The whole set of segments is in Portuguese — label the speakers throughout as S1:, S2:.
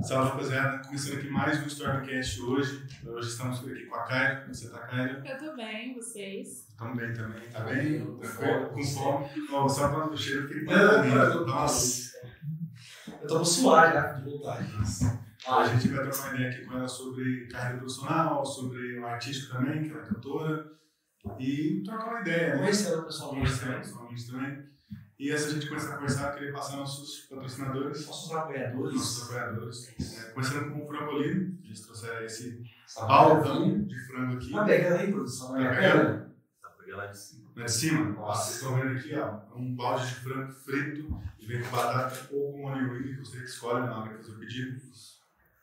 S1: Salve, rapaziada. Começando aqui mais um Stormcast hoje. Hoje estamos aqui com a Kaira. Como você tá, Kaira?
S2: Eu tô bem, vocês?
S1: Tamo bem também. Tá
S3: bem,
S1: bem?
S3: eu-
S1: Tranquilo? Com fome? Ó, só falando do cheiro, eu fiquei com
S3: Mano,
S1: tá Nossa.
S3: nossa. Eu tava suado já de vontade.
S1: A
S3: Ah,
S1: gente vai trocar uma ideia aqui com ela sobre carreira profissional, sobre o artístico também, que ela é cantora. E trocar uma ideia, né?
S3: conhecendo tá pessoalmente né?
S1: Conversando
S3: também.
S1: com amigos também. E antes da gente começar a conversar, eu queria passar nossos patrocinadores,
S3: Nossos apoiadores. né?
S1: nossos apoiadores. É, começando com o Frambolino, eles trouxeram esse
S3: Tá aqui.
S1: baldão de frango aqui.
S3: Tá pegando aí, produção?
S1: Tá
S3: Tá
S1: pegando?
S3: pegando?
S4: Tá pegando lá de cima.
S1: Lá de cima, ó,
S3: Nossa.
S1: vocês estão vendo aqui, ó, um balde de frango frito, que vem com batata ou com onion ring, que você que escolhe na hora que fazer o pedido.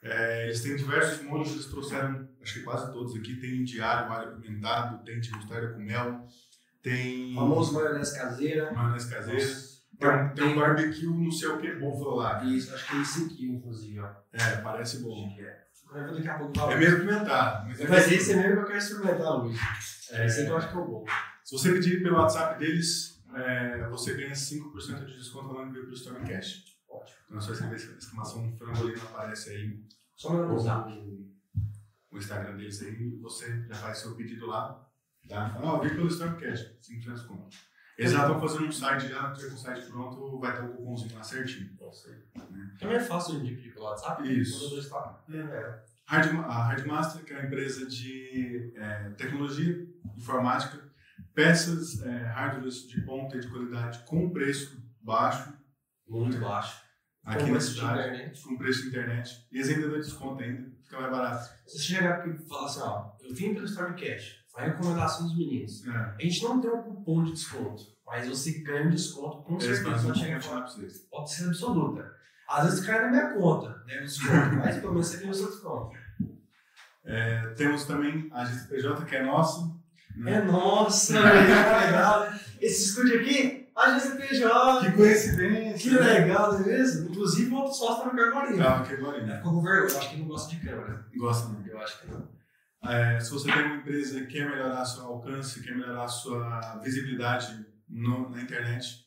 S1: É, eles têm diversos molhos, eles trouxeram, acho que quase todos aqui, tem de alho, alho pimentado, tem de mostarda com mel, tem
S3: Famoso maionese caseira.
S1: maionese caseira, tem, um- tem um barbecue não sei o que, búfalo lá.
S3: Isso, acho que é isso aqui, inclusive. ó.
S1: É, parece bom.
S3: Acho que é. Agora eu vou daqui a pouco
S1: É
S3: falar.
S1: meio pimentado, mas é
S3: Mas
S1: bom.
S3: esse é mesmo que eu quero experimentar hoje. É, esse aqui eu acho que é o bom.
S1: Se você pedir pelo WhatsApp deles, é, você ganha 5% de desconto falando que veio pro Stormcast.
S3: Ótimo.
S1: Então é só escrever essa exclamação frango aparece aí
S3: Só me usar.
S1: o Instagram deles aí, você já faz seu pedido lá, tá? Fala, ó, vem pelo Stormcast, 5 de desconto. Eles já estão fazendo um site, já tem um site pronto, vai ter o cupomzinho lá certinho.
S3: Também é fácil de pedir pelo WhatsApp.
S1: Isso.
S3: Quando eu estou. É.
S1: Hard, a Hardmaster, que é uma empresa de é, tecnologia, informática, peças, é, hardware de ponta e de qualidade com preço baixo
S3: Muito baixo.
S1: aqui
S3: Com
S1: na
S3: esse de
S1: cidade,
S3: internet.
S1: com preço de internet. E eles ainda dão desconto ainda, fica mais barato.
S3: Se você chegar aqui e falar assim, ó, eu vim pelo Stormcast, foi a recomendação dos meninos.
S1: É,
S3: A gente não tem um cupom de desconto, mas você ganha um desconto com
S1: eles
S3: certeza
S1: fazem um
S3: quando chegar
S1: desconto
S3: e
S1: lá
S3: falar,
S1: pra vocês.
S3: pode ser absoluta. Às vezes cai na minha conta, né, o desconto, mas pelo menos você tem o seu desconto.
S1: É, Temos também a GCPJ, que é nossa.
S3: É nossa, que legal. Esse estúdio aqui, a GCPJ,
S1: Que coincidência!
S3: que legal, não é mesmo? Inclusive o outro sócio tá no Carbolinho.
S1: Tá, ok, bolinha.
S3: Ficou com vergonha, eu acho que não gosta de câmera.
S1: Gosta, né?
S3: Eu acho que não.
S1: É, se você tem uma empresa que quer melhorar seu alcance, quer melhorar sua visibilidade no- na internet,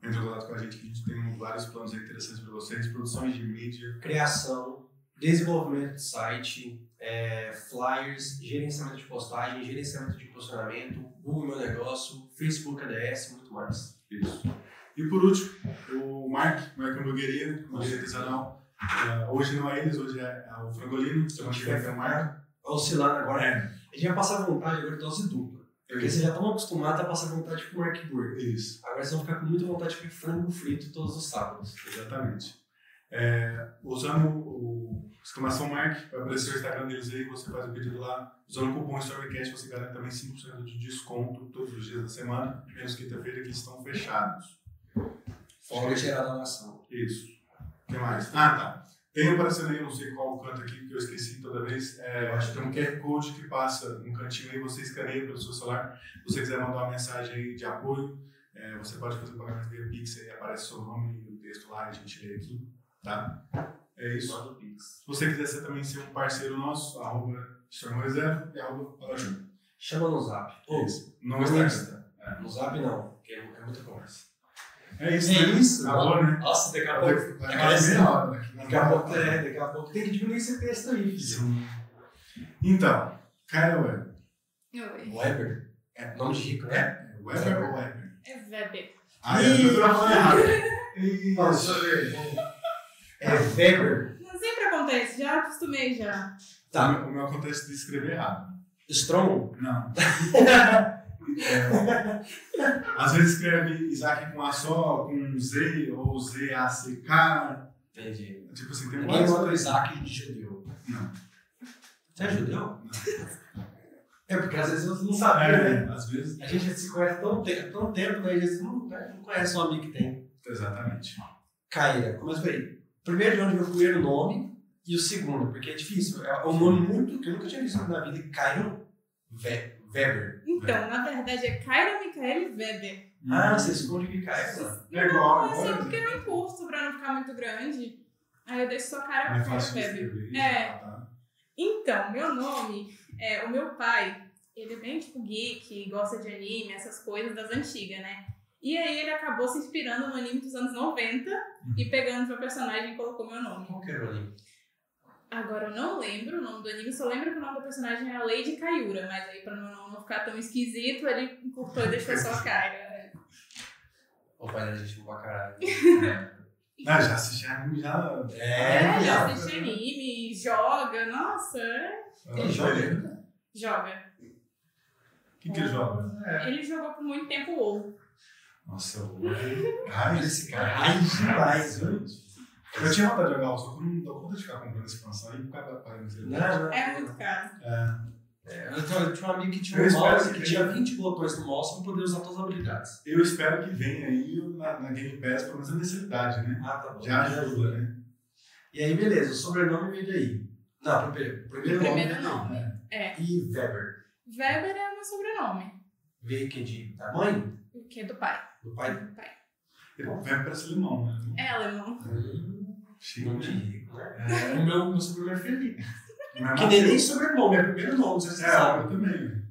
S1: entre em contato com a gente, que a gente tem vários planos aí interessantes para vocês, produções de mídia,
S3: criação, desenvolvimento de site, é, flyers, gerenciamento de postagem, gerenciamento de posicionamento, Google Meu Negócio, Facebook ADS, muito mais.
S1: isso. E por último, o Mark, Mark Hamburgueria, hamburgueria artesanal. É, hoje não é eles, hoje é, é o Frangolino, então a gente vai ter o Mark.
S3: Tá Oscilando agora,
S1: É,
S3: a gente vai passar vontade agora de dose dupla. Porque vocês já estão acostumados a passar vontade com Mark Burger.
S1: É, isso.
S3: Agora vocês vão ficar com muita vontade de comer frango frito todos os sábados.
S1: Exatamente. É, usando o exclamação Mark, vai aparecer o Instagram deles aí, você faz o pedido lá. Usando o cupom Stormcast, você garante também 5% de desconto todos os dias da semana, menos quinta-feira, que eles estão fechados.
S3: Folga geral da nação.
S1: Isso. O que mais? Ah, tá. Tem aparecendo aí, não sei qual canto aqui, que eu esqueci toda vez. É, eu acho que tem um QR Code que passa no cantinho aí, você escaneia pelo seu celular. Se você quiser mandar uma mensagem aí de apoio, é, você pode fazer o pagamento via Pix, aí aparece seu nome e o texto lá, a gente lê aqui, tá? É isso.
S4: Manda o Pix.
S1: Se você quiser ser também ser um parceiro nosso, arroba Stormreserva e arroba Palajum.
S3: Chama no zap. Ou,
S1: Não é está Insta.
S3: no zap não, porque é muita conversa.
S1: É isso,
S3: É
S1: né?
S3: isso?
S1: Acabou, né?
S3: Nossa, daqui a pouco.
S1: Vai vai quase meia hora.
S3: Daqui a pouco, é, daqui a pouco tem que diminuir esse texto aí, filho.
S1: Então, Kyra Web.
S2: Oi.
S3: Weber? É nome de rico, né?
S1: Weber ou Weber?
S2: É Weber.
S1: Ah, eu tô falando errado.
S3: É Weber.
S2: Não sempre acontece, já acostumei já.
S3: Tá.
S1: O meu acontece de escrever errado.
S3: Strong?
S1: Não. Então, É, às vezes escreve Isaac com A só, com Z, ou Z-A-C-K.
S3: Entendi.
S1: Tipo assim, tem
S3: Ninguém
S1: várias
S3: manda o
S1: coisas.
S3: é Isaac de judeu.
S1: Não.
S3: Você é judeu?
S1: Não.
S3: É porque às vezes você não
S1: É,
S3: sabia, né?
S1: às vezes.
S3: A gente se conhece tão, te tão tempo, né? A gente não, né? não conhece um amigo que tem.
S1: Exatamente.
S3: Caíra, começa por aí. Primeiro de onde veio o primeiro nome e o segundo, porque é difícil. É um nome muito que eu nunca tinha visto na vida. Cairo Ve- Weber.
S2: Então, na verdade é Kyra Michael Weber.
S1: Hum.
S3: Ah, você esconde que Cairo.
S1: É igual,
S2: Mas
S1: igual.
S2: eu porque eu encurto pra não ficar muito grande. Aí eu deixo só
S1: Não
S2: cara
S1: é
S2: Kyra
S1: fácil de
S2: Weber.
S1: escrever.
S2: É.
S1: tá?
S2: Então, meu nome, é, o meu pai, ele é bem tipo geek, gosta de anime, essas coisas das antigas, né? E aí ele acabou se
S1: Uhum.
S2: inspirando no anime dos anos 90 e pegando meu personagem e colocou meu nome.
S3: Qual que era o anime?
S2: Agora eu não lembro o nome do anime, só lembro que o nome do personagem era Lady Kaiura, mas aí pra não, não ficar tão esquisito, ele encurtou e deixou só Kaira. né?
S3: O pai da gente pra caralho.
S1: Não, Ah, já assisti anime, já.
S2: É, já
S3: viado.
S2: assiste anime, joga, nossa, é.
S3: Ele joga. né?
S2: joga.
S1: O né? que, que ele joga?
S3: É.
S2: Ele jogou por muito tempo o WoW.
S1: Nossa, eu Ai, esse cara.
S3: Ai, demais, viu?
S1: Eu tinha vontade de jogar, só que eu não dou conta de ficar comprando expansão aí por causa da página. sei lá.
S3: Não, não.
S2: É muito caro.
S3: É, Eu tenho- eu tinha um amigo que tinha
S1: Eu
S3: um
S1: espero
S3: mouse
S1: que
S3: que
S1: tenha.
S3: tinha 20 botões no mouse pra poder usar todas as habilidades.
S1: Eu espero que venha aí na, na Game Pass, pelo menos a mensalidade, né?
S3: Ah, tá bom.
S1: Já ajuda, né?
S3: E aí, beleza, o sobrenome veio daí. Não, primeiro, primeiro,
S2: Primeiro
S3: veio daí,
S2: nome.
S3: né?
S2: É.
S3: E Weber.
S2: Weber é o meu sobrenome,
S3: Veio que é de da mãe?
S2: que é do pai.
S3: Do pai?
S2: Do pai.
S1: Ele vai pra Slimão, né?
S2: É alemão.
S3: Hum,
S1: Chique,
S3: Nome de
S1: né?
S3: rico, né? É, o meu, meu sobrenome é Felipe.
S1: Mas
S3: Que nem nem sobrenome, é primeiro nome, vocês
S1: É,
S3: sabem.
S1: eu também.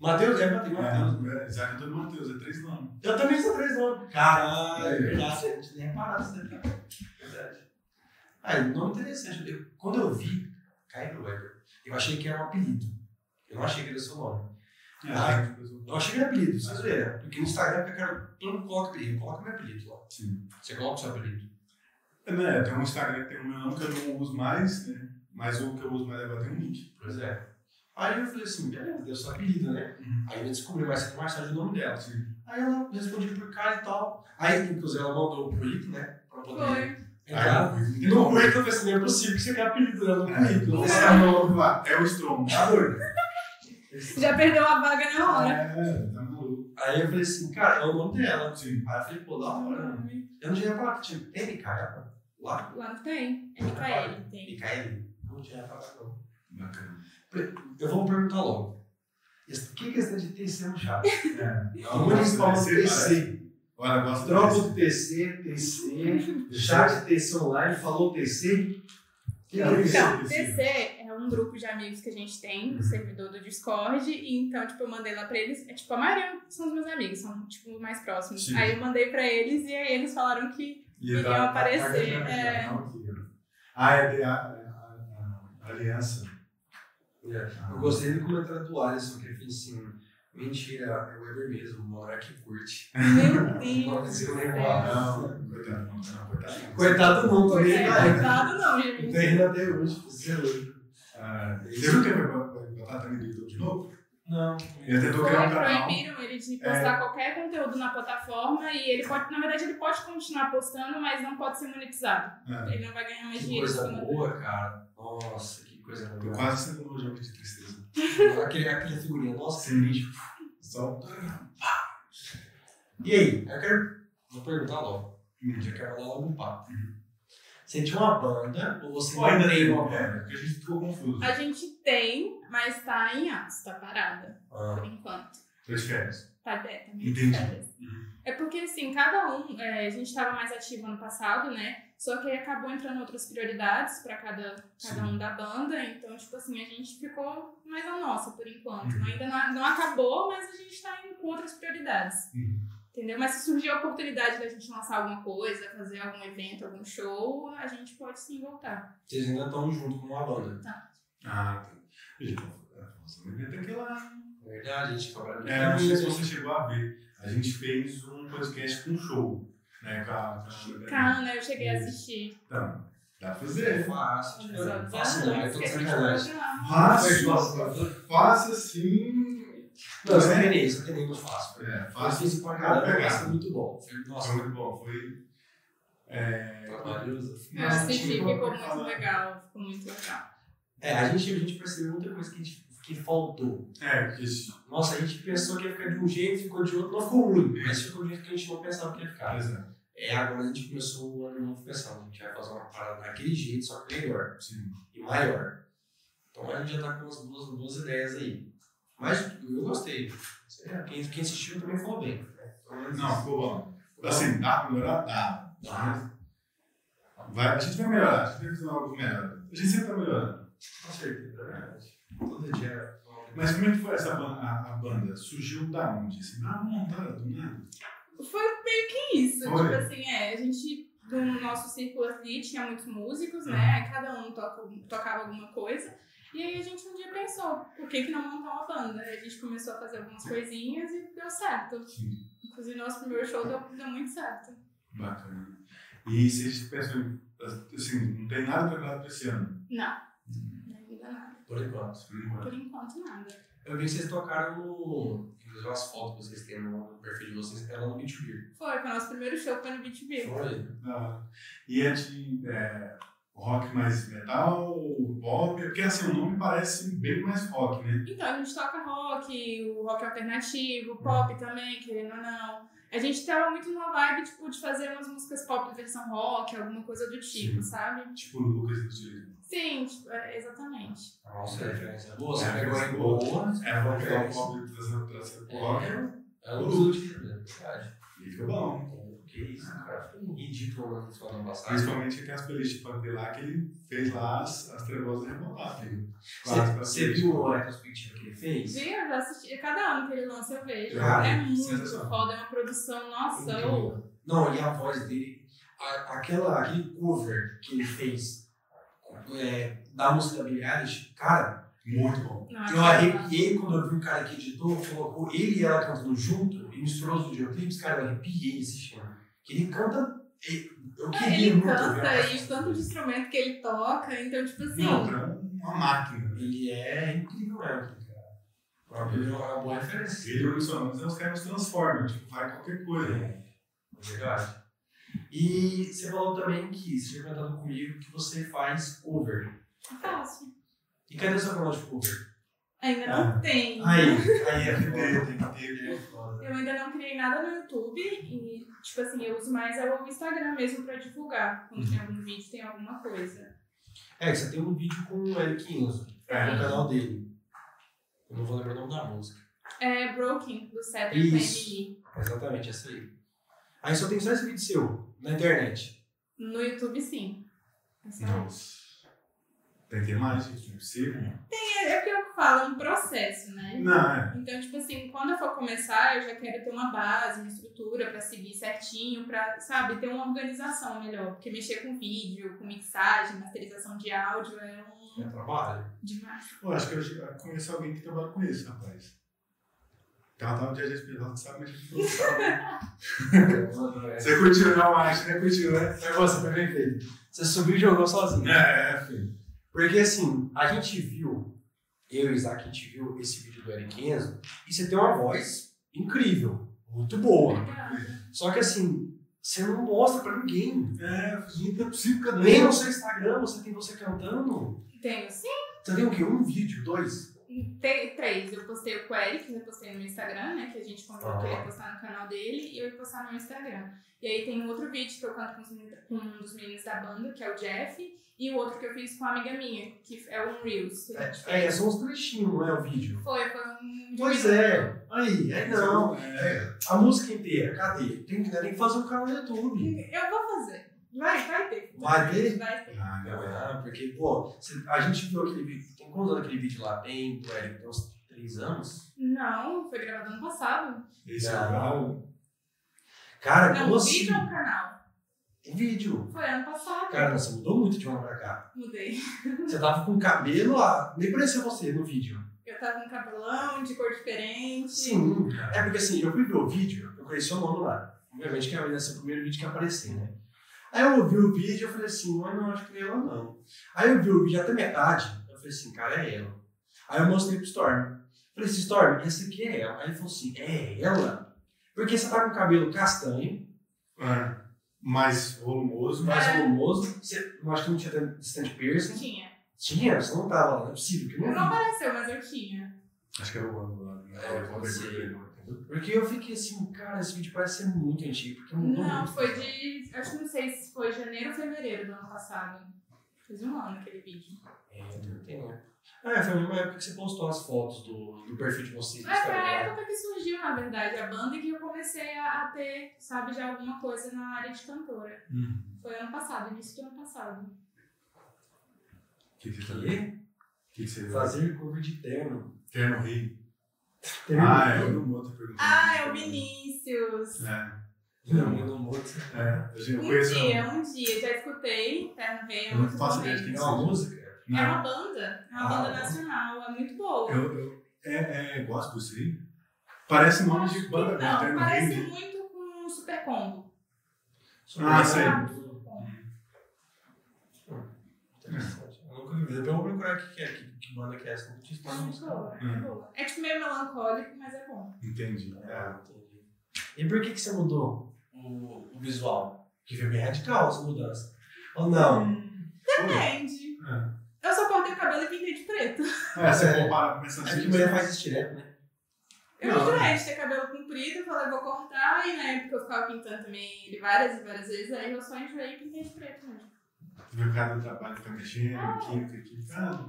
S3: Mateus é Mateus. Mateus.
S1: É, é, Isaac Antônio Matheus, é três nomes.
S3: Eu também sou três nomes. Caralho,
S1: É.
S3: é. nossa, eu não tinha nem reparado isso daqui. Verdade. Ah, um nome interessante. Eu- quando eu vi Caio Weber, eu achei que era um apelido. Eu não achei que era seu nome.
S1: É,
S3: Ah.
S1: Isaac Antônio.
S3: Eu achei meu apelido, vocês verem. Porque no Instagram eu quero. Todo mundo coloca apelido, coloca meu apelido lá.
S1: Sim.
S3: Você coloca o seu apelido.
S1: Né, tem um Instagram que tem o meu nome que eu não uso mais, né? Mas o que eu uso mais agora tem um link.
S3: Pois é. Aí eu falei assim, beleza, deu seu apelido, né?
S1: Uhum.
S3: Aí eu descobri mais mais tarde o nome dela. Aí ela respondeu por cara e tal. Aí, inclusive, ela mandou o currículo, né? Pra poder
S2: Foi.
S3: entrar.
S1: Aí,
S3: No currículo eu falei assim, não é possível que você tenha apelido né? dela no currículo. Eu falei assim,
S1: é o novo lá, é o Strong.
S3: Tá doido.
S2: Já perdeu a vaga na hora.
S1: É, tá maluco.
S3: Aí eu falei assim, cara, é o nome dela.
S1: Sim.
S3: Aí eu falei, pô, da hora. né? Eu não tinha reparado que tinha N, cara. Lá,
S2: Lá não tem. É Micaele, tem.
S3: Micael. Não tinha reparado, não.
S1: Bacana.
S3: Eu vou perguntar logo. Esse- O que que essa de TC no chat?
S1: É.
S3: O municipal do TC.
S1: Olha, eu gosto
S3: Troca
S1: desse.
S3: do TC, TC, chat TC online, falou TC. Que
S1: Não,
S3: isso? Uhum.
S2: Então,
S1: Sim, sim.
S2: TC é um grupo de amigos que a gente tem, do servidor do Discord, e então, tipo, eu mandei lá pra eles, é tipo, a maioria são os meus amigos, são, tipo, mais próximos.
S1: Sim.
S2: Aí eu mandei pra eles, e aí eles falaram que
S1: E ele
S2: Queriam
S1: tá- tá-
S2: aparecer,
S1: tá- tá-
S2: é.
S1: tá- tá- tá- tá- Ah, é de- a, a- a- a aliança.
S3: É, Eu gostei do comentário do Alisson, que ele fez assim: mentira, é o Weber mesmo, o Monark curte.
S2: meu
S3: Não
S2: Deus,
S3: aconteceu
S1: Ah,
S3: nenhuma.
S1: não, coitado, não, tá não, coitado.
S3: Coitado não,
S2: Pois
S3: também né?
S2: é,
S3: ainda.
S2: coitado não, gente.
S3: Tem ainda até hoje, você é louco.
S1: Ah, Você viu que ele vai vai botar também no YouTube de novo?
S3: Não.
S1: Ele tentou
S3: é
S2: Foi,
S1: criar um canal.
S2: proibiram ele de postar qualquer conteúdo na plataforma e ele pode, na verdade, ele pode continuar postando, mas não pode ser monetizado.
S1: É,
S2: Ele não vai ganhar mais
S3: Que
S2: dinheiro.
S3: coisa
S2: em cima do-
S3: boa, cara. Nossa, que coisa
S1: Tô
S3: boa.
S1: quase sendo um jogo de tristeza.
S3: Aquele, aquela figurinha, nossa, que
S1: Sim.
S3: lixo.
S1: Só um
S3: E aí? Eu quero. Vou perguntar logo.
S1: Hum.
S3: Já quero dar logo um papo.
S1: Uhum.
S3: Você tinha uma banda ou você
S1: Ou ainda tem
S3: uma
S1: uma
S3: banda?
S1: é, porque a gente ficou confuso.
S2: A gente tem, mas tá em atos, tá parada,
S3: Ah,
S2: por enquanto.
S1: Três férias.
S2: Tá aberta
S1: Entendi. Uhum.
S2: É porque, assim, cada um, é, a gente tava mais ativo ano passado, né? Só que aí acabou entrando outras prioridades pra cada,
S1: Sim.
S2: cada um da banda. Então, tipo assim, a gente ficou mais a nossa, por enquanto.
S1: Uhum.
S2: Ainda não, não acabou, mas a gente tá indo com outras prioridades.
S1: Uhum.
S2: Entendeu? Mas se surgir a oportunidade da gente lançar alguma coisa, fazer algum evento, algum show, a gente pode sim voltar.
S3: vocês ainda estão junto com uma banda.
S1: Ah, tá. Gente, nossa, é não inventa que lá.
S3: Na verdade, a gente trabalha
S1: É, não sei se você chegou a ver. A gente fez um podcast com show. Né, com a, com a-
S2: Cara, né? Eu cheguei a assistir.
S1: Então, dá pra
S3: É
S1: fazer.
S3: fácil, tipo,
S2: Só
S3: fácil
S1: é
S3: não, eu tô de
S2: esqueci de
S3: sacanagem.
S2: colocar.
S1: Fácil, faça sim.
S3: Não, eu sacanei, eu sacanei, não faço.
S1: É,
S3: Eu
S1: fácil.
S3: fiz pra caralho,
S1: Obrigado.
S3: mas foi muito bom. Foi,
S1: Foi
S3: nossa,
S1: muito bom. Foi.
S3: trabalhoso.
S2: Eu
S1: Nossa,
S2: assisti,
S1: chegou a
S2: ficou muito
S1: falar.
S2: legal. Ficou muito legal.
S3: É, a gente, a gente percebeu muita coisa que, a gente- que faltou.
S1: É, porque isso.
S3: Nossa, a gente pensou que ia ficar de um jeito, ficou de outro, não ficou ruim, mas ficou do jeito que a gente não pensava que ia ficar.
S1: Exato.
S3: É, agora a gente começou o ano novo pensando, a gente vai fazer uma parada daquele jeito, só que melhor
S1: Sim.
S3: e maior. Então a gente já tá com umas duas, duas ideias aí. Mas eu gostei. É, Quem, quem assistiu também falou bem. né? Então, mas-
S1: Não, ficou bom. Assim, dá pra melhorar? Dá.
S3: Dá.
S1: Vai, a gente vai melhorar, a gente vai fazer algo melhor. A gente sempre tá melhorando.
S3: com certeza, é verdade. Todo dia. é uma-
S1: Mas como é que foi essa banda? A, a banda surgiu da onde? Assim, ah, montada, do nada.
S2: Foi meio que isso.
S1: Foi?
S2: Tipo assim, é, a gente do nosso círculo ali tinha muitos músicos, né?
S1: Uhum.
S2: Aí cada um toca, tocava alguma coisa. E aí a gente um dia pensou, por que, que não montar uma banda? Aí A gente começou a fazer algumas coisinhas e deu certo.
S1: Sim.
S2: Inclusive, nosso primeiro show deu, deu muito certo.
S1: Bacana. E vocês pensam, em- assim, não tem nada preparado para esse ano?
S2: Não, ainda nada.
S3: Por enquanto.
S1: Por enquanto.
S2: Por enquanto, nada.
S3: Eu vi que vocês tocaram no. Inclusive, as fotos que vocês têm no perfil de vocês é lá no Beatbeer.
S2: Foi, foi o nosso primeiro show, foi no Beat Beer.
S3: Foi?
S1: Ah, E é de é, rock mais metal, pop, porque assim, o nome parece bem mais rock, né?
S2: Então, a gente toca rock, o rock
S3: Uhum.
S2: alternativo, pop também, querendo ou não. A gente tava muito numa vibe, tipo, de fazer umas músicas pop versão rock, alguma coisa do tipo,
S1: Sim.
S2: sabe?
S1: Tipo Lucas do Direito.
S2: Sim, tipo, é, exatamente.
S3: Nossa, a referência é boa.
S1: É,
S3: Você pegou
S1: é
S3: em
S1: boa.
S3: boa.
S1: É, vamos pegar o pop e trazer trazer pro rock.
S3: É o uso do Beatbeer, é verdade.
S1: E fica bom. Ah.
S3: Que isso, cara. Foi ridículo na semana passada.
S1: Principalmente aquelas playlists de punk lá que ele fez lá as, as trevosas rebolar. filho. Quase
S3: Você-
S1: pra
S3: Você
S1: frente.
S3: viu a retrospectiva que ele fez?
S2: Viu? Eu já assisti, é cada ano que ele lança eu vejo.
S3: Cara,
S2: é muito
S1: sensacional.
S2: foda, é uma produção, nossa, ô.
S3: Incrível. Não, e a voz dele, a- aquela, aquele cover que ele fez é, da música da Billie Eilish, cara,
S1: Muito bom.
S2: Não, é
S3: eu
S2: foda.
S3: arrepiei quando eu vi o cara que editou, colocou ele e ela cantando junto e misturou os videoclipes, cara, eu arrepiei assistindo. Que ele canta, eu
S2: Ah,
S3: queria
S2: Ele
S3: muito
S2: canta
S3: ver.
S2: e o tanto de instrumento que ele toca, então, tipo assim.
S1: Não, o cara é uma máquina.
S3: Ele é incrível, né? cara. Ele é uma boa referência.
S1: Ele assim, e o Wilson Nunes, os caras se transformam, tipo, vai qualquer coisa.
S3: É verdade. E você falou também que, você tinha comentado comigo, que você faz cover.
S2: é Fácil.
S3: E cadê o seu canal de cover?
S2: Ainda
S3: Ah.
S2: não tem.
S3: Aí, aí é
S1: Tem que
S3: foda.
S1: ter, tem que ter. né?
S3: É foda.
S2: Eu ainda não criei nada no YouTube e, tipo assim, eu uso mais é o Instagram mesmo pra divulgar. Quando tem
S3: Uhum.
S2: algum vídeo, tem alguma coisa.
S3: É, que você tem um vídeo com o Eric Enzo, no
S1: É.
S3: canal dele. Eu não vou lembrar o nome da música.
S2: É Broken, do Saturn
S3: Isso.
S2: Family.
S3: Exatamente, essa aí. Aí só tem só esse vídeo seu, na internet.
S2: No YouTube, sim. É só-
S1: Nossa. Tem que ter mais, gente, não é possível.
S2: É, é o que eu falo, é um processo, né?
S1: Não, é.
S2: Então, tipo assim, quando eu for começar, eu já quero ter uma base, uma estrutura pra seguir certinho, pra, sabe, ter uma organização melhor. Porque mexer com vídeo, com mixagem, masterização de áudio é um.
S3: É trabalho.
S2: demais.
S1: Eu acho que eu já conheço alguém que trabalha com isso, rapaz. Ela tava de agente pesado, que sabe mexer com tudo. Você curtiu, não, acho, né? Curtiu, né?
S3: Foi É você, foi bem feito. Você subiu e jogou sozinho.
S1: É, filho.
S3: Porque assim, a gente viu, eu e o Isaac, a gente viu esse vídeo do Eric Enzo, e você tem uma voz incrível, muito boa.
S2: Obrigada.
S3: Só que assim, você não mostra pra ninguém.
S1: É, filho, não é possível, cadê?
S3: Nem no seu Instagram você tem você cantando.
S2: Tenho
S3: Você tem o quê? Um vídeo? Dois?
S2: Tem três. Eu postei o com o Eric, eu postei no meu Instagram, né? Que a gente combinou que eu
S3: Ah.
S2: ia postar no canal dele e eu ia postar no meu Instagram. E aí tem um outro vídeo que eu canto com, os meninos- com um dos meninos da banda, que é o Jeff, e o outro que eu fiz com uma amiga minha, que é um Reels. Que a gente
S3: É, é só uns trechinhos, não é o vídeo.
S2: Foi, foi um.
S3: Pois é. Aí, aí não.
S1: É.
S3: A música inteira, cadê? Tem, que- tem que fazer um canal no YouTube.
S2: Eu vou fazer. Vai, vai ter.
S3: Vai ter?
S2: Vai ter.
S1: Ah, não, é.
S3: Ah, porque, pô, cê- a gente viu aquele vídeo. Tem quantos anos aquele vídeo lá? Tem, do Eric, tem uns três anos?
S2: Não, foi gravado ano passado.
S1: Esse é o grau.
S3: Cara,
S2: Não,
S3: como
S2: o
S3: assim?
S2: vídeo é um canal.
S3: Tem vídeo.
S2: Foi ano passado.
S3: Cara, você mudou muito de uma pra cá.
S2: Mudei.
S3: Você tava com o cabelo lá, nem parecia você no vídeo.
S2: Eu tava com cabelão, de cor diferente.
S3: Sim, é porque assim, eu fui ver o vídeo, eu conheci o nome lá. Obviamente que era esse o primeiro vídeo que apareceu, né? Aí eu ouvi o vídeo e eu falei assim, mas não, acho que não é ela não. Aí eu vi o vídeo até metade, eu falei assim, cara, é ela. Aí eu mostrei pro Storm. Falei assim, Storm, essa aqui é ela. Aí ele falou assim, é ela? Porque você tá com o cabelo castanho,
S1: É. Mais volumoso, mas
S3: mais
S2: É.
S3: volumoso, você, eu acho que não tinha tanto distante piercing.
S2: Tinha.
S3: Tinha, você não tava lá, não é possível que não
S2: Não apareceu, mas eu tinha.
S1: acho que era o ângulo lá. né?
S3: É, pode ser.
S1: entendeu?
S3: Porque eu fiquei assim, cara, esse vídeo parece ser muito antigo, porque mudou
S2: Não,
S3: muito.
S2: foi de. Acho que não sei se foi janeiro ou fevereiro do ano passado. Fez um ano aquele vídeo.
S3: É, não tem né? Ah, foi a mesma época que você postou as fotos do, do perfil de vocês no
S2: É, foi a
S3: Instagram.
S2: época que surgiu, na verdade, a banda e que eu comecei a, a ter, sabe, já alguma coisa na área de cantora.
S1: Hum.
S2: Foi ano passado, início do ano passado.
S1: O que que você tá vendo? O
S3: Que?
S1: que que você viu?
S3: Fazer cover de né? terno.
S1: Terno Rei.
S3: Terno.
S1: é, Ah, é. Eu não vou ter perguntado.
S2: Ah, é o Vinícius!
S1: É.
S3: Não, eu não monto.
S1: É, eu já
S2: Um
S1: conheço.
S2: dia, um dia, já escutei Terno Rei, é
S1: Eu não
S2: muito
S1: faço
S2: bom
S1: ideia de quem
S3: É
S2: mesmo.
S3: uma música?
S2: É
S1: Não,
S2: uma banda, é uma
S3: Ah,
S2: banda
S3: bom.
S2: nacional, é muito boa.
S1: eu, eu é, é gospel, sim. Parece nome de banda né?
S2: Não,
S1: Terno
S2: parece
S1: Rei.
S2: muito com um Super Combo.
S1: Ah, sei.
S2: Super Combo.
S3: Ah, Interessante. Eu nunca vi. Depois eu vou procurar o que que é, que, que banda que é essa. Não
S2: É
S3: tinha escutado
S2: muito
S3: música.
S2: boa,
S1: Hum.
S2: é boa. É tipo meio melancólico, mas é bom.
S1: Entendi. É.
S3: Ah, entendi. E por que, que você mudou o, o visual? Que foi bem radical essa mudança. Ou
S1: Então,
S3: não?
S2: Depende.
S1: É.
S2: Eu só cortei o cabelo e pintei de preto.
S1: É, você compara com essa
S3: É que
S1: assim,
S3: mulher faz isso direto, né?
S2: Eu
S1: Não.
S2: não. de ter cabelo comprido, eu falei, vou cortar, e na época eu ficava pintando também ele várias e várias vezes, aí eu só enjoei e pintei de preto mesmo.
S1: Meu cara do trabalho tá mexendo, química, química. Ah,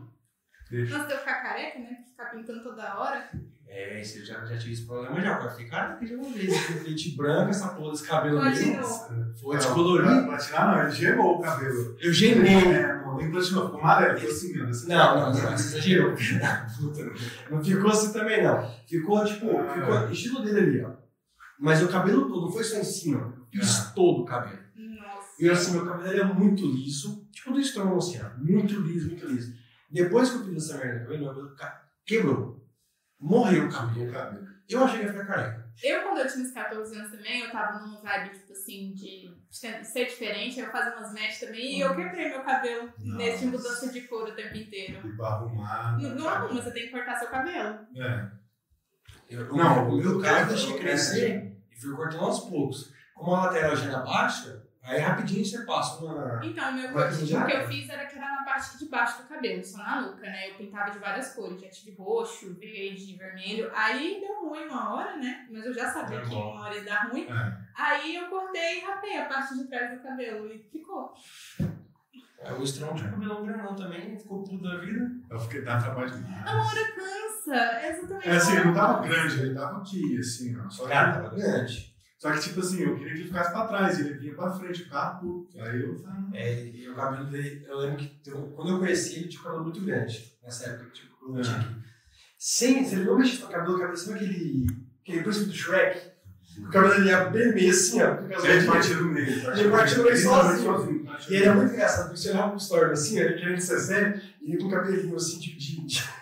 S1: deixa.
S2: Nossa, de eu ficar careca, né? Ficar pintando toda hora.
S3: É, esse eu já, já tive esse problema já. Agora eu fiquei, cara, que já uma vez. Eu dente branco, essa porra desse cabelo
S2: Continua.
S3: mesmo.
S1: Nossa.
S3: Foi descolorido.
S1: Não, Platinar não, ele gelou o cabelo.
S3: Eu gemei.
S1: É, não, nem platinou, ficou amarelo, ficou assim mesmo. assim.
S3: Não, não, não, você exagerou. Puta, não ficou assim também, não. Ficou, tipo,
S1: Ah.
S3: ficou estilo dele ali, ó. Mas o cabelo todo, não foi só em cima. Eu fiz todo o cabelo.
S2: Nossa.
S3: E assim, meu cabelo ele é muito liso, tipo do estrondo assim, ó. Muito liso, muito liso. Depois que eu fiz essa merda no cabelo, meu cabelo ca- quebrou. Morreu o cabelo.
S1: O cabelo.
S3: Eu achei que ia ficar careca.
S2: Eu, quando eu tinha uns 14 anos também, eu tava num vibe, tipo assim, de ser ser diferente, eu fazia umas matches também, e eu quebrei meu cabelo nesse
S1: Uhum. Nossa. Tá.
S2: mudança de cor o tempo inteiro.
S1: E pra arrumar.
S2: Não, é não arruma, você tem que cortar seu cabelo.
S1: É.
S3: Eu,
S1: Não,
S3: não, o meu
S1: eu-
S3: cabelo eu
S1: eu-
S3: deixei crescer e fui cortando aos poucos. Como a lateral já era baixa, aí rapidinho você passa uma.
S2: Então, o meu
S3: Vai
S2: corte,
S3: pintar?
S2: o que eu fiz era que era na parte de baixo do cabelo, só na nuca, né? Eu pintava de várias cores, já tive roxo, verde, vermelho. Aí deu ruim uma hora, né? Mas eu já sabia
S3: Tá
S2: que
S3: bom.
S2: uma hora ia dar ruim.
S1: É.
S2: Aí eu cortei e rapei a parte de trás do cabelo e ficou.
S3: Aí é, o estrão tinha cabelão grandão também, ficou puto da vida.
S1: Eu fiquei, dá trabalho
S2: Uma
S1: demais.
S2: hora cansa, exatamente.
S1: É assim, ele não tava grande, ele tava aqui, assim, ó. Só
S3: Cara,
S1: que,
S3: tava grande.
S1: só que tipo assim, eu queria que ele ficasse pra trás, ele vinha pra frente, o carro, puto. Aí eu falei,
S3: É, e o cabelo dele, eu lembro que eu- quando eu conheci ele, tinha um cabelo muito grande. Nessa época, tipo, quando eu tinha aqui. Sem, você não mexia com o cabelo, o cabelo sabe aquele. aquele coisa do Shrek.
S1: "Ah,
S3: O cabelo dele ia bem meio assim, ó. com as
S1: ele
S3: rodinhas.
S1: partiu no meio.
S3: Ele partiu no meio
S1: Literalmente
S3: sozinho.
S1: partiu
S3: E
S1: no
S3: ele é
S1: meio.
S3: muito engraçado, porque você olhava pro story assim, ó, ele querendo ser sério, e ele com o cabelinho assim, tipo, de. de-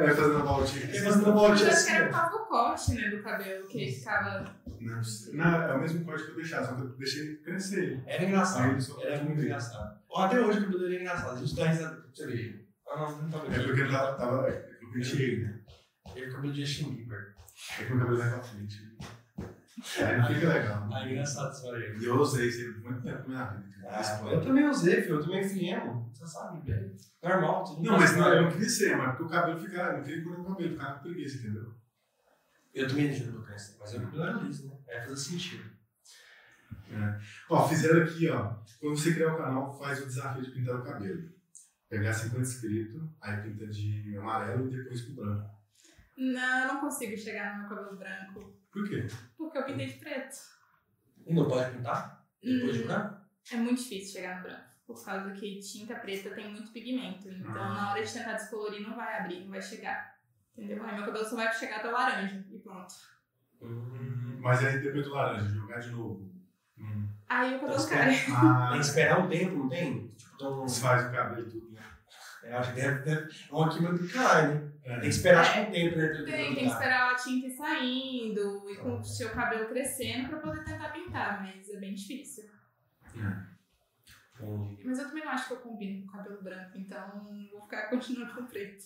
S1: É, fazendo a voltinha.
S3: Ele fazendo a
S2: Mas
S3: voltinha
S2: eu acho que
S3: assim.
S2: era
S3: ó.
S2: por causa do corte, né, do cabelo, que ele ficava...
S1: Não, não, é o mesmo corte que eu deixava, só que eu deixei ele crescer.
S3: Era
S1: Aí
S3: engraçado.
S1: ele só
S3: Era Ah. é muito engraçado. Ó, Até hoje o cabelo dele é engraçado, a gente dá risada pra você ver. Ah, não, não tá
S1: É porque ele tava. tava eu penteei ele,
S3: é.
S1: né?
S3: Ele acabou de Justin Bieber.
S1: É que o cabelo vai pra frente. Aí não fica legal.
S3: Ah, engraçado Ah, é isso aí.
S1: E eu usei isso aí por muito tempo na minha vida. cara. Esse
S3: eu
S1: poeta.
S3: também usei, filho. Eu também fui emo. Você sabe, velho. Normal. Tudo
S1: Não, mas não, eu não queria ser, mas porque o cabelo ficava, eu não queria correr o cabelo, ficava com preguiça, entendeu?
S3: Eu também deixei do câncer, mas eu não era liso, né? É fazer sentido.
S1: Ó, fizeram aqui, ó. Quando você criar o canal, faz o desafio de pintar o cabelo. Pegar 50 inscritos, aí pinta de amarelo e depois pro branco.
S2: Não, eu não consigo chegar no meu cabelo branco,
S1: Por quê?
S2: porque eu pintei de preto.
S3: E não pode pintar? Depois de
S2: Hum,
S3: branco?
S2: É muito difícil chegar no branco, por causa que tinta preta tem muito pigmento. Então,
S1: Ah.
S2: na hora de tentar descolorir, não vai abrir, não vai chegar. Entendeu? Aí meu cabelo só vai chegar até laranja e pronto.
S3: Hum.
S1: Mas aí depois do laranja, jogar de novo. Hum.
S2: Aí o cabelo
S3: Então,
S2: cai.
S1: Ah,
S3: Tem que esperar um tempo, não tem? Tipo, então.
S1: desfaz o cabelo e tudo, né?
S3: Eu acho que deve ter. É uma química do caralho, né? Tem que
S1: É.
S3: esperar acho que um tempo, né? pra ele
S2: Tem, tem que
S3: mudar.
S2: esperar a tinta ir saindo e com o seu cabelo crescendo pra poder tentar pintar, mas é bem difícil.
S3: Entendi.
S2: Mas eu também não acho que eu combino com o cabelo branco, então vou ficar continuando com preto.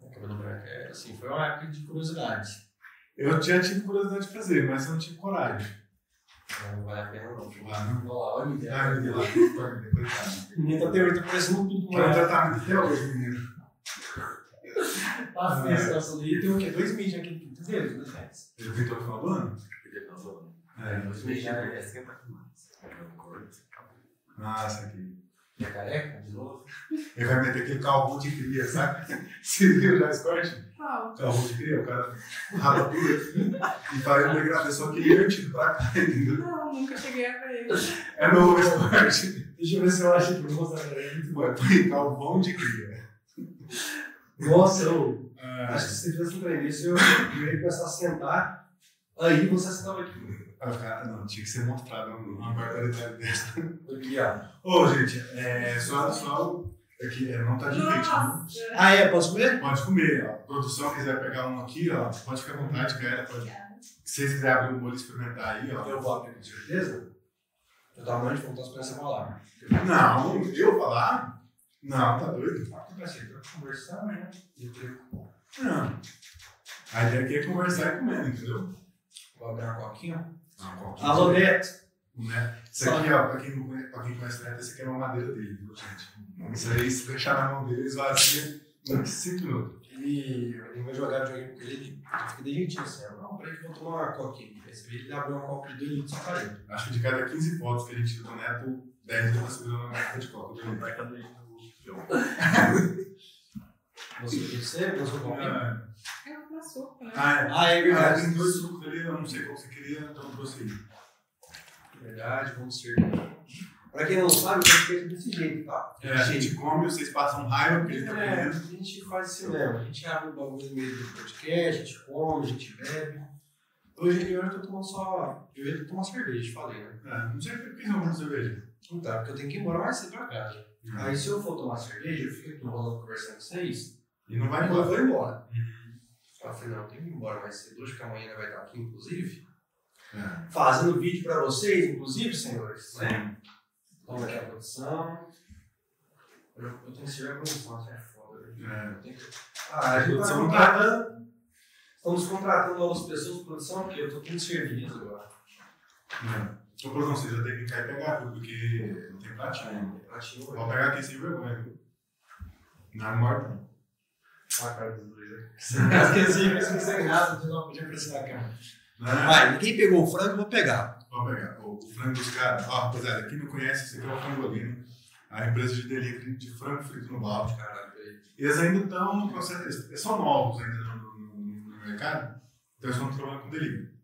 S3: O cabelo branco é assim, foi uma época de curiosidade.
S1: Eu já tive curiosidade de fazer, mas eu não tive coragem.
S3: Né? Não vale a pena, não.
S1: Lá, não.
S3: Vamos é lá, olha a
S1: Ah, eu vi
S3: ideia.
S1: lá, coitado. coitado.
S3: Menina, tá até hoje, tá parecendo um tubo.
S1: Tá no tratamento até hoje, menino.
S3: Passa nesse nosso livro, tem o quê? Dois mídias aqui no dedo, né, Félix?
S1: Já pintou o final do ano? É.
S3: Dois mídias, né? um
S1: Nossa, aqui.
S3: E a careca, de novo?
S1: Ele vai meter aquele calvão de cria, sabe? Vocês viram já esse corte?
S2: Qual?
S1: Calvão de cria, o cara rala tudo aqui e faz uma gravação que invertido pra cá, entendeu?
S2: Não, nunca cheguei a ver.
S1: É novo esse corte.
S3: Deixa eu ver se eu acho que eu vou mostrar pra ele.
S1: Ué, põe calvão de cria.
S3: Nossa, eu
S1: Ah,
S3: acho que se você fizesse um isso, eu ia começar a sentar. Aí você sentava aqui.
S1: Ah, cara, não, tinha que ser mostrado uma barbaridade dessa.
S3: Obrigado.
S1: Ô, gente, é, só, só aqui, é, não tá de leite, né?
S2: Nossa!
S3: Ah, é? Posso comer?
S1: Pode comer, ó. Produção, quiser pegar um aqui, ó, pode ficar à vontade, cara. Pode. Se vocês quiserem abrir o molho e experimentar aí, ó.
S3: Eu vou abrir com certeza. Eu tava mais de contar as peças falar.
S1: Não, eu falar? Não, tá doido?
S3: Eu pensei que eu ia conversar, né? E eu falei,
S1: Não. A ideia aqui é conversar e comer, entendeu?
S3: vou abrir uma coquinha.
S1: Não, qualquer
S3: Alô, Neto.
S1: né? Isso aqui, ó, pra quem, não conhece, pra quem conhece o Neto, isso aqui é uma madeira dele, viu, gente? Isso aí, se deixar na mão dele, esvazia em 5 minutos.
S3: Ele, ele vai jogar videogame com ele, ele fica deitinho assim. Eu, não, peraí que eu vou tomar uma coquinha. Aí você vê ele abriu uma coca de dois litros e parei.
S1: Acho que de cada 15 fotos que a gente tira do Neto, 10 estão segurando uma garrafa de É. coca. do Neto.
S3: Você quer ser? Eu sou coquinha.
S2: É um açúcar, né?
S1: Ah, é.
S3: Ah, é
S1: Ah,
S3: verdade.
S1: tem dois sucos ali, eu não sei qual você queria, então eu trouxe aí.
S3: Verdade, vamos ser. Pra quem não sabe, a gente fez desse jeito, tá?
S1: É, a gente come, vocês passam raiva porque ele tá
S3: É, a
S1: comendo.
S3: gente faz cinema. É, A gente abre o bagulho no meio do podcast, a gente come, a gente bebe. Hoje, hoje eu tô tomando só. Eu ia tomar cerveja, falei, né?
S1: É, não sei por que não vamos cerveja.
S3: Não tá, porque eu tenho que ir embora mais cedo pra casa.
S1: Uhum.
S3: Aí se eu for tomar cerveja, eu fico aqui enrolando conversando com vocês.
S1: E não vai
S3: Aí eu
S1: embora.
S3: vou embora.
S1: Uhum.
S3: Eu falei, não, tem que ir embora mais cedo hoje, que amanhã ainda vai estar aqui, inclusive.
S1: É.
S3: Fazendo vídeo pra vocês, inclusive, senhores. Né?
S1: Sim.
S3: Vamos aqui a produção. Eu, eu tenho que servir a produção, isso é foda. né?
S1: É.
S3: Eu tenho que- Ah, a gente tá
S1: Produção
S3: contratando. Estamos contratando novas pessoas de produção, porque eu tô tendo serviço agora.
S1: É. Ô, produção, você já tem que cair e pegar, viu? Porque não tem pratinho.
S3: Ativo,
S1: Vou
S3: né?
S1: pegar aqui sem vergonha, viu? Na morta.
S3: Ah, cara dos dois, né? Esqueci, mesmo sem graça, eu não podia pressionar a câmera.
S1: Né?
S3: Vai, quem pegou o frango, eu vou pegar.
S1: Vou pegar. O, o frango dos caras. Ó, rapaziada, quem não conhece, esse aqui é o Frangolino, a empresa de delivery de frango frito no balde.
S3: Caralho, velho.
S1: Eles ainda estão no processo, eles- eles são novos ainda no, no- no- no mercado, então eles estão trabalhando com delivery.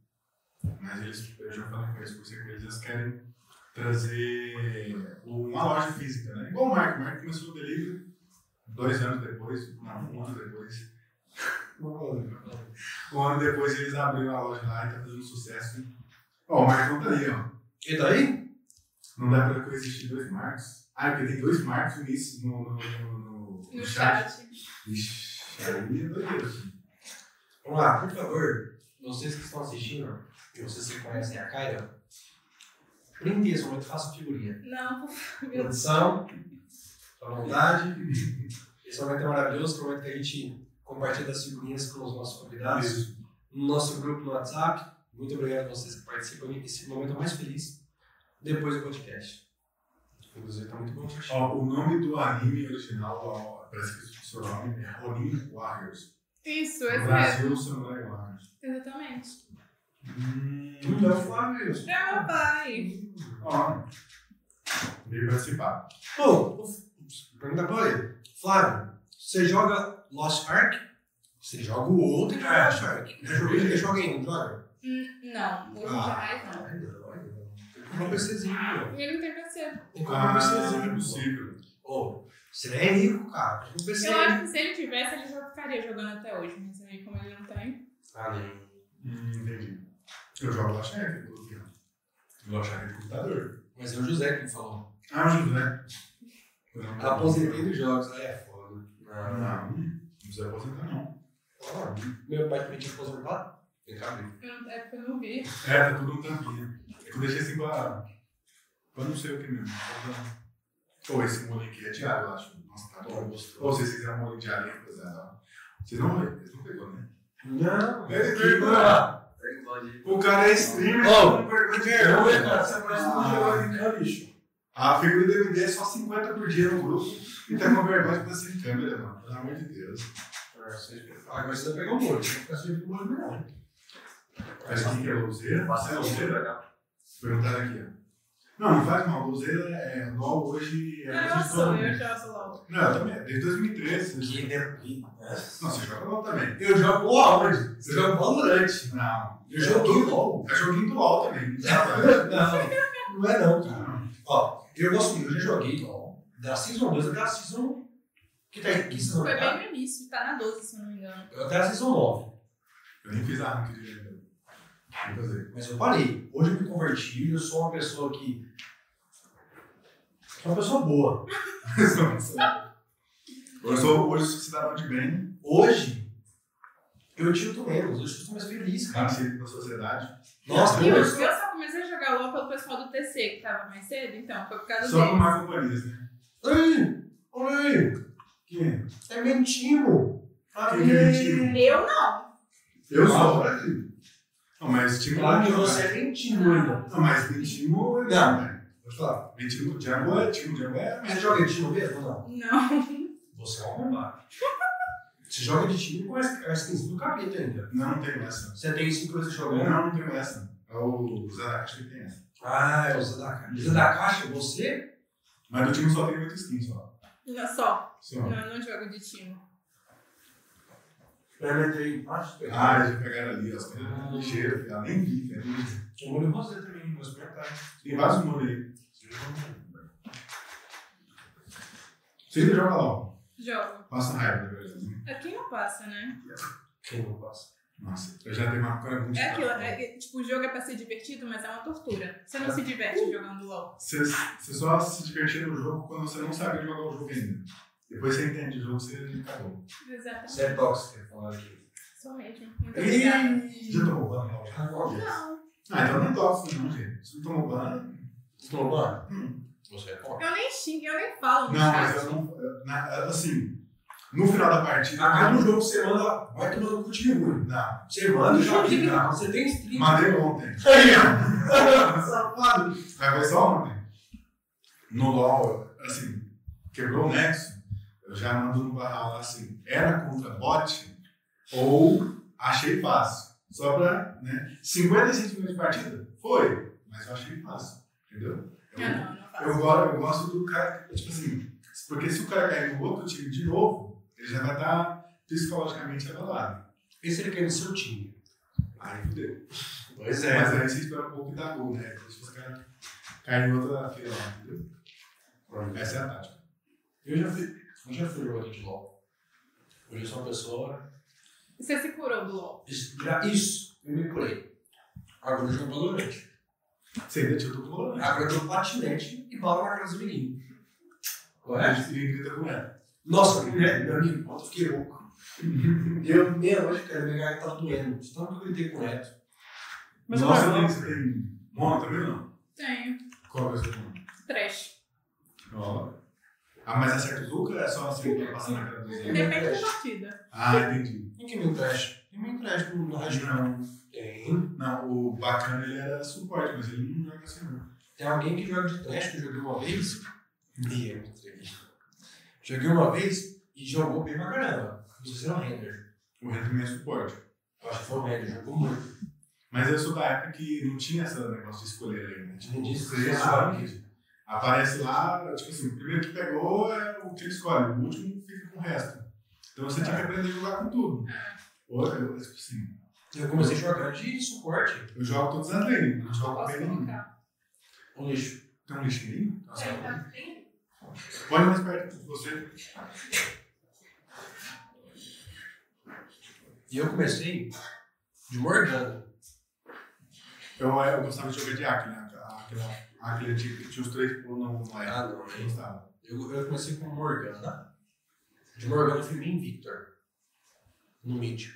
S1: Mas eles, eu já falei com eles, conversei com eles, eles querem trazer uma loja física, né? Igual o Marco, o Marco começou o delivery dois anos depois, não, um ano depois. Um ano depois eles abriram a loja lá e tá fazendo sucesso. Ó, o Marcos não tá aí, ó.
S3: E daí?
S1: Não dá pra coexistir dois Marcos. Ah, porque tem dois Marcos nisso no, no, no, no-
S2: No chat.
S1: Ixi, aí é doideira.
S3: Vamos lá, por favor, vocês que estão assistindo, e vocês que conhecem a Kaira, prende esse momento, faça figurinha.
S2: Não, por favor.
S3: Produção, à vontade. Esse momento é maravilhoso, prometo que a gente compartilha as figurinhas com os nossos convidados,
S1: Isso.
S3: no nosso grupo no WhatsApp. Muito obrigado a vocês que participam. Esse momento é o mais feliz depois do podcast. Inclusive, tá muito bom.
S1: Ó, o nome do anime original, ó, parece que o seu nome é Ronin Warriors.
S2: Isso,
S1: No
S2: esse
S1: Brasil,
S2: mesmo.
S1: o Samurai Warriors.
S2: Exatamente.
S1: Hum,
S3: Então, Flávio.
S2: É meu pai.
S1: ó, veio participar.
S3: Bom, o- pergunta pra ele. Flávio, você joga Lost Ark? Você joga o outro e joga Lost Ark. Já joguei, já joguei, não joga?
S2: Hum, Não, hoje jamais não.
S3: Ai, não, ai, não. Tem que comprar um PCzinho, meu.
S2: Ele não tem PC.
S3: Tem que comprar um
S1: Ah, é
S3: PCzinho.
S1: impossível.
S3: Ô, você é rico, cara. Tem um PC.
S2: Eu acho que se ele tivesse, ele já ficaria jogando até hoje. Mas aí, como ele não tem.
S3: Ah, não.
S1: Hum, entendi. Eu jogo Lost Ark, inclusive. Lost Ark é. de computador.
S3: Mas é o José que me falou.
S1: Ah, José.
S3: Aposentei dos jogos, aí é foda.
S1: Não, não precisa aposentar, não.
S3: Ah, Meu pai também tinha aposentado? Vem cá, meu.
S2: eu não- É porque eu não vi.
S1: É, tá tudo um tampinha. Eu deixei assim pra. pra não sei o que mesmo. Ou esse molho aqui é de alho, eu acho. Nossa, tá bom.
S3: Bom,
S1: Ou
S3: gostoso.
S1: se vocês quiserem um molho de alho, rapaziada. ó. Vocês não Vocês não pegou, né?
S3: Não,
S1: Ele
S3: É, que
S1: veio pra
S3: lá.
S1: O cara é streamer.
S3: Ô,
S1: não perdeu
S3: que vergonha,
S1: tempo.
S3: é, cara. Você conhece tudo de lá, hein, cara, bicho?
S1: Ah. A figura do MD é só 50 por dia no grupo. E tá com vergonha de tá sem câmera, mano. Pelo amor de Deus.
S3: Agora você vai pegar um molho, não fica servindo molho né? não.
S1: Mas quem que é louzeira? Você é louzeira?
S3: né?
S1: Perguntaram aqui, ó. Não, não faz mal. Louzeira é LOL hoje. É
S2: Ah, eu
S1: coisa de
S2: sou,
S1: todo
S2: eu
S1: mundo.
S2: jogo logo.
S1: Não, eu também. Desde 2013. Não, você joga LOL também.
S3: Eu jogo LOL hoje. Eu jogo Valorant.
S1: Não.
S3: Eu joguei LOL.
S1: É joguinho do LOL também.
S3: Não, não é não, cara.
S1: Não.
S3: Ó, eu gosto muito, eu já joguei LOL. Da Season 2 até a Season... Que tá aí? Que Season
S2: Foi
S3: vai
S2: bem no início, tá na 12, se não me engano.
S3: Até a Season 9.
S1: Eu nem fiz a rank de Fazer.
S3: Mas eu parei. Hoje eu me converti, eu sou uma pessoa que. sou uma pessoa boa.
S1: Eu sou hoje um cidadão de bem,
S3: Hoje, eu tilto menos, eu estou mais feliz, cara.
S1: nascido da sociedade.
S3: Nossa,
S2: E
S3: Deus.
S2: hoje eu só comecei a jogar LOL pelo pessoal do TC que tava mais cedo, então foi por
S3: Tá
S2: causa
S1: Só com
S2: dele.
S1: mais companhias, né?
S3: Ei, ei,
S1: Quem?
S3: é mentimo. Ah,
S1: Quem que é mentimo?
S2: Eu não.
S1: Eu
S3: Claro.
S1: sou. Não, mas time
S3: Claro que
S1: não,
S3: você
S1: cara.
S3: é mentimo, irmão.
S1: Não, mas é tem time. Não,
S3: Não.
S1: velho.
S3: Pode falar.
S1: Mentira com o Django é time. Django é.
S3: Você joga de time mesmo ou não?
S2: Não.
S3: Você é um arrombado. Você joga de time com as, as skins do capeta ainda.
S1: Não, não tem essa.
S3: Você tem isso que você jogando.
S1: Não, não tem essa. É o Zé acho que tem essa.
S3: Ah, é o Zé da Caixa. Zé da Caixa, você?
S1: Mas o time só tem 8 skins só.
S2: Não, só.
S1: Só.
S2: Não, eu não jogo de time.
S3: Perguntei. Acho que
S1: Ah, eles já pegaram ali, as coisas
S3: Ah.
S1: ligeiras, cara. Nem vi, cara.
S3: Eu molho você também, meus comentários.
S1: Tem vários modos aí. Vocês não jogam LOL.
S2: Jogo.
S1: Passa raiva, na verdade. né?
S2: Aqui não passa, né?
S3: Quem não passa?
S1: Nossa, eu já tenho uma coisa muito
S2: É aquilo,
S1: chata.
S2: é, é, tipo, o jogo é pra ser divertido, mas é uma tortura. Você não se diverte jogando LOL.
S1: Você você só se divertia no jogo quando você não sabia jogar o jogo ainda. Depois você entende o jogo, você acabou.
S2: Exatamente.
S3: Você é tóxico, falando aqui.
S2: Sou mesmo. Muito obrigada.
S1: Já tomou ban LOL?
S3: Ah, não.
S2: Não.
S1: Ah, então não é tóxico não, gente. Você não tomou ban?
S3: Você tá tomou banho?
S1: Hum.
S3: Você é tóxico.
S2: Eu nem xingo, eu nem falo
S1: Não,
S2: no
S1: mas
S2: chat.
S1: eu não... eu- na- assim, no final da partida...
S3: Acaba o jogo, você manda, vai tomando um cu de ruim.
S1: Não,
S3: Você manda o jogo de graça, você tem stream.
S1: matei ontem. Safado. Mas foi só ontem. No LoL, assim, quebrou o nexo, eu já mando no barral lá assim, era contra bot ou achei fácil. Só pra, né? 55 minutos de partida? Foi, mas eu achei fácil, entendeu?
S2: Não,
S1: Eu,
S2: não, não faço.
S1: eu, go- eu gosto do cara, tipo assim, porque se o cara cair no outro time de novo, ele já vai estar psicologicamente abalado.
S3: Esse ele quer no seu time.
S1: Aí fudeu.
S3: Pois é.
S1: Mas aí você espera um pouco e dá gol, né? Depois os caras caem em outra fila lá, entendeu? Essa é a tática.
S3: Eu já fui, eu já fui jogador de LOL. Hoje eu sou uma pessoa.
S2: Você se curou do LOL.
S3: Isso, gra- isso eu me curei. Agora eu jogo valorante.
S1: Você ainda tinha o duplo, né?
S3: Agora eu jogo patinete e bala na cara dos meninos. Correto?
S1: E grita com ela.
S3: Nossa, mulher, meu amigo, eu fiquei louco. Eu, meia-noite, cara, minha garganta tava tá doendo. de Tanto que eu gritei com o Neto.
S1: Nossa,
S3: eu
S1: tem- você tem mono também ou não?
S2: Tenho.
S1: Qual que é o seu mono?
S2: Trash.
S1: Ó. Ah, mas acerta o Zuka ou é só assim que passa na cara do Zuka?
S2: Depende da partida.
S1: Ah, entendi.
S3: Tem que me empresta. Tem que me empresta no rádio.
S1: Não,
S3: Tem.
S1: não, o bacana ele era suporte, mas ele não joga assim, não.
S3: Tem alguém que joga de trash que eu joguei uma vez. E eu me entreguei. Joguei uma vez e jogou bem pra caramba. Não sei se era o Render.
S1: O Ren também é suporte.
S3: Eu acho que foi o Render, jogou muito.
S1: Mas eu sou da época que não tinha esse negócio de escolher ali, né? Tipo,
S3: Entendi.
S1: você escolhe. Aparece lá, tipo assim, o primeiro que pegou é o que ele escolhe, o último fica com o resto. Então você tinha que aprender a jogar com tudo. Ou, eu, tipo assim,
S3: Eu comecei jogando de suporte.
S1: eu jogo todas as leis, não jogo
S2: Posso
S1: bem nenhum.
S2: colocar.
S3: Um lixo.
S1: Tem um lixinho?
S3: Nossa,
S2: É, tá bem.
S1: Olha mais perto de você.
S3: E eu comecei de Morgana.
S1: Eu, é, eu gostava de jogar de Acre, né? Aquela, aquele tinha, tinha os três pulos no no ar.
S3: Ah, não.
S1: Eu gostava.
S3: Eu, eu comecei com Morgana. De Morgana eu fui main Victor. No mid.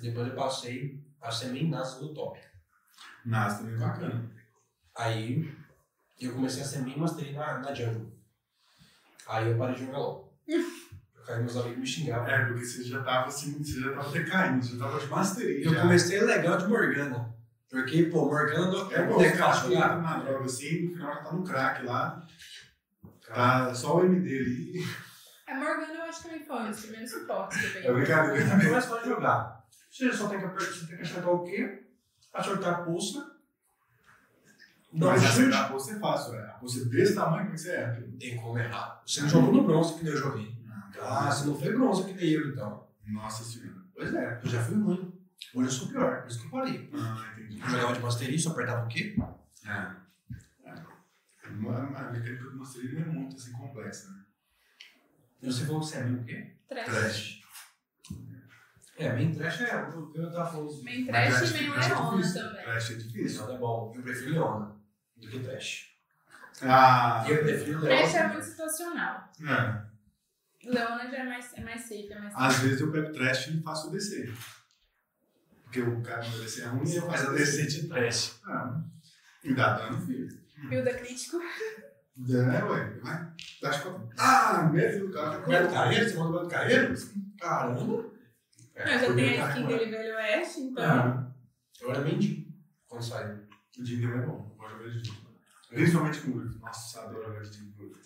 S3: Depois eu passei a ser main Nasa do top.
S1: Nossa, também é bacana.
S3: Aí eu comecei a ser main mastery na, na jungle. Aí eu parei de jogar LOL. Aí meus amigos me xingavam.
S1: É, porque você já tava assim, você já tava decaindo, você já tava de masteria.
S3: Eu
S1: já.
S3: comecei legal de Morgana. Porque, pô, Morgana
S1: É
S3: é
S1: bom,
S3: um
S1: os caras
S3: decacho
S1: jogam
S3: lá.
S1: uma droga assim, no final já tá no crack lá. Tá só o MD ali.
S2: A É Morgana eu acho que também foi um dos primeiros suportes que eu
S1: É
S2: peguei.
S1: brincadeira também.
S3: Não é só jogar. Você só tem que, aper- você tem que acertar o quê? Acertar a pulsa. Dar um
S1: Mas
S3: chute.
S1: acertar a bolsa é fácil, é. A bolsa desse tamanho, como é que você erra?
S3: Tem como errar. Você não jogou no bronze que nem eu joguei. Ah,
S1: Nossa,
S3: você não foi bronze que nem eu, então.
S1: Nossa senhora.
S3: Pois é, eu já fui ruim. Hoje eu sou pior, por isso que eu parei.
S1: Ah, entendi.
S3: Eu jogava de masterista, eu apertava o quê?
S1: É. É. Uma- A mecânica do Mastery não é muito assim complexa, né?
S3: E você falou que você é meio o quê?
S2: Trash.
S1: Trash.
S3: É, main trash é. Eu, eu tava falando isso.
S2: Meio
S1: Mas
S2: trash e meio
S1: trash é
S2: leona
S1: difícil.
S2: também.
S1: Trash é difícil.
S3: Leona é bom. Eu prefiro Leona do que trash.
S1: Ah,
S3: É. Eu prefiro Leona.
S2: Trash é muito situacional.
S1: é.
S2: Leona já é mais, é mais safe, é mais
S1: Às vezes eu pego trash e faço descer. Porque o cara não descer é ruim e eu
S3: Mas
S1: faço
S3: eu
S1: descer.
S3: decidi trash.
S1: Ah, me dá dano, filho.
S2: Builda crítico.
S1: É, ué, vai. Acho que Ah, medo do cara.
S3: Primeiro carreiro, segundo primeiro carreiro? Caramba. É,
S2: Eu já tenho a skin dele velho oeste, então.
S1: Ah,
S3: Eu era mendigo quando saiu.
S1: o Jingle é bom. Eu gosto de ver de Jingle. Principalmente com o Yuri. Nossa, eu adoro ver de Jingle com o Yuri.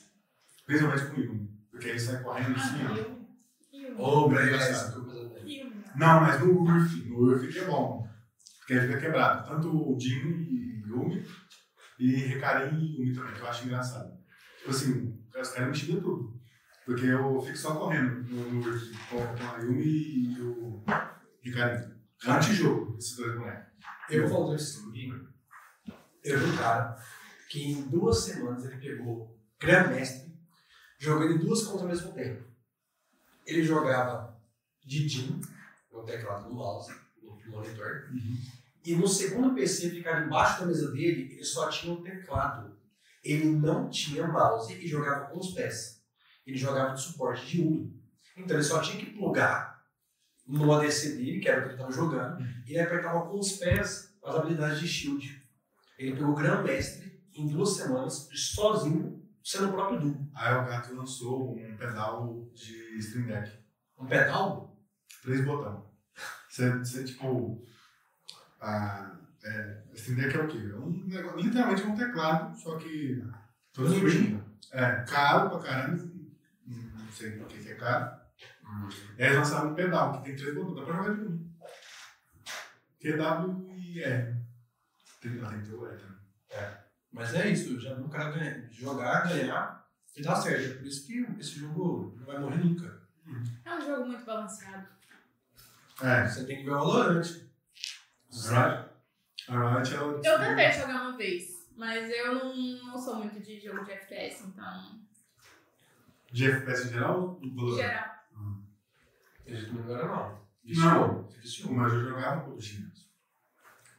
S1: Principalmente com o Yumi. Porque ele sai correndo assim, ó.
S2: Yumi.
S3: Ô,
S1: Mas
S3: Brasil,
S1: é
S3: essa coisa dele.
S2: Yumi.
S1: Não, mas no Urf, no Urf que é bom. Porque ele fica quebrado. Tanto o Jim e Yumi, e Recarim e Yumi também, que eu acho engraçado. Tipo assim, os caras me xingam tudo. Porque eu fico só correndo no, no Urf, com, com a Yumi e o Recarim. Antijogo, esses dois moleques.
S3: Eu vou falar desse livro. Eu vi um cara que em duas semanas ele pegou Grandmestre, jogando em duas contas ao mesmo tempo. Ele jogava de Jim, no teclado do mouse, no monitor, e no segundo PC ficava embaixo da mesa dele, ele só tinha um teclado. Ele não tinha mouse e jogava com os pés. Ele jogava de suporte de Uni. Então ele só tinha que plugar no ADC dele, que era o que ele estava jogando, e ele apertava com os pés as habilidades de shield. Ele pegou o Gran Mestre em duas semanas, sozinho, sendo o próprio duo.
S1: Aí o gato lançou um pedal de stream deck.
S3: Um pedal?
S1: três botões. Você, você tipo. A, é, Steam Deck é o quê? É um negócio, literalmente um teclado, só que. Todo
S3: Mini.
S1: sujo. É, caro pra caramba. Hum, Não sei o que que é caro.
S3: Hum.
S1: E aí eles lançaram um pedal, que tem três botões, dá pra jogar de um. Q, W e R. Tem, ah, tem que ter o R também.
S3: Mas é isso, eu já vi um cara ganhar, jogar, ganhar e dar certo. É por isso que esse jogo não vai morrer nunca.
S2: É um jogo muito balanceado.
S1: É.
S3: Você tem que ver o valorante.
S1: Alright. Alright, ela.
S2: Eu tentei jogar uma vez, mas eu não, não sou muito de jogo de FPS, então.
S1: De FPS em geral? do
S2: Em
S1: valor?
S2: geral.
S3: Ele não era não.
S1: Não.
S3: Ele
S1: Tipo,
S3: viciou.
S1: Mas eu jogava PUBG.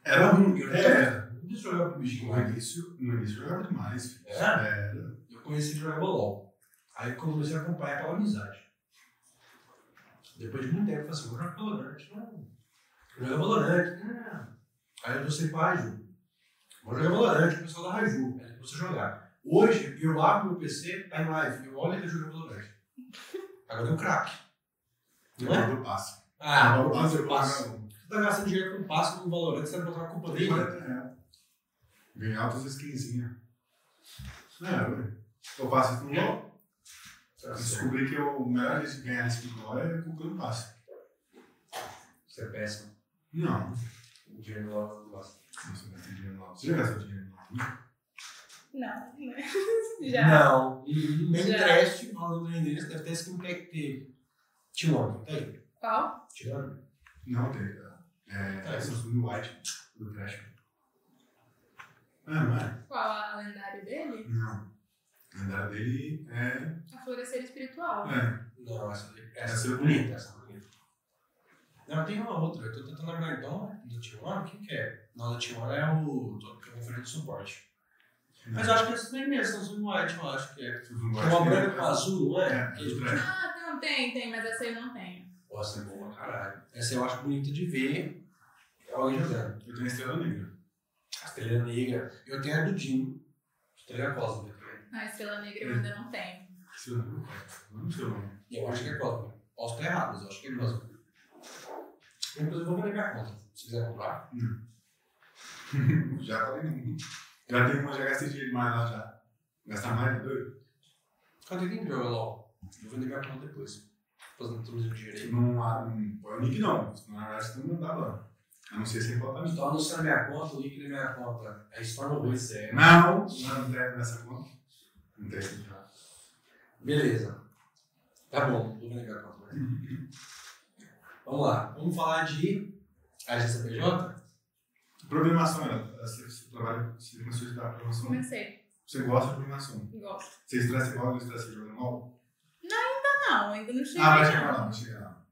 S1: Era ruim, É.
S3: Eu
S1: era.
S3: não quis jogar pro bichinho.
S1: No início, no início eu jogava demais. filho.
S3: É?
S1: Era.
S3: Eu conheci ele jogando LOL. Aí comecei a acompanhar pela amizade. Depois de muito tempo, eu falei assim, vou jogar Valorant. Não. Vou jogar Valorant. Não. Aí eu trouxe ele pra Raju. Vou jogar Valorant, o pessoal da Raju. Aí você jogar. Hoje, eu abro meu PC, tá em live. Eu olho e ele joga Valorant. Agora é um craque. Não é?
S1: Eu do passe.
S3: Ah,
S1: eu passe, eu
S3: passo.
S1: passo.
S3: Você tá gastando dinheiro com passo no Valorant, você vai botar a
S1: um
S3: culpa dele?
S1: né? Ganhava as skinzinhas. É, ué. Eu passo isso no LOL.
S3: Tá certo.
S1: Descobri que eu- o melhor jeito de ganhar skin no LOL é comprando passe.
S3: Você é péssimo.
S1: Não.
S3: O dinheiro lá não gosta.
S1: Nossa, eu gastei dinheiro no LOL. Você já gastou dinheiro no LOL?
S2: Não, né? Já.
S3: Não, e nem
S2: Já.
S3: trash, falando em inglês, deve ter escrito que ter Tilano, tá aí? um
S2: Qual?
S3: Tilano?
S1: Não, tem. cara. É,
S3: Tá,
S1: essa
S3: isso.
S1: foi no White, do Crash. Ah, não é?
S2: Qual a lendária dele?
S1: Não. A lendária dele é.
S2: A florescer espiritual.
S1: É.
S3: Não, essa, daí-
S1: Essa
S3: essa
S1: é
S3: é bonita, essa é bonita. Não, tem uma outra, eu tô tentando lembrar então, do Tilano, quem que é? Não, do Tilano é o tô- que eu vou fazer de suporte. Mas eu acho que essa daí mesmo, são do White, eu acho que é.
S1: que
S3: Tem uma branca com azul, não é?
S1: É,
S3: Que-
S1: do Crash.
S2: Ah, não, tem, tem, mas essa eu não tenho.
S3: Pô, essa é boa, caralho. Essa eu acho bonita de ver alguém jogando.
S1: Eu tenho a estrela negra.
S3: A Estrela Negra, eu tenho a do Jim, Estrela Cósmica também.
S2: A estrela negra eu ainda não tenho.
S1: Seu nome? Não sei o nome.
S3: E Eu acho que é Cosmo. Posso estar errado, mas eu acho que é Cosmo. Inclusive, eu vou vender minha conta. Se quiser comprar,
S1: Já falei não. Já tem uma, já gastei dinheiro demais lá já. Gastar mais é doido?
S3: cadê quem viu LOL? Eu vou vender minha conta depois. Fazendo tudo o dinheiro aí.
S1: Não, há- não põe o link um não. Senão, Na verdade, você não mandava lá. A não ser sem faltar mim.
S3: Estou anunciando minha conta, o link da minha conta. É Storm 2, é.
S1: Não, não, não tem nessa conta. Não tem.
S3: Beleza. Tá bom, vou vender minha conta. né? Vamos lá, vamos falar de agência PJ?
S1: Programação, ela- você, você trabalha, você começou a estudar programação.
S2: Comecei,
S1: Você gosta de programação.
S2: gosto.
S1: Você estressa igual, você estressa jogando mal?
S2: Não, ainda não cheguei.
S1: Ah, vai
S2: não.
S1: chegar lá, vai chegar lá.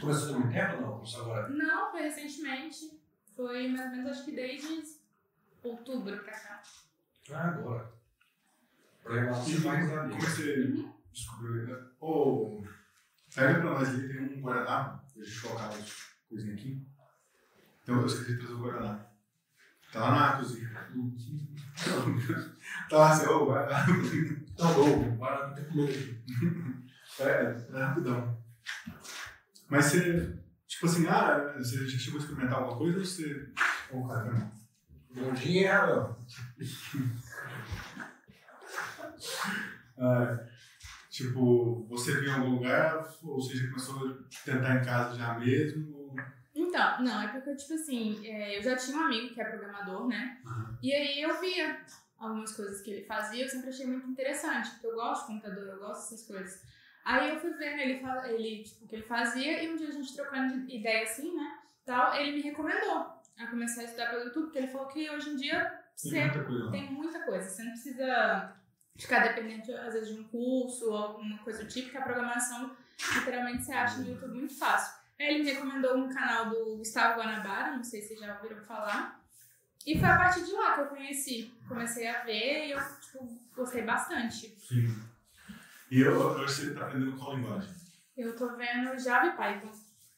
S3: Começou há muito tempo ou não? Começou agora?
S2: Não, foi recentemente. Foi mais ou menos, acho que desde outubro pra cá.
S3: Ah, agora. Problema lá,
S1: E
S3: você vai usar
S1: como
S3: mesmo.
S1: você descobriu ainda? Ô, pega pra nós ali, tem um Guaraná. Deixa eu colocar as coisinhas aqui. Então eu esqueci de trazer o Guaraná. Tá lá na cozinha. tá lá assim, ô, Guaraná.
S3: Tá bom, para de comer.
S1: É, é rapidão. Mas você, tipo assim, ah, você já chegou a experimentar alguma coisa ou você. Ô, cara, não.
S3: Bom dia, Léo.
S1: Ah, tipo, você viu em algum lugar ou você já começou a tentar em casa já mesmo? ou-
S2: Então, não, é porque, tipo assim, é, eu já tinha um amigo que é programador, né?
S1: Aham.
S2: E aí eu via algumas coisas que ele fazia, eu sempre achei muito interessante, porque eu gosto de computador, eu gosto dessas coisas. Aí eu fui vendo ele, fa- ele tipo, o que ele fazia, e um dia a gente trocando de ideia assim, né? Tal, ele me recomendou a começar a estudar pelo YouTube, porque ele falou que hoje em dia
S1: Tem
S2: você
S1: muita coisa lá.
S2: tem muita coisa, você não precisa ficar dependente, às vezes, de um curso ou alguma coisa do tipo, que a programação literalmente você acha no YouTube muito fácil. Aí Ele me recomendou um canal do Gustavo Guanabara, não sei se vocês já ouviram falar. E foi a partir de lá que eu conheci. Comecei a ver e eu tipo, gostei bastante.
S1: Sim. E eu, hoje você está aprendendo qual linguagem?
S2: Eu tô vendo Java e Python.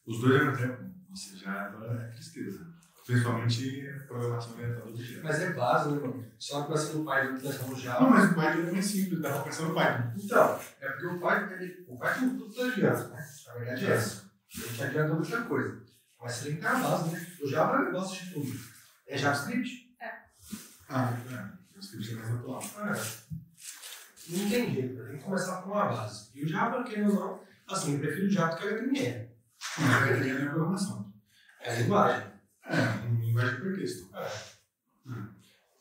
S1: Os dois ao mesmo tempo. Você já é tristeza. Principalmente a programação orientada do dia.
S3: Mas é base, né, mano? Só começa no pai, não começa no
S1: Não,
S3: Java.
S1: mas o Python é bem simples, dá pra pensar no Python.
S3: Então, é porque o pai, ele, o pai tem tudo da Java, né? Na verdade é essa. Ele te adianta muita coisa. Mas você tem que ter a base, né? O Java é um negócio de tudo. É JavaScript?
S1: Ah, é. O script é mais atual.
S3: Ah, é. Não tem jeito, tem que começar por uma base. E o Java, querendo ou não, assim, eu prefiro o Java do que o HTML.
S1: Mas a linguagem é a programação.
S3: É a linguagem.
S1: É, uma linguagem por texto.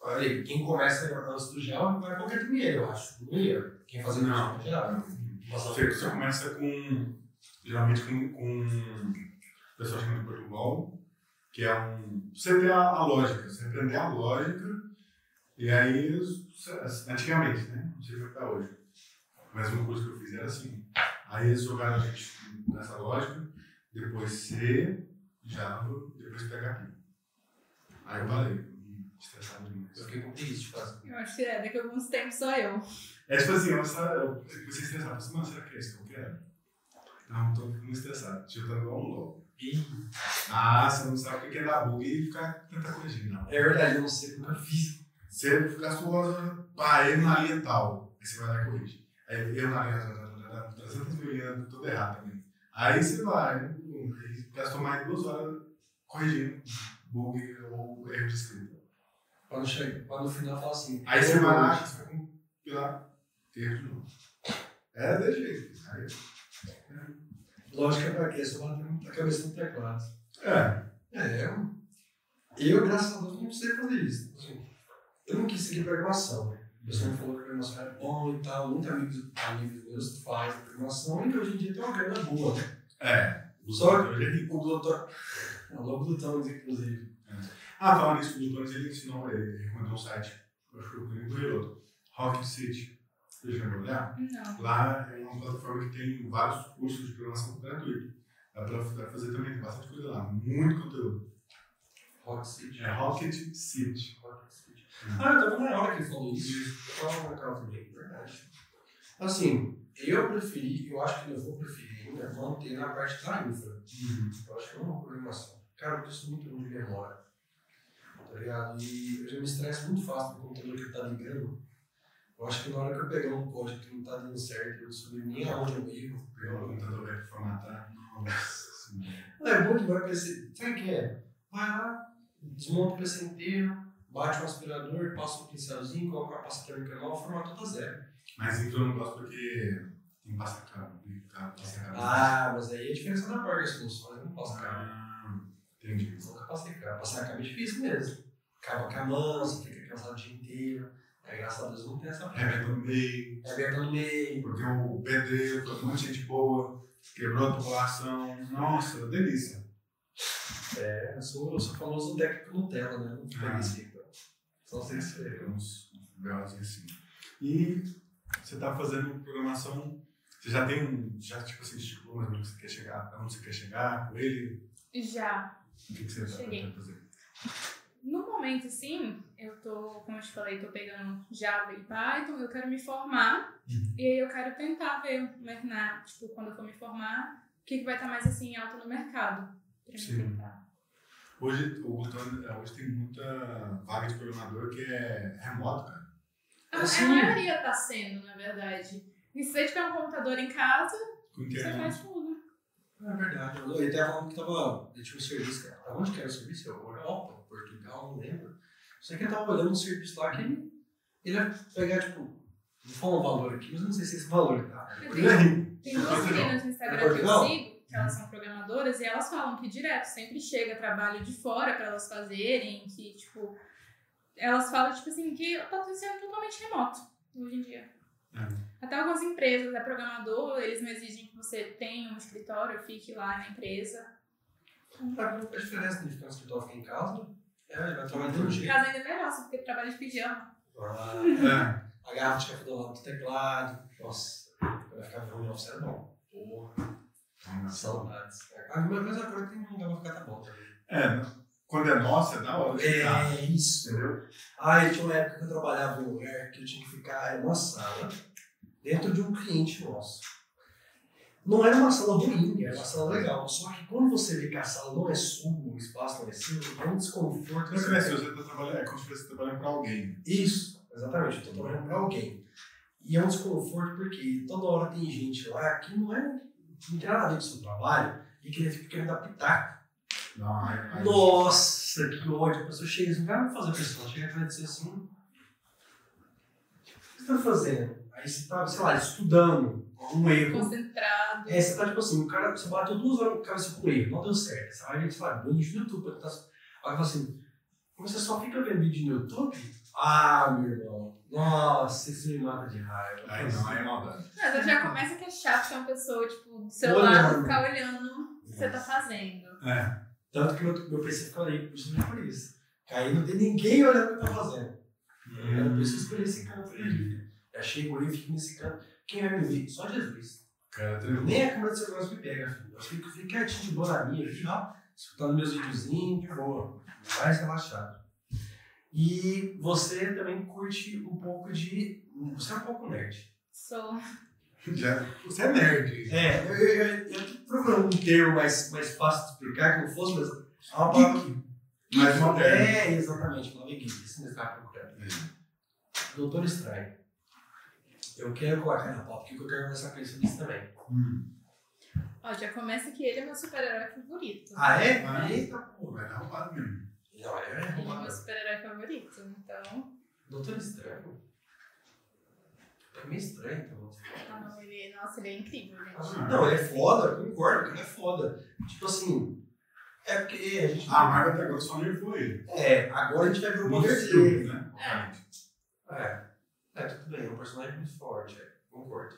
S3: Olha aí, quem começa antes do gel vai qualquer primeiro, eu acho. Primeiro. Quem faz o
S1: Não.
S3: gel geral.
S1: Você, você começa com. Geralmente com. com o pessoal chama de Portugal, que é um. Você tem a, a lógica, você aprender a lógica, e aí. os- Antigamente, né? Não sei como é que tá hoje. Mas um curso que eu fiz era assim. Aí eles jogaram a gente nessa lógica, depois C, Java, depois PHP. Aí eu parei, hum, estressado
S3: Eu
S1: demais.
S3: fiquei com tipo assim. triste, quase.
S2: Eu acho que é, daqui a alguns tempos sou eu.
S1: É tipo assim, eu, sa- eu comecei a estressar, eu falei, mano, será que é isso que eu quero? Não, tô muito estressado, deixa eu dar igual um louco.
S3: E
S1: Ah, você não sabe o que é dar bug e ficar tanta corrigindo, não.
S3: é verdade, eu não sei como eu fiz.
S1: Você gastou horas, pá, erro na linha tal, aí você vai lá e corrige. Aí erro na linha, tá, tá, tá, tá, 300 mil linhas, tudo errado também. Aí você vai, né, pum, aí gastou mais duas horas corrigindo bug ou erro de escrita.
S3: Quando, chega, quando no final fala assim.
S1: Aí você vai lá, você vai compilar erro de novo. É, desse jeito. Aí
S3: Lógica é pra quê? Só batendo a cabeça no teclado.
S1: É,
S3: É, eu, eu, graças a Deus, não sei fazer isso. Assim, eu não quis seguir programação, né? O pessoal me falou que programação era bom e tal. Muitos amigos, amigos meus fazem programação e hoje em dia tem uma grana boa, né?
S1: é.
S3: Só
S1: que hoje é rico.
S3: O Glutão. É o Lobo Glutão, inclusive.
S1: Ah, falando nisso, o Lutones ele ensinou, ele recomendou um site, eu acho que eu conheço o outro, Rocket City. Você já vai olhar?
S2: Não.
S1: Lá é uma plataforma que tem vários cursos de programação gratuito. Dá pra dá pra fazer também, tem bastante coisa lá, muito conteúdo.
S3: Rock City.
S1: É Rocket City.
S3: Rock City. né? Ah, eu tava na hora que ele falou isso. Eu tava naquela também, verdade. Assim, eu preferi, eu acho que eu vou preferir ainda manter na parte da infra.
S1: Uhum.
S3: Eu acho que é uma programação. Cara, porque eu sou muito ruim de memória. Tá ligado? E eu já me estresso muito fácil com o computador que tá ligando. Eu acho que na hora que eu pegar um código que não tá dando certo, eu não sabia nem aonde eu erro.
S1: Pegar o computador vai formatar. Nossa senhora.
S3: Não, é bom demais pra esse. Sabe o que é? Vai lá, desmonta o PC inteiro, bate o aspirador, passa um pincelzinho, coloca a pasta térmica nova, formata toda zero.
S1: Mas então eu não gosto porque tem pasta caro, né? Tá, passa caro.
S3: Ah, mas aí é a diferença da parte das soluções, eu não passa cabo.
S1: Ah, entendi.
S3: Eu nunca passei cabo. Passar cabo é difícil mesmo. Acaba com a mão, você fica cansado o dia inteiro. É, graças a Deus não tem essa parte.
S1: Rebeca no meio.
S3: É aberto no meio.
S1: Porque o pedreiro foi um monte de gente boa, quebrou a população. Nossa, delícia.
S3: É, eu sou, eu sou famoso técnico Nutella, né? Não tem
S1: Ah.
S3: esse então. Só sei se é.
S1: é Uns uns belos assim. E você está fazendo tá programação Você já tem um, já tipo assim, estipulou mais ou menos que você quer chegar, aonde você quer chegar com ele?
S2: Já.
S1: O que, que você tá
S2: Cheguei.
S1: tentando fazer?
S2: No momento, assim, eu tô, como eu te falei, tô pegando Java e Python, eu quero me formar e aí eu quero tentar ver, mas na, tipo, quando eu for me formar, o que, que vai estar mais assim alto no mercado pra
S1: Sim.
S2: me tentar.
S1: Hoje, o Tony- eh, hoje tem muita vaga de programador que é remoto, cara.
S2: Ah, A,
S3: Assim.
S2: a maioria tá sendo, na verdade. E se você tiver um computador em casa,
S1: Com
S2: você
S1: internet.
S2: faz tudo.
S3: É verdade. Eu- Ele tava falando que tava. Ele tinha um serviço. cara. Onde que era o serviço? É Europa, Portugal, não lembro. Só que ele tava olhando um serviço lá que ele. Ele ia pegar, tipo. Não fala um valor aqui, mas eu não sei se esse valor, tá?
S2: Eu
S3: Ele é rico.
S2: Tem duas
S1: Portugal.
S2: meninas no Instagram
S3: É
S2: que eu
S3: Portugal?
S2: sigo, que elas são programadoras, e elas falam que direto sempre chega trabalho de fora pra elas fazerem, que, tipo, elas falam, tipo assim, que tá tudo sendo totalmente remoto hoje em dia. Até algumas empresas, é programador, eles não exigem que você tenha um escritório, fique lá na empresa.
S3: Pra mim, A diferença de ficar no escritório e ficar em casa é ele vai trabalhar de um
S2: Em
S3: jeito.
S2: casa ainda é melhor, só porque trabalha de pijama.
S3: Ah,
S1: É.
S3: A garrafa de café do lado do teclado. Nossa, vai ficar vendo o office é bom. Porra, saudades. A mesma coisa agora tem um lugar pra ficar tá bom também.
S1: É, não. quando é nossa, é da hora de ficar,
S3: É isso.
S1: entendeu?
S3: Ai, tinha uma época que eu trabalhava em um lugar que eu tinha que ficar em uma sala, dentro de um cliente nosso. Não era uma sala ruim, era uma sala legal. Só que quando você vê que a sala não é sua, o espaço não é seu, dá um desconforto.
S1: Quando você cresce, você tá trabalhando, é como se estivesse trabalhando pra alguém.
S3: Isso, exatamente. Eu tô trabalhando pra alguém. E é um desconforto porque toda hora tem gente lá que não é. não tem nada a ver com o seu trabalho e que ele fica querendo dar pitaco.
S1: Não, aí- aí-
S3: Nossa, que ódio. A pessoa chega assim, cara, não fazer a pessoa. Chega e vai dizer assim: o que você tá fazendo? Aí você tá, sei lá, estudando um erro.
S2: Concentrado.
S3: É, você tá tipo assim, o cara, você bateu duas horas com o cara assim, com erro, não deu certo. Você vai ver, sei lá, vídeo no YouTube pra tentar. tá Aí fala assim, você só fica vendo vídeo no YouTube? Ah, meu irmão. Nossa, isso me mata de raiva.
S1: Aí não, aí é maldade.
S2: Mas eu já começa que é chato que uma pessoa, tipo, do seu
S3: Olhando.
S2: lado ficar olhando o que você tá fazendo.
S1: É.
S3: Tanto que meu, meu PC ficou ali, justamente por isso. Que aí não tem ninguém olhando o que eu tô fazendo.
S1: Hum.
S3: Era por isso que eu escolhi esse canto ali. Eu achei o livro fico nesse canto. Quem vai me ver? Só Jesus.
S1: Cara, tem-
S3: Nem a câmera do celular me pega, filho. Eu fico, fico quietinho de boa na minha aqui, ó. Escutando meus videozinhos, de boa. Mais relaxado. E você também curte um pouco de. Você é um pouco nerd.
S2: Sou.
S1: já, você é nerd.
S3: É, eu, eu, eu, eu tô procurando um termo mais, mais fácil de explicar que não fosse, mas. É uma palavra
S1: Geek. Mais moderno.
S3: É, exatamente, palavra geek. Isso mesmo que eu tava procurando. Doutor Estranho. Eu quero colocar na pauta, porque eu quero conversar com ele sobre isso também.
S1: Hum.
S2: Ó, já começa que ele é meu super-herói favorito.
S3: Ah, é?
S1: Ah.
S3: Eita porra.
S1: Vai dar roubado mesmo.
S3: Não, é
S2: Ele é meu
S3: roubado.
S2: super-herói favorito, então.
S3: Doutor Estranho. É meio estranho, então.
S2: Ah, não, ele, nossa, ele é incrível, gente.
S1: Ah,
S3: Não, ele é foda, eu concordo, o cara é foda. Tipo assim, é porque a gente.
S1: Ah, A Marvel até agora só um nervou ele.
S3: É, agora a gente vai ver o
S1: Nos
S3: poder dele.
S1: filmes, né? obviamente.
S3: É, é, tudo bem, é um personagem muito forte, é, concordo.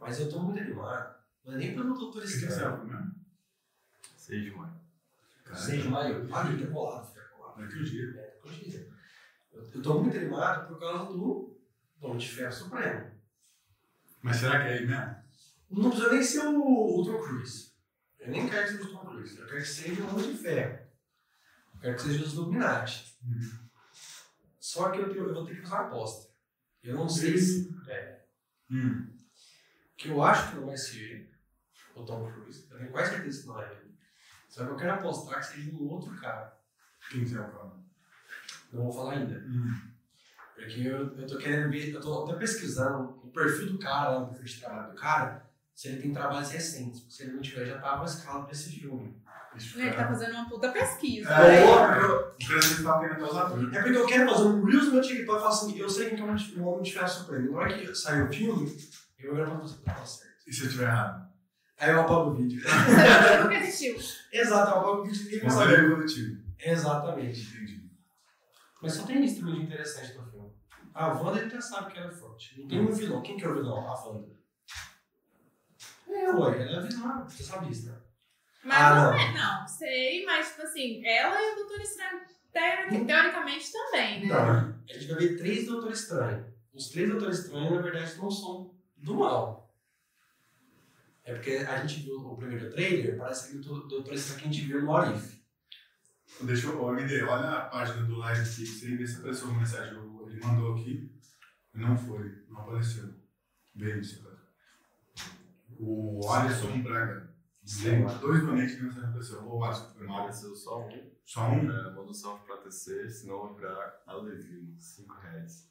S3: Mas eu tô muito animado. Não é nem pelo Doutor
S1: Esse que é
S3: Estranho.
S1: céu, né?
S4: 6 de maio.
S1: Cara,
S3: 6 de maio, ah, fica colado, fica colado.
S1: Daqui um dia.
S3: É, hoje Eu eu tô muito animado por causa do Dom de Ferro Supremo.
S1: Mas será que é ele mesmo?
S3: Não precisa nem ser o, o Tom Cruise. Eu nem quero que seja o Tom Cruise. Eu quero que seja o Dom de Ferro. Eu quero que seja os Illuminati. Só que eu, tenho- eu vou ter que fazer uma aposta. Eu não sei se. É,
S1: Hum.
S3: que eu acho que não vai ser ele, o Tom Cruise. Eu tenho quase certeza que não é ele. Só que eu quero apostar que seja um outro cara.
S1: Quem que é o cara?
S3: Não vou falar ainda.
S1: Hum.
S3: Porque É eu, eu tô querendo ver, eu tô até pesquisando o perfil do cara lá no perfil de trabalho do cara, se ele tem trabalhos recentes, porque se ele não tiver, já tá tava escalado pra esse filme.
S1: Esse
S2: Ele tá
S1: cara.
S2: fazendo uma puta pesquisa.
S1: É.
S2: né?
S3: Boa, eu-
S1: O cara dele tá pegando os atores.
S3: É porque eu quero fazer um Reels no meu TikTok e falar assim, eu sei que eu não homem de ferro supremo. Na hora que sair o filme, eu olho pra você tá certo.
S1: E se eu tiver errado?
S3: Aí eu apago o vídeo.
S2: Você nunca assistiu.
S3: Exato, eu apago o vídeo e ninguém vai saber.
S1: Gostaria do time.
S3: Exatamente.
S1: Entendi.
S3: Mas só tem isso também de interessante no filme. A Wanda ele já sabe que ela é forte. Não tem um vilão. Quem que é o vilão? A Wanda. É, ué, ela é vilã. Você sabe isso, né?
S2: Mas
S3: Ah,
S2: não
S3: não.
S2: é, não. Sei, mas, tipo assim, ela e o Doutor Estranho, teori- teoricamente, também, né?
S3: Então, a gente vai ver três Doutores Estranhos. Os três Doutores Estranhos, na verdade, não são do mal. É porque a gente viu o primeiro trailer, parece que do, do trailer que a gente viu é no Orif.
S1: Deixa eu, ó, MD, olha a página do Live Fix aí, vê se apareceu uma mensagem. Eu- Ele mandou aqui, não foi, não apareceu. Veio isso, cara. O Alisson Braga. Tem dois donates que não apareceu. Ô, Alisson, foi mal.
S4: Apareceu só um.
S1: Só um?
S4: É, manda um salve pra TC, senão vai virar Alevino, 5 reais.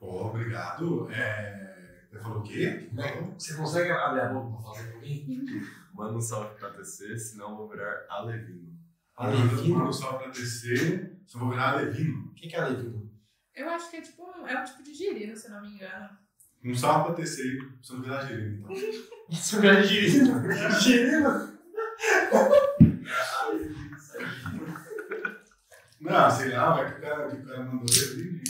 S1: Ô, obrigado. É... Você falou o quê?
S3: Né? Você consegue abrir a boca pra falar com mim?
S4: Manda um salve pra TC, senão vou virar Alevino.
S1: Manda
S3: Alevino?
S1: um salve pra TC. Só vou virar Alevino.
S3: O que que é Alevino?
S2: Eu acho que é tipo um, é um tipo de girino, se eu não me engano.
S1: Um salve pra TC aí, pra você não virar Gerino, então.
S3: Isso é um grande girino. Girino?
S1: Não, sei lá, vai que o cara, que o cara mandou ele.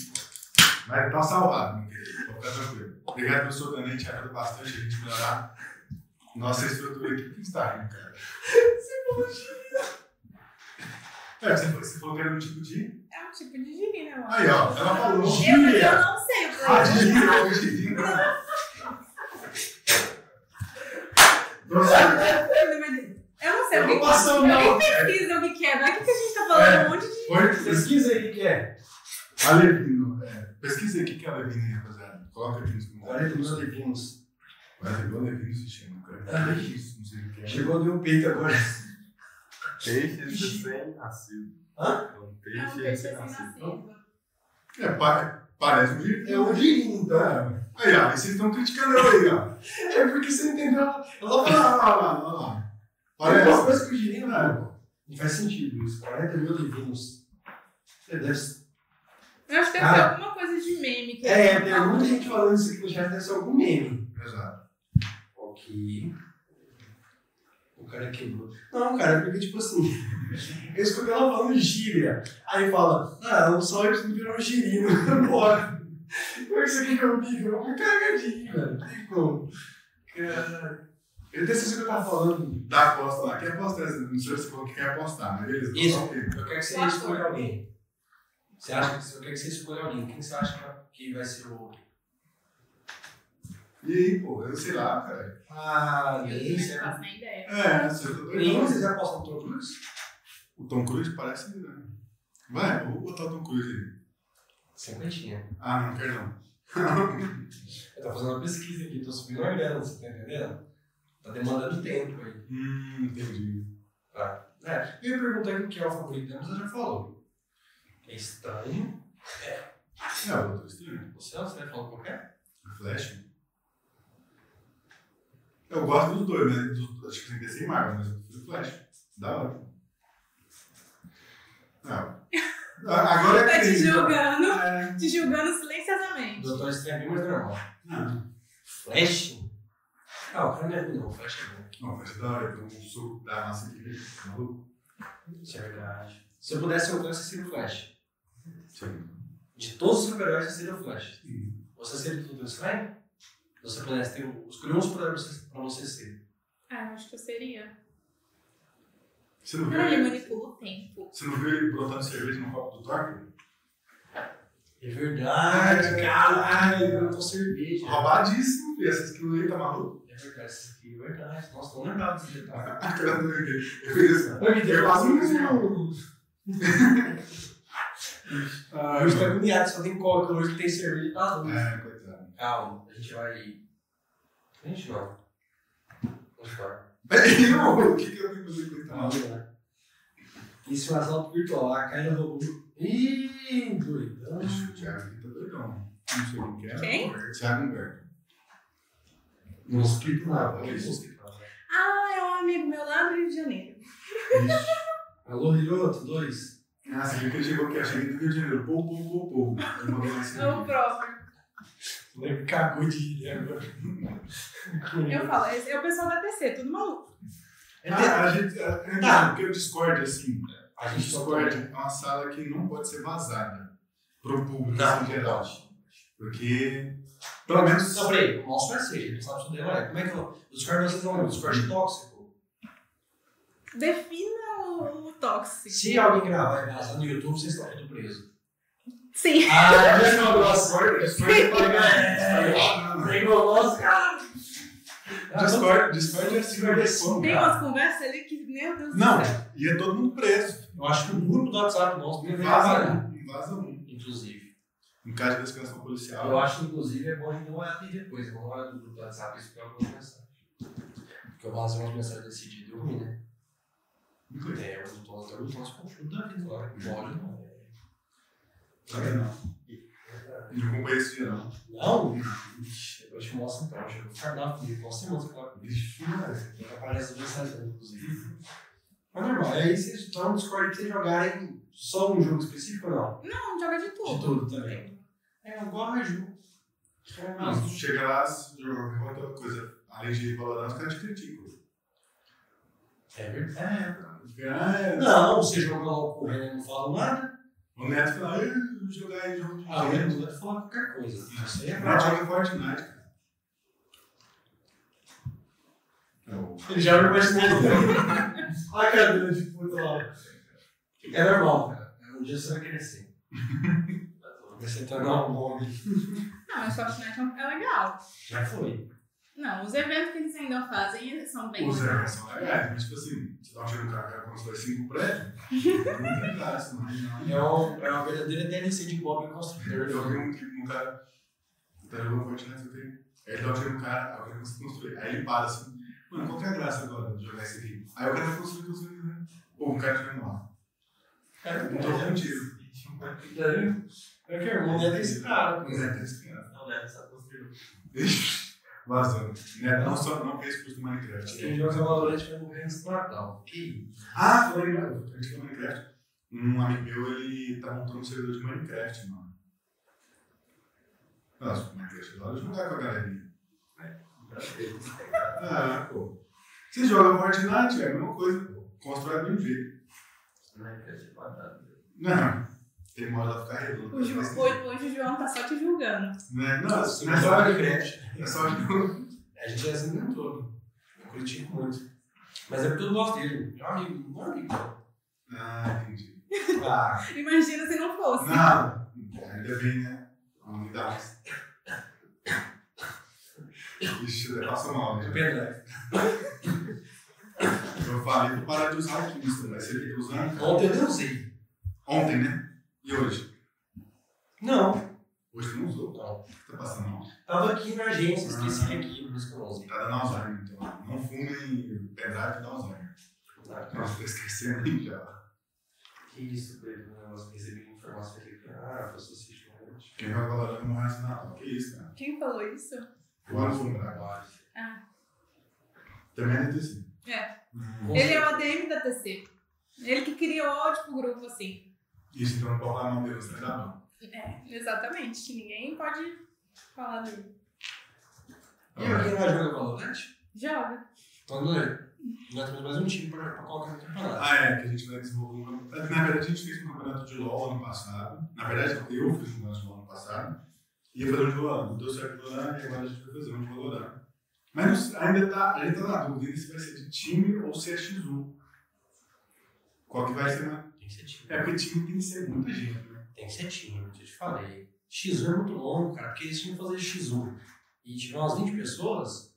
S1: Mas tá salvado, meu querido. Pode ficar tranquilo. Obrigado pelo seu donante, ajuda bastante a gente melhorar nossa estrutura aqui que está rindo, cara. Você falou de. É, você falou, você falou que era um tipo de.
S2: É um tipo de girino, eu acho.
S1: Aí, ó, ela falou.
S2: Eu, eu não sei, eu
S1: Ah,
S2: falei.
S1: de novo, de né? novo. Nossa,
S2: Eu não sei o que
S3: Não passou, não.
S2: Eu nem pesquisa o que que é. Não é que a gente tá falando um monte de.
S1: foi
S3: Pesquisa aí o que que é.
S1: Alevino. É. Pesquisa aí o que que é Alevino, hein, rapaziada. Coloca aqui nos
S3: Alevinos,
S1: comentários.
S3: Alevinos.
S1: Mas é eu Alevino se chama, cara. Que isso, não sei o que é.
S3: Chegou no meu peito agora.
S4: Peixe recém-nascido.
S3: Hã?
S4: É um
S2: É um
S4: peixe
S2: peixe assim
S4: recém-nascido.
S2: nascido.
S1: É, pa- parece um giro.
S3: É um girino, então.
S1: Aí, ó, e vocês estão criticando eu aí, ó.
S3: É porque você entendeu. Ela
S1: Olha lá,
S3: fala,
S1: olha lá, olha lá.
S3: olha
S1: Parece.
S3: essa coisa que o girino, né? Não faz sentido isso. 40 mil Alevinos. Você deve
S2: Eu acho que deve ser
S3: Cara.
S2: alguma coisa de meme. Que né?
S3: É, tem muita gente falando isso aqui no chat, deve ser algum meme.
S1: Exato.
S3: Ok. O cara quebrou. Não, cara, porque tipo assim, eu escutei ela falando gíria. Aí fala, ah, o sol eles me viram girino, bora. Como é que você quer que eu bico? Eu vou me cagadinho, velho. Não tem como. Cara. Eu até sei o que eu tava falando.
S1: Dá aposta lá. Quer apostar? Não sei se você falou que quer apostar, mas beleza.
S3: Isso.
S1: Tá ok.
S3: Eu quero que
S2: você escolha
S3: alguém. Você acha que eu quero que você escolha alguém? Quem você acha que vai ser o.
S1: E aí, pô, eu sei lá, cara.
S3: Ah,
S2: Eu não faço nem ideia.
S1: É, você tá
S3: Nenhum
S1: doido.
S3: vocês apostam no Tom Cruise?
S1: O Tom Cruise parece. né? Vai, eu vou botar o Tom Cruise aí.
S3: é Cinquentinha.
S1: Ah, não, quero não.
S3: Eu tô fazendo uma pesquisa aqui, tô subindo a grana, você tá entendendo? Tá demandando tempo aí.
S1: Hum, entendi.
S3: Tá. É, eu ia perguntar quem que é o favorito dela, mas ela já falou. É estranho.
S1: É, o outro estranho.
S3: Você, você vai falar qualquer?
S1: Flash? Eu gosto dos dois, né? Dos- acho que tem DC e Marvel, mas eu prefiro Flash. Da hora. Não. Ah, Agora é
S2: Tá te
S1: crise, ó.
S2: julgando.
S1: É.
S2: Te julgando silenciosamente.
S3: Doutor Estranho é bem mais normal.
S1: Não,
S3: Flash? Ah, o cara não é ruim, não. Flash é bom.
S1: não, Flash é da hora. Tem um suco da massa aqui. né? Tá Maluco.
S3: Isso é verdade. Se eu pudesse ser o Flash, eu seria o Flash.
S1: Sim.
S3: De todos os super-heróis, eu seria o Flash. Você seria o Doutor Estranho? Se Você pudesse ter um. Escolher um super-herói pra você- pra você ser.
S2: Ah, eu acho que eu seria.
S1: Você não viu
S2: Ah, ele
S1: ele,
S2: manipula o tempo.
S1: você não viu ele brotando cerveja no copo do Thor?
S3: É verdade, caralho. Eu tô cerveja.
S1: Roubadíssimo, filho. Essas quilos aí tá maluco.
S3: É verdade, isso aqui é verdade. Nossa, tô lembrado desse detalhe.
S1: A cara do Henrique. Eu fiz isso.
S3: Ai, me
S1: deu quase um sinal.
S3: né? Ah, hoje tá agoniado, só tem coca, hoje tem cerveja. Ah, não.
S1: É, coitado.
S3: Calma, a gente vai. A gente não. Vamos embora.
S1: Peraí, não, o que que eu tenho que fazer com ele? Tá maluco?
S3: Vamos lá. né? Isso é um assalto virtual, a Kaila roubou. Ih, doidão.
S1: Ixi, O Thiago aqui tá doidão. Não sei quem que é.
S2: Quem?
S1: Thiago Humberto.
S3: é assim, né? Mosquito na
S1: Que
S3: voz.
S1: isso?
S3: mosquito na voz.
S2: Ah, é um amigo meu lá do Rio de Janeiro.
S3: Alô, Hiroto, dois.
S1: Ah, você viu que ele chegou aqui, achei que do Rio de Janeiro. Pou, pou, pou, pou. Ele mandou uma assim.
S2: É o
S1: cerveja.
S2: próprio.
S3: Lembro, cagou de rir agora.
S2: Eu falo, esse é o pessoal da TC, tudo maluco.
S1: Ah, a gente. a- a-
S3: Tá.
S1: Porque o Discord, assim.
S3: A
S1: O
S3: gente só
S1: Discord é uma sala que não pode ser vazada pro público
S3: Não,
S1: em geral.
S3: não.
S1: Porque. Pelo menos.
S3: Não, peraí, o nosso vai ser, ele não sabe sobre ele. Como é que eu. O Discord vocês vão ver, o Discord tóxico.
S2: Defina o, o tóxico.
S3: Se alguém gravar e passar no YouTube, vocês estão tudo presos.
S2: Sim.
S3: Ah,
S1: Discord, Discord é pra galera.
S3: Pegou o nosso, cara.
S1: Discord, Discord é assim,
S3: Discord é
S1: mas como,
S3: assim.
S2: Tem
S1: cara?
S2: umas conversas ali que, meu Deus do
S1: Não,
S2: céu.
S1: e é todo mundo preso.
S3: Eu acho que o grupo do WhatsApp nosso
S1: Não
S3: deveria
S1: vaza
S3: vazar,
S1: um, não vaza um.
S3: inclusive.
S1: Em caso de descanso policial.
S3: Eu acho que, inclusive, é bom a gente não olhar ali depois. Vamos olhar no grupo do WhatsApp isso que eu vou começar. Porque eu vazei umas mensagens desse dia e deu ruim, né? É, eu não tô até o nosso confundo da vida lá. Não olho, não.
S1: Até não. Não acompanhei esse dia, não.
S3: Não? Ixi, eu acho que mostra então. Chegou o cardápio comigo, mostra e mostra lá.
S1: Vixe, mas.
S3: Já aparece duas mensagens, inclusive. Mas normal, aí vocês estão no Discord pra vocês jogarem só um jogo específico ou não?
S2: Não, joga de
S3: De
S2: tudo.
S3: tudo também. É, eu gosto de jogo. É, mas-
S1: Não, chega lá, joga qualquer outra coisa. Além de valorar, os caras te criticam.
S3: É verdade.
S1: Ah, é.
S3: Não, você joga lá o Renan não fala nada.
S1: O Neto fala, "Ah, eu vou jogar aí jogo de
S3: Ah, o
S1: videogame."
S3: Renan vai falar qualquer coisa. Isso aí é
S1: O Neto
S3: prático.
S1: joga Fortnite, cara.
S3: É Ele já me imaginou. Olha a cadeira de puta lá. É normal, cara. Um dia você vai crescer. Vai se tornar um homem.
S2: Não, mas Fortnite é um- é legal.
S3: Já foi.
S2: Não, os eventos que eles ainda fazem são bem.
S1: Os erros são legais, mas tipo assim, você tá achando que o cara constrói cinco prédios? Não tem graça, não. não.
S3: É, um, é uma verdadeira DLC de Bob
S1: Eu vi
S3: Construtor.
S1: um clipe de um cara que tá jogando Fortnite, eu tenho. Aí ele tá tirando um cara, aí o cara consegue construir. Aí ele para assim, mano, qual que é a graça agora de jogar isso aqui? Aí o cara vai construir, construir, né? Ou um cara tirando lá.
S3: Cara,
S1: Não tô dando tiro.
S3: É que irmão é desse cara.
S1: Não é desse cara.
S3: Não deve estar construindo.
S1: Vazando. Né? Não só não fez curso do Minecraft.
S3: Quem joga Valorant vai morrer antes do Natal.
S1: Ah, falei, mano, a gente falou Minecraft. Um amigo meu, ele tá montando um servidor de Minecraft, mano. Nossa, Minecraft é lá de jogar com a galerinha. Ah, pô. Você joga Fortnite, é a mesma coisa, pô. Constrói do mesmo jeito. Não. Tem uma hora ela ficar redonda.
S2: O Ju-
S1: mas-
S2: hoje, é hoje o João tá só te julgando.
S1: Né? Não, não é
S3: Nossa, não é
S1: só
S3: só
S1: hora de
S3: Minecraft.
S1: É só hora
S3: A gente é assim já se inventou. Eu critico muito. Mas é porque eu gosto dele. Meu amigo, meu amigo.
S1: Ah, entendi.
S3: Ah,
S2: Imagina se não fosse.
S1: Não. Ainda bem, né? Não me dá mais. Ixi, eu passo mal, né?
S3: pendrive.
S1: Eu falei pra parar de usar o Kingston, mas você fica usando. cara.
S3: Ontem eu nem usei.
S1: Ontem, né? E hoje?
S3: Não.
S1: Hoje você não usou.
S3: Não.
S1: Tá passando mal.
S3: Tava aqui na agência, esqueci ele aqui, por isso que eu não usei.
S1: Tá dando Alzheimer, então. Não fumem pendrive e dá Alzheimer. Nossa, tô esquecendo hein, já.
S3: Que isso, Pedro? Eu recebi uma informação aqui. Ah, você assiste realmente.
S1: Quem vai valorar não mais nada. Que isso, cara.
S2: Quem falou isso?
S1: Bora fumar. Também é DTC.
S2: É.
S1: Hum.
S2: Ele é o ADM da TC. Ele que criou, tipo, o grupo assim.
S1: Isso, então não pode falar mal deles, né? Tá bom.
S2: É, exatamente. Que ninguém pode falar dele.
S3: E eu, quem vai jogar Valorant?
S2: Joga.
S3: Então, galera, nós temos mais um time pra, pra colocar no campeonato.
S1: Ah, é, que a gente vai desenvolver um. Na verdade, a gente fez um campeonato de LOL ano passado. Na verdade, eu fiz um campeonato de LOL ano passado. E ia fazer um de LOL. Deu certo o Lolan e agora a gente vai fazer um de Valorant. Mas não- ainda tá, ainda tá na dúvida se vai ser de time ou se é X1. Qual que vai ser, né?
S3: Tem que ser time.
S1: É porque time tem que ser muita gente, né?
S3: Tem que ser time, eu já te falei. X1 é muito longo, cara, porque eles tinham que fazer X1. E tiver umas 20 pessoas,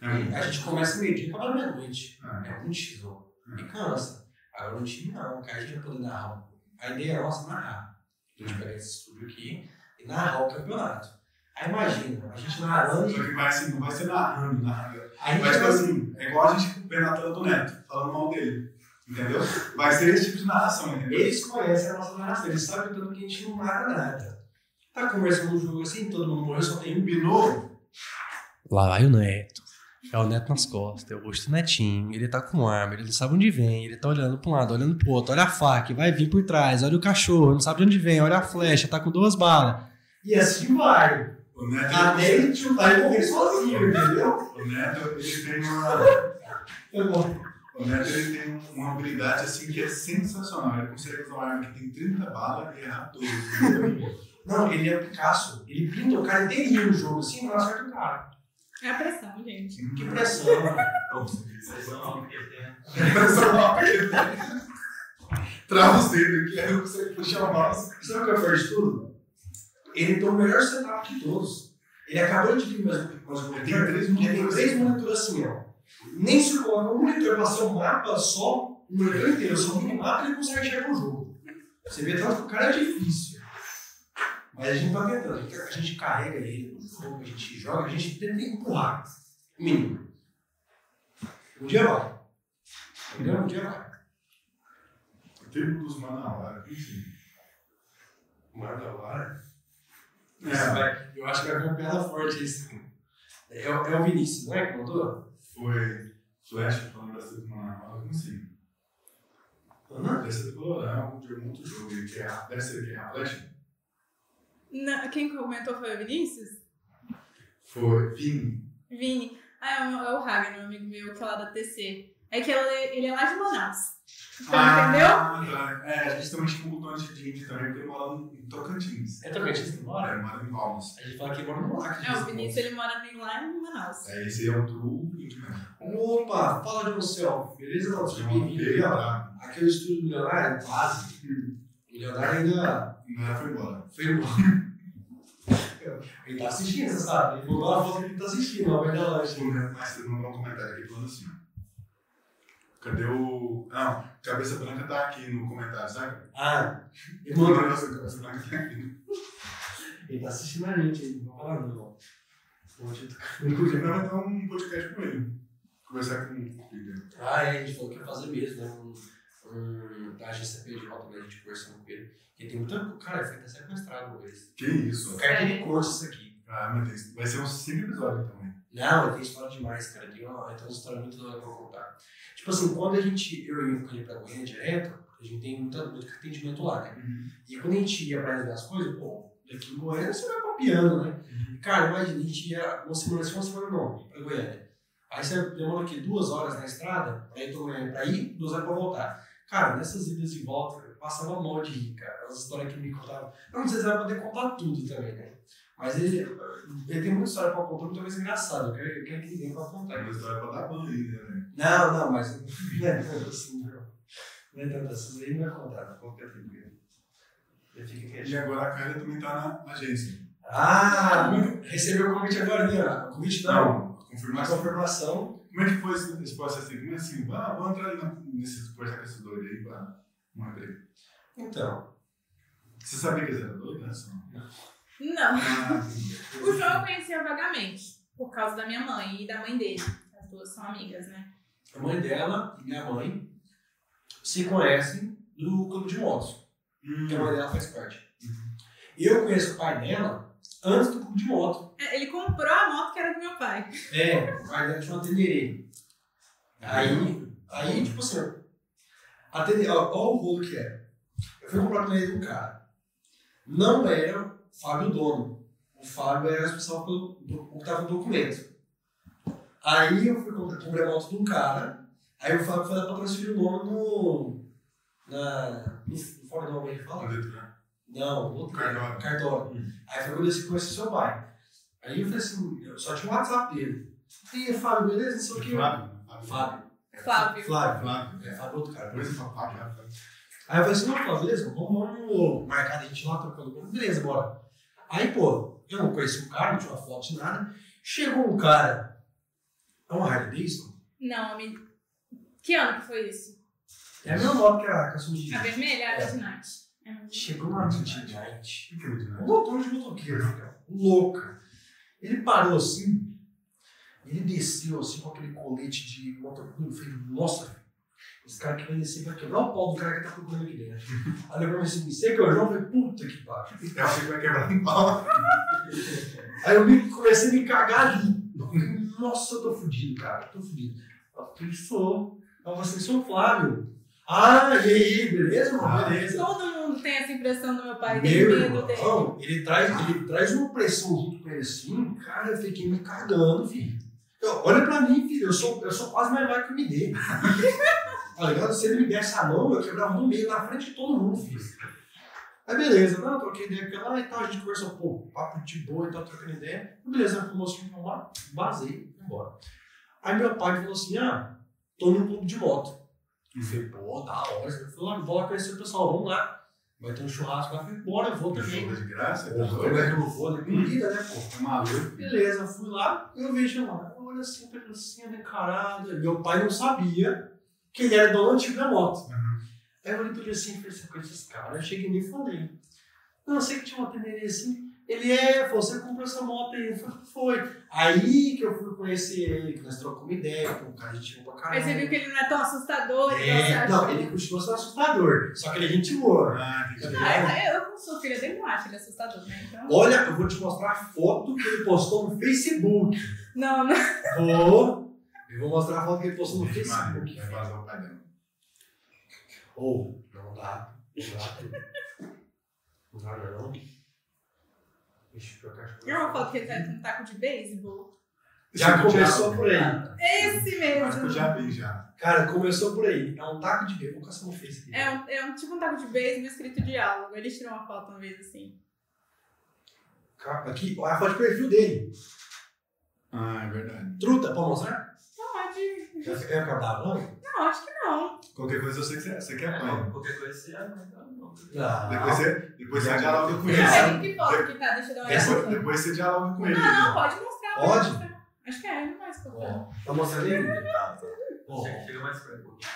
S1: É muito.
S3: a gente começa meio-dia e acaba meia-noite.
S1: Ah,
S3: É muito X1. E cansa. Agora no time não, cara, a gente vai poder narrar. um A ideia nossa é narrar. A gente pega esse estúdio aqui e narrar o campeonato. Aí imagina, a gente narrando,
S1: Só que vai assim, não vai ser narrando, narrando.
S3: a gente
S1: Vai ser
S3: vai
S1: assim, é igual a gente com o pé na tela do Neto, falando mal dele. Entendeu? Vai ser esse tipo de narração, entendeu?
S3: Eles conhecem a nossa narração, eles sabem tanto que a gente não narra nada. Tá conversando um jogo assim, todo mundo morreu, só tem um binô. Lá vai o neto. É o neto nas costas, é o rosto do netinho. Ele tá com arma, ele não sabe onde vem, ele tá olhando pra um lado, olhando pro outro. Olha a faca, vai vir por trás, olha o cachorro, não sabe de onde vem, olha a flecha, tá com duas balas. E assim vai.
S1: O Neto,
S3: Até ele chutar e morrer sozinho, entendeu?
S1: o Neto ele tem, uma,
S3: Eu morro.
S1: o Neto, ele tem uma habilidade assim que é sensacional. Ele consegue usar uma arma que tem 30 balas e errar todas. entendeu?
S3: Não, ele é Picasso. Ele pinta o cara inteirinho no jogo, assim, não acerta o cara.
S2: É a pressão, gente.
S3: Que pressão, mano. é
S1: Trava os dedos aqui, aí eu consigo puxar o mouse.
S3: Sabe o que é o pior de tudo? Ele tem o melhor setup que todos. Ele acabou de vir mais mais um
S1: Tem
S3: monitor,
S1: três
S3: ele tem
S1: monitores.
S3: três monitores assim, ó. Nem se coloca um monitor pra ser um mapa só, um monitor inteiro, só um mapa ele consegue enxergar o jogo. Você vê tanto que o cara é difícil. Mas a gente tá tentando. Então, A gente carrega ele no jogo, a gente joga, a gente tenta empurrar. Mínimo. Um dia vai. Entendeu? Um dia vai.
S1: O tempo dos Manauara.
S3: Manda
S1: É,
S3: vai. Eu acho que vai vir uma pedra forte isso. É, é o Vinícius, não é que mandou?
S1: foi Flash falando da cidade do Manauara, como assim?
S3: Uhum.
S1: Dessa do Colorão, de um outro jogo, ele quer a dessa que é a Flash.
S2: Na- quem comentou foi o Vinícius?
S1: Foi Vini.
S2: Vini. Ah, é o, é o Ragnar, um amigo meu, que é lá da TC. É que ele, ele é lá de Manaus. Então, entendeu?
S1: tá. É, a gente também chama o Tony de Indy também, porque ele mora em Tocantins.
S3: É também, a gente mora.
S1: Ele mora em Palmas.
S3: A gente fala que mora no Acre.
S2: É, o Vinícius, ele mora bem lá em Manaus.
S1: É, esse é o do Indy mesmo.
S2: é-
S3: Opa, fala de um céu. Beleza, é não? Seja
S1: João
S3: bem-vindo.
S1: Pedro,
S3: aí, ó.
S1: tá?
S3: Aqui é o estúdio do milionário, quase. Milionário ainda
S1: Não, foi embora.
S3: foi embora. Ele tá assistindo, você sabe? Ele mandou uma foto que ele tá assistindo, ó, vai dar lanche.
S1: Mas você mandou um comentário aqui falando assim. ó. Cadê o. Não, cabeça branca tá aqui no comentário, sabe?
S3: Ah, ele mandou.
S1: Nossa, cabeça branca tá aqui.
S3: Ele tá assistindo a gente, ele não fala não. Hoje
S1: Inclusive,
S3: eu
S1: nós vamos dar um podcast com ele. Conversar com ele.
S3: tô... Ah, é, a gente falou que ia fazer mesmo, né? Um, um, da agência PJ, né? A gente conversando com ele. Porque tem muito. Cara, ele foi até sequestrado uma vez.
S1: Que isso?
S3: Eu quero que ele conte isso aqui.
S1: Ah, meu Deus. Vai ser um cinco episódio também.
S3: Não, tem história demais, cara. Tem uma, tem uma história muito legal pra contar. Tipo assim, quando a gente, eu e o Felipe pra Goiânia direto, a gente tem muita, muito atendimento lá, né? E quando a gente ia pra resolver as coisas, pô, daqui em Goiânia você vai pra piano, né?
S1: Uhum.
S3: Cara, imagina, a gente ia uma semana assim, uma semana não, pra Goiânia. Aí você demora o quê? Duas horas na estrada pra ir, pra Goiânia, pra ir duas horas pra voltar. Cara, nessas idas e voltas, eu passava mal de rir, cara. As histórias que ele me contavam. Eu não sei se vai poder contar tudo também, né? Mas ele, ele tem muita história pra contar, muita coisa engraçada. Eu quero, eu quero que ele venha pra
S1: É
S3: contar.
S1: uma história pra dar banho ainda, né?
S3: Não, não, mas. Né, assim, não. Não é tanto essas aí, não vai contar, não conta tranquilo. Ele fica quieto.
S1: E agora a Carla também tá na agência.
S3: Ah! Recebeu o convite agora, né? O convite não. Uma
S1: Confirmação.
S3: confirmação.
S1: Como é que foi esse, esse processo assim? Como é assim? Ah, vou entrar ali na, nesse conversar com esses dois aí pra uma empresa.
S3: Então.
S1: Você sabia que eles eram dois, né? São-
S2: Não.
S1: Ah,
S2: O João eu conhecia vagamente, por causa da minha mãe e da mãe dele. As duas são amigas, né?
S3: A mãe dela e minha mãe se conhecem do clube de motos.
S1: hum.
S3: Que a mãe dela faz parte. Eu conheço o pai dela antes do clube de motos.
S2: É, Ele comprou a moto que era do meu pai.
S3: É, o guardião tinha uma tenderê. Aí, aí, tipo assim, ó, a tenderê, ó, ó o rolo que é. Eu fui comprar a tenderê de um cara. Não era o Fábio o dono. O Fábio era responsável pelo do- o que tava no documento. Aí eu fui comprar, comprei a moto de um cara. Aí o Fábio foi lá pra transferir o nome no. Na. No fora não, como é que fala?
S1: Quando entra-
S3: Não, outro
S1: Cartório.
S3: Cartório.
S1: Hum.
S3: Aí foi quando eu conheci seu pai. Aí eu falei assim, eu só tinha o WhatsApp dele. E aí, Fábio, beleza? Não sei o
S1: Flávio? Flávio.
S3: que. Fábio.
S2: Flávio.
S3: Flávio.
S1: Flávio.
S3: É, Fábio é outro cara.
S1: Depois eu falo, Flávio, Flávio.
S3: Aí eu falei assim, não, Flávio, beleza, vamos, vamos marcar a gente lá, trocando conta. Beleza, bora. Aí, pô, eu não conheci o cara, não tinha uma foto de nada. Chegou um cara. É um Harley Davidson?
S2: Não, me... que ano que foi isso?
S3: É a mesma moto que a, que a Suzy
S2: A vermelha? A
S3: É.
S2: Midnight. É.
S3: Chegou uma gente.
S1: O que que é isso, né?
S3: Um motor de motoqueiro, cara. Louca. Ele parou assim, ele desceu assim com aquele colete de motoqueiro. Eu falei, nossa, filho, esse cara que vai descer vai quebrar o pau do cara que tá procurando aqui dentro. Aí eu comecei assim, sei que é o João, eu falei, puta que pariu.
S1: Eu achei que vai quebrar em pau.
S3: Aí eu me- comecei a me cagar ali. Eu falei, Nossa, eu tô fudido, cara, tô fudido. Eu falei, sou. Eu falei assim, sou o Flávio. Ah, e aí, beleza, mano?
S1: Ah,
S3: Beleza.
S2: Todo mundo tem essa impressão do meu pai, tem
S3: Meu
S2: medo dele.
S3: irmão, ele traz, ele traz uma pressão junto com ele assim, cara, eu fiquei me cagando, filho. Eu, olha pra mim, filho, eu sou, eu sou quase mais velho que o me dê. tá ligado? Se ele me desse a mão, eu quebrava no meio, na frente de todo mundo, filho. Aí beleza, não, troquei ideia com ela e tal, a gente conversou, pô, papo de boa e tal, trocando ideia. Beleza, fomos mocinho, vamos lá, basei, fui embora. Aí meu pai falou assim, ah, tô num clube de moto. Eu falei, pô, da hora. Eu falei, "Ah, vou lá conhecer o pessoal, vamos lá. Vai ter um churrasco lá, falei, bora, eu vou também.
S1: Jogo de graça? Tá
S3: Porra, Uhum. como
S1: doido?
S3: é que eu não vou? Né? Comida, né, pô?
S1: Tá maluco?
S3: Beleza, eu fui lá, eu vejo lá, olha assim, pedacinho encarada. Meu pai não sabia que ele era dono antigo da moto.
S1: Uhum.
S3: Aí eu olhei pra ele assim, falei assim, com esses caras, eu cheguei nele e falei, não, eu sei que tinha uma tenderia assim, ele é, você comprou essa moto aí, eu falei, foi. Aí que eu fui conhecer ele, que nós trocamos uma ideia, que o cara gente boa pra
S2: Aí
S3: caralho.
S2: você viu que ele não é tão assustador. então você
S3: É,
S2: acha-
S3: não, ele continua sendo assustador, só que ele é gente boa.
S1: Ah, entendi.
S2: Ah, eu, como sou filha dele, não acho ele assustador, né? Então.
S3: Olha, eu vou te mostrar a foto que ele postou no Facebook.
S2: Não, não.
S3: Vou. Eu vou mostrar a foto que ele postou no
S1: Vixe, Maria,
S3: Facebook.
S1: vai fazer o pai dela.
S3: Ou, não dá. Não dá. Não dá, não. Ixi, pior que acho que-
S2: É uma foto que ele tá com um taco de beisebol.
S3: Já
S1: Esse
S3: começou
S1: diabo,
S3: por aí.
S2: Esse
S1: Acho que eu
S2: mesmo.
S1: já vi já.
S3: Cara, começou por aí. É um taco de bebê. Vou caçar no Facebook.
S2: É um, é um tipo um taco de beisebol escrito diálogo. Ele tirou uma foto uma vez assim.
S3: Capa aqui. Olha a foto de perfil dele.
S1: Ah, é verdade.
S3: Truta, pode mostrar?
S2: Pode.
S3: Já quer acabar, não?
S2: é Não, acho que não.
S1: Qualquer coisa eu sei que você, você quer apanha.
S4: Não, qualquer coisa você aguenta, não. né?
S1: Depois
S3: Não.
S1: você, depois você dialoga com
S3: Essa-
S1: ele.
S2: Peraí, que foto que tá? Deixa eu dar uma
S3: Essa-
S2: olhada.
S1: Depois, depois você dialoga com ele.
S2: Não, não, pode mostrar.
S3: Pode?
S2: mostrar. Acho que é, ele não vai escutar.
S3: Ó, Tá mostrando ele?
S4: Tá, tá.
S3: Ó,
S4: Chega, chega mais perto um pouquinho.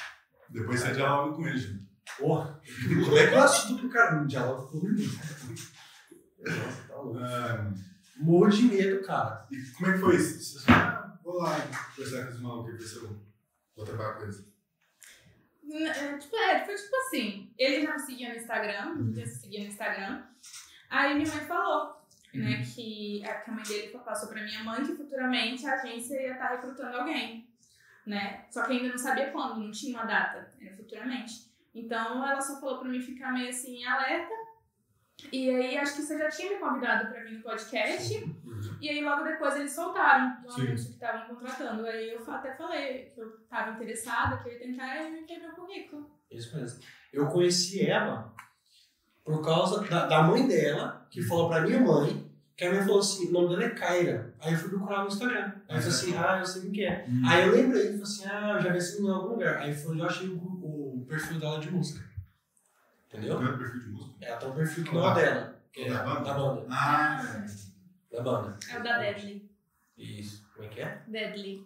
S1: Depois você dialoga com ele, Ju.
S3: Porra, como é que eu assisto pro cara? Não dialoga com ninguém. Nossa, tá louco.
S1: Ah,
S3: Morro de medo, cara.
S1: e como é que foi isso? Você já- vou lá conversar com os malucos e ver se eu vou trabalhar com eles.
S2: N- é, Tipo, é, foi tipo assim. Ele já me seguia no Instagram, já se seguia no Instagram. Aí minha mãe falou, né, que a, que a mãe dele passou pra minha mãe que futuramente a agência ia estar recrutando alguém, né? Só que ainda não sabia quando, não tinha uma data, era futuramente. Então ela só falou pra mim ficar meio assim, alerta. E aí acho que você já tinha me convidado pra vir no podcast. E aí logo depois eles soltaram o
S1: Sim.
S2: anúncio que estavam contratando. Aí eu fa- até falei que eu tava interessada, que eu ia tentar e enviei meu currículo.
S3: É Isso mesmo. Eu conheci ela por causa da, da mãe dela, que falou pra minha mãe, que a minha falou assim, o nome dela é Kaira. Aí eu fui procurar no Instagram. Aí eu falei assim, ah, eu sei o que é.
S1: Uhum.
S3: Aí eu lembrei, eu falei assim, ah, eu já vi essa menina em algum lugar. Aí eu falei, eu achei o, o perfil dela de música. Entendeu?
S1: Qual é o perfil de música?
S3: Ela tem um perfil que não é dela. Que é
S1: Da banda?
S3: Da banda.
S1: Ah,
S3: Da banda.
S2: É o da Deadly.
S3: Isso. Como é que é?
S2: Deadly.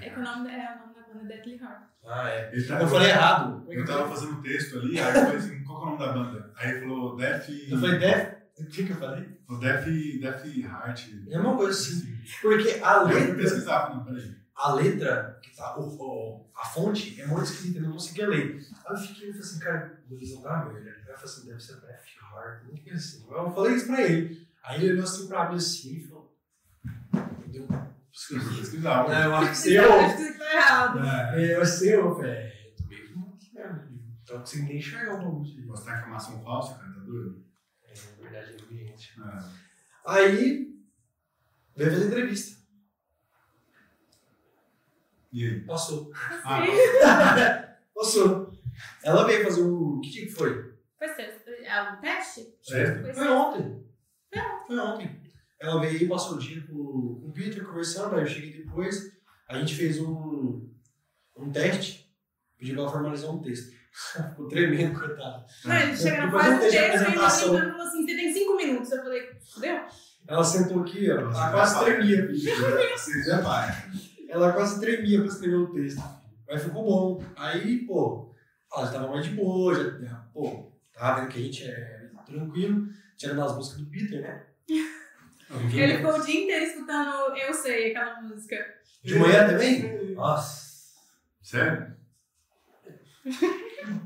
S2: É que o nome, é o nome da banda é Deadly Heart.
S3: Ah, é.
S1: ele tá,
S3: Eu falei errado.
S1: eu tava fazendo um texto ali, aí eu falei assim, qual que é o nome da banda? Aí ele falou Def...
S3: Eu falei Def. O que que eu falei?
S1: falou Def, Def Heart.
S3: É uma coisa assim. Porque a
S1: Eu fui
S3: letra,
S1: pesquisar, não, peraí.
S3: a letra, que tá, o, o- a fonte é muito escrita, eu não conseguia ler. Aí eu fiquei eu falei assim, cara, Luiz não dá merda. Aí eu falei assim, deve ser Def Hard, não que assim. Aí Eu falei isso pra ele. Aí ele olhou assim pra mim assim e falou. Deu um.
S1: Eu fui pesquisar.
S3: Não, eu acho que você
S2: Eu
S3: errou.
S2: acho que tá errado.
S1: É,
S3: É, Eu sei, eu, velho. Tô meio que não Então eu consegui nem enxergar o bagulho de.
S1: mostrar é informação falsa, cara, tá doido?
S3: É, na verdade, é ambiente.
S1: É.
S3: Aí, veio fazer entrevista.
S1: E aí?
S3: Passou.
S1: Ah,
S2: Sim.
S3: Passou. Ela veio fazer um. Que dia que foi?
S2: Foi sexta. É o teste?
S1: sério?
S2: Foi
S3: Foi um.
S2: sexta.
S3: ontem. Foi ontem. Ela veio e passou o dia com, com o Peter conversando, aí eu cheguei depois. A gente fez um, um teste, pedi pra ela formalizar um texto. Ficou tremendo, coitado.
S2: Não, ele chega na
S3: Depois eu
S2: fase do
S3: deixo a
S2: texto e
S3: apresentação.
S2: ele falou assim, você tem cinco minutos. Eu falei, fudeu?
S3: Ela sentou aqui, ó,
S1: Nossa,
S3: ela quase
S1: vai.
S3: tremia.
S1: tá assim, Você é já vai.
S3: Ela quase tremia pra escrever o texto. Mas ficou bom. Aí, pô, ela já tava mais de boa, já, já, pô, tava vendo que a gente é tranquilo, tirando as músicas do Peter, né?
S2: Ele ficou o dia inteiro escutando Eu Sei, aquela música.
S3: De manhã também? Nossa,
S1: Sério?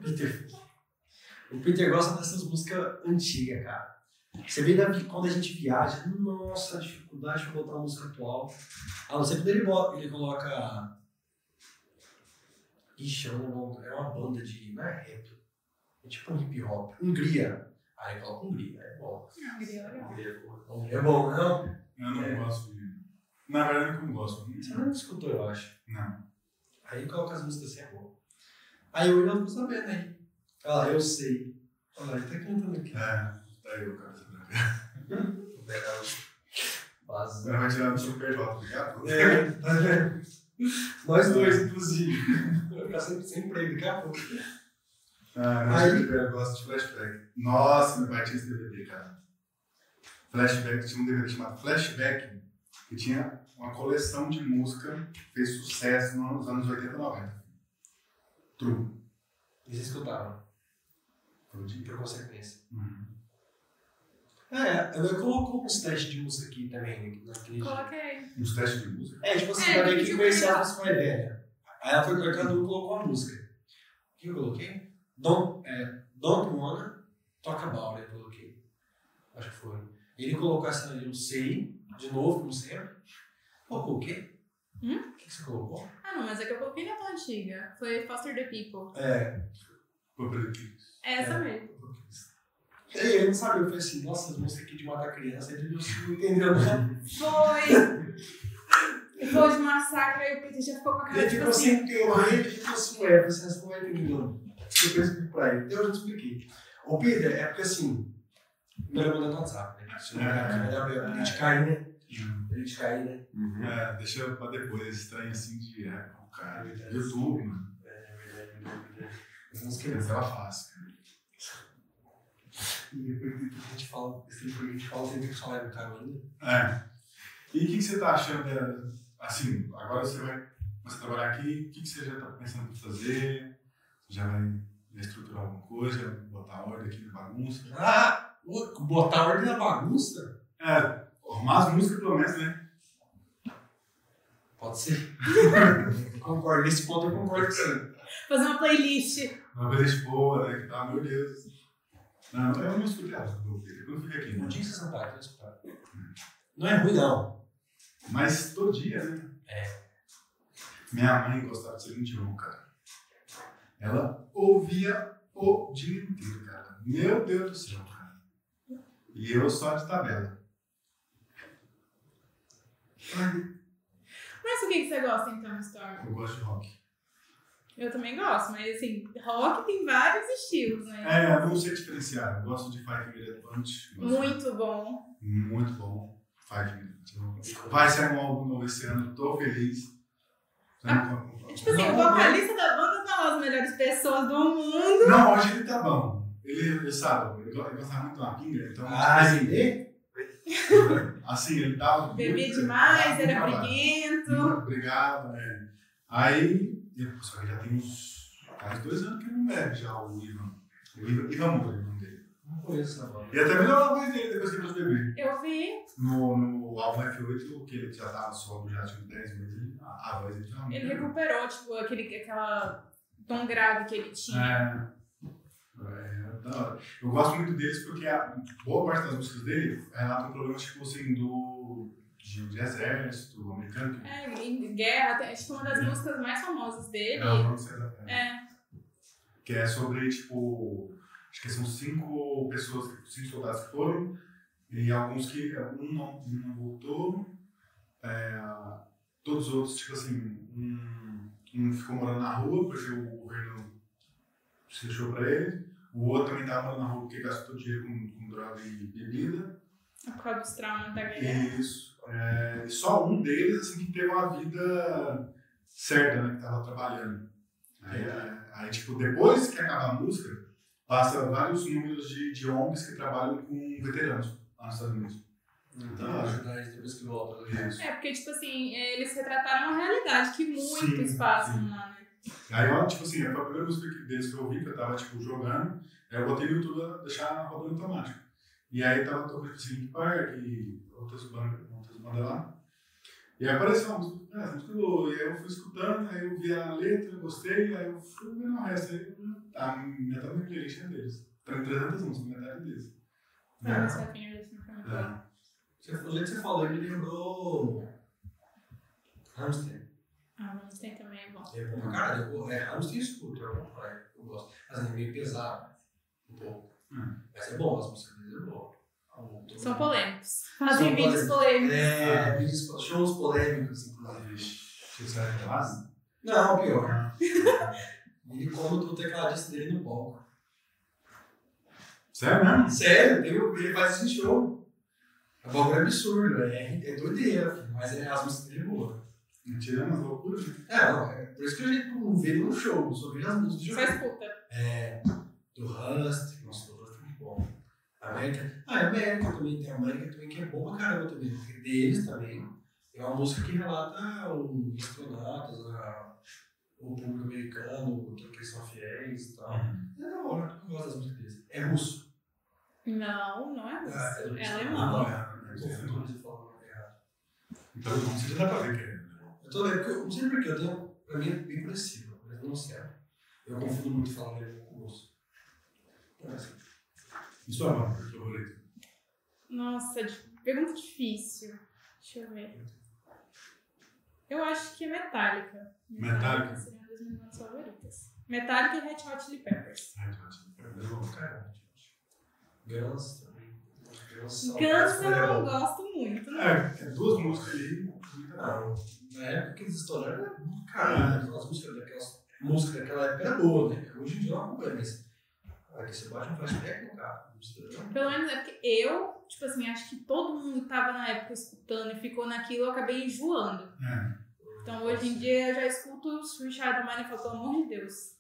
S3: Peter. O Peter gosta dessas músicas antigas, cara. Você vê na- quando a gente viaja, nossa, a dificuldade pra botar a música atual. A não ser quando ele, bota, ele coloca. Ixi, eu não lembro. É uma banda de. Não é rap. É tipo um hip hop. Hungria. Aí coloca Hungria. É bom.
S2: Não, queria olhar.
S3: É bom, não?
S1: Eu não
S3: É. Uhum.
S1: gosto de. Na verdade, eu não gosto.
S3: Você não escutou, eu acho.
S1: Não.
S3: Aí coloca as músicas assim, é bom. Aí eu olhando, não sabendo aí. Olha lá, eu sei. Olha lá, ele tá cantando aqui.
S1: É, tá aí o cara.
S3: Legal. Mas...
S1: Agora vai tirar do super J, ligado?
S3: É, tá vendo? Nós dois, inclusive. Eu vou ficar sempre sem emprego daqui a pouco.
S1: Ah,
S3: Aí-
S1: meu Deus, eu gosto de flashback. Nossa, meu pai tinha esse DVD, cara. Flashback, tinha um DVD chamado Flashback, que tinha uma coleção de música que fez sucesso nos anos 80 e 90. True.
S3: Eles escutaram,
S1: Todo dia.
S3: por consequência.
S1: Uhum.
S3: É, eu colocou uns testes de música aqui também, né, naquele dia.
S2: Coloquei.
S1: Nos testes de música.
S3: É, tipo assim,
S2: É,
S3: é, que
S2: tipo,
S3: conhecer a música mais velha. Aí ela foi pra Cadu e colocou a música. O que eu coloquei? Don't, é, Don't Wanna Talk About It, eu coloquei. Acho que foi. Ele colocou essa eu um sei, de novo, como sempre. Colocou o quê?
S2: Hum?
S3: O que que você colocou?
S2: Ah, não, mas é que eu coloquei na tua antiga. Foi Foster the People.
S3: É.
S1: Foi por aqui.
S2: É essa
S3: É.
S2: mesmo.
S3: Ele ele não sabia, eu falei assim, nossa, as músicas aqui de matar criança, ele não entendeu nada.
S2: Foi. Foi de massacre aí o Peter já ficou com a cara
S3: Ele
S2: de
S3: ficou
S2: assim.
S3: sem entender, ele ficou assim, ué, você não vai entender não. Depois eu explico pra ele, Então, eu já expliquei. Ô Pedro, é porque assim, melhor mandar no WhatsApp, né? Se não
S1: É.
S3: melhor ver ele te cair, né? Ele te cair, né?
S4: Uhum.
S1: É, deixa pra depois, esse trem assim de é, o cara.
S3: É.
S1: YouTube, mano.
S3: É verdade, verdade, verdade. Essa música é
S1: Esquece, ela faz. cara.
S3: E depois que a gente fala, esse depois que a gente fala, tem que falar no carro ainda.
S1: É. E o que, que você tá achando? é, Assim, agora você vai começar a trabalhar aqui, o que, que você já tá pensando em fazer? Você já vai estruturar alguma coisa, já vai botar ordem aqui na bagunça?
S3: Ah, o- botar ordem na bagunça?
S1: É, arrumar as músicas pelo menos, né?
S3: Pode ser. concordo, nesse ponto eu concordo com você.
S2: Fazer uma playlist.
S1: Uma playlist boa, né? Que tá, meu Deus. Não, eu não escutei ela, eu não fiquei aqui,
S3: Um
S1: né?
S3: dia que você sentar aqui, eu escutar. Não é ruim, não.
S1: Mas todo dia, né? É. Minha mãe gostava de Celine Dion, cara. Ela ouvia o dia inteiro, cara. Meu Deus do céu, cara. E eu só de tabela.
S2: Mas o que, que você gosta então, Storm?
S1: Eu gosto de rock.
S2: Eu também gosto, mas assim, rock tem vários estilos, né?
S1: É, eu não sei diferenciar. Eu gosto de Five Minute Punch. Gosto
S2: Muito bom.
S1: Muito bom. Five Minute Punch. Vai sair um álbum novo esse ano. Tô feliz.
S2: É Tipo assim,
S3: Não,
S2: o vocalista da banda tá lá as melhores pessoas do mundo.
S1: Não, hoje ele tá bom. Ele, ele sabe, ele go- ele gostava muito de uma pinga, então.
S3: Ah,
S1: tipo assim,
S3: entendeu?
S1: Assim, ele tava.
S2: Bebia
S1: muito-
S2: demais, era
S1: tava
S2: briguento.
S1: Muito obrigado, né? Aí, eu, só que já tem uns quase dois anos que ele não bebe já o Ivan. O Ivan, Ivan Moura, é o nome dele.
S3: Não conheço essa banda.
S1: E até melhorou a voz dele depois que ele trouxe o bebê.
S2: Eu vi,
S1: No, no álbum F8, que ele já tava solo, já tinha uns 10 meses, ele- a, a voz dele tava
S2: ele
S1: melhorou.
S2: recuperou, tipo, aquele, aquela tom grave que ele tinha.
S1: É. É, da hora. Eu gosto muito deles porque a boa parte das músicas dele relatam problemas tipo assim do de, de exército americano. que-
S2: É, em guerra, tem- acho que uma das músicas mais famosas dele.
S1: É, o nome sei lá.
S2: É,
S1: que é sobre, tipo, acho que são cinco pessoas, cinco soldados que foram, e alguns que um não, um não voltou, é, todos os outros, tipo assim, um, um ficou morando na rua porque o governo se deixou pra ele, o outro também tava morando na rua porque gastou dinheiro com, com droga e bebida,
S2: por causa dos traumas da guerra.
S1: e isso, é, e só um deles, assim, que teve uma vida certa, né, que tava trabalhando. Aí, é, aí, tipo, depois que acaba a música, passa vários números de, de ONGs que trabalham com veteranos lá nos Estados Unidos.
S3: Então, vou ajudar eles depois que volta. né?
S1: Isso.
S2: É, porque, tipo assim, eles retrataram uma realidade que muitos
S1: Sim,
S2: passam
S1: sim.
S2: lá, né?
S1: Aí, ó, tipo assim, foi a primeira música que, deles que eu ouvi, que eu tava, tipo, jogando, aí eu botei no YouTube, deixar rodando automático. E aí tava tocando, tipo, Link Park e outras bandas, outras bandas lá. E aí apareceu uma música, ah, essa música é boa. E aí eu fui escutando, aí eu vi a letra, eu gostei, aí eu fui vendo o resto. Aí hum, a metade da minha playlist é deles. Tem 300 músicas, metade é deles.
S2: Pra você apanhar isso pra mim.
S1: É.
S3: Você, o jeito que você falou, ele lembrou. Hamster.
S2: Ah, mas tem também é bom.
S3: É bom pra caralho. Eu- É hamster e escuto, eu, é, eu gosto. Mas é meio pesado. Um pouco.
S1: Hum.
S3: Mas é bom, as músicas deles é bom. Eu-
S2: São polêmicos. Fazem
S3: São
S2: vídeos polêmicos.
S3: É, vídeos po- shows polêmicos, inclusive.
S1: Você sabe que é massa?
S3: Não, pior. Ele como o tecladista dele no palco.
S1: Sério mesmo?
S3: Sério, tem um- ele faz esse show. O bagulho é absurdo, é, é doideira, filho, mas é, as músicas dele é boa.
S1: Não Tirando as loucuras, né?
S3: É, não, é por isso que a gente não vê nenhum show, só vê as músicas de
S2: Só
S3: show.
S2: escuta.
S3: É, do Rust, nossa, do Rust é muito bom. América. Ah, é América também, tem a América também que é bom pra caramba também. Tem deles também. Tem uma música que relata os astronautas, a- o público americano, que eles são fiéis e tal. É da hora, eu gosto das músicas deles. É russo.
S2: Não, não é
S3: Ah,
S2: russo. É
S3: russo.
S1: tipo,
S2: alemão.
S3: Não, é, confundo eles falando errado.
S1: Então, como você já dá pra ver que é. né?
S3: Eu tô lendo, porque eu não sei porquê, eu tenho, pra mim é bem parecido, mas eu não sei. Eu confundo muito falar alemão com russo. Mas,
S1: Isso é uma coisa favorita.
S2: Nossa, di- pergunta difícil. Deixa eu ver. Eu acho que é Metallica.
S1: Metallica?
S2: Seria uma das minhas bandas favoritas. Metallica e Red Hot Chili Peppers.
S1: Ai, gente, é muito bom.
S3: Cara, gente. Guns também. Guns
S2: Guns eu
S3: era
S2: não
S3: bom.
S2: gosto muito, né? não.
S1: É, tem duas músicas ali. muito legal.
S3: Não, na época que eles estouraram era bom, caralho. Aquelas músicas daquelas músicas daquela época era boa, né? Hoje em dia eu não acompanho, mas. Cara, que você bate um flashback no cara. não sei lá.
S2: Pelo menos é porque eu, tipo assim, acho que todo mundo que tava na época escutando e ficou naquilo, eu acabei enjoando.
S1: É.
S2: Então hoje em dia eu já escuto os Richard Mine e falo, pelo amor de Deus.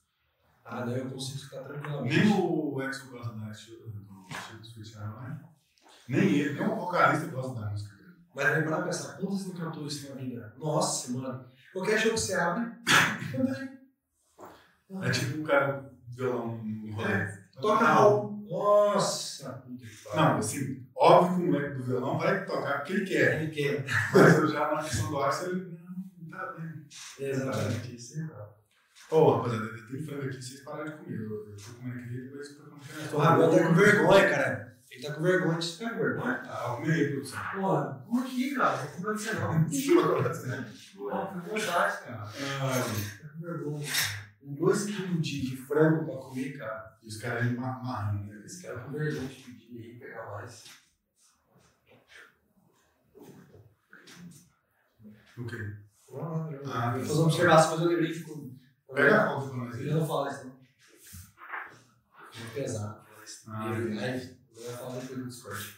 S3: Ah, não, eu consigo escutar tranquilamente.
S1: Nem o Exo gosta da Shield do Switch Airline. Nem ele, nem o vocalista gosta da música. dele.
S3: Mas vem pra pensar, quantos encantores tem na vida? Nossa, mano. Qualquer jogo que você abre, não tem.
S1: É tipo o cara com violão no rolê.
S3: Toca algo. Nossa, puta que pariu.
S1: Não, assim, óbvio que o moleque do violão vai tocar porque ele quer.
S3: Ele quer.
S1: Mas eu já na questão do Axel, ele não tá bem.
S3: Exatamente, isso aí não.
S1: Ô, rapaziada, eu tenho frango aqui, vocês pararam de comer. Eu eu tô comendo aqui e depois eu tô comendo.
S3: O Rabel tá com vergonha, cara. Ele tá com vergonha. Você tá com vergonha?
S1: Ah, comi aí, produção.
S3: Porra, como aqui, cara? Não tô comendo você não.
S4: Boa.
S3: com vontade, cara.
S1: Ah, gente,
S3: Tá com vergonha. Com dois quilos de, de frango pra comer, cara.
S1: e os caras aí ma- marrando, né?
S3: Esse cara com vergonha de pedir aí, pegar mais.
S1: O quê?
S3: Ah,
S1: Ah,
S3: eu ia fazer uma observação, mas eu lembrei que ficou.
S1: Pega a coca pra nós aí.
S3: Eu não falo isso, não. Muito pesado.
S1: Ah,
S3: eu,
S1: entendi.
S3: aí, eu ia falar depois do Discord.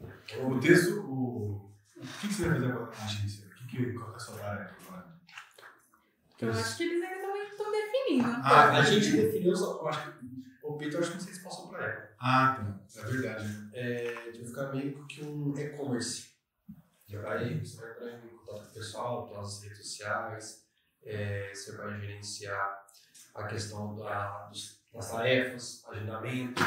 S1: o texto, o. O que, que você vai fazer agora na agência? O que, que qual que é a sua área agora?
S2: Eu acho que eles ainda estão definindo.
S1: Ah,
S3: a gente definiu, só, eu acho que. O Peter, eu acho que não sei se passou pra ela.
S1: Ah, tá. É verdade, né?
S3: É, de eu ficar meio que um e-commerce. Já vai, você vai entrar em contato com o pessoal, pelas redes sociais, é, você vai gerenciar a questão da, dos- das tarefas, agendamentos.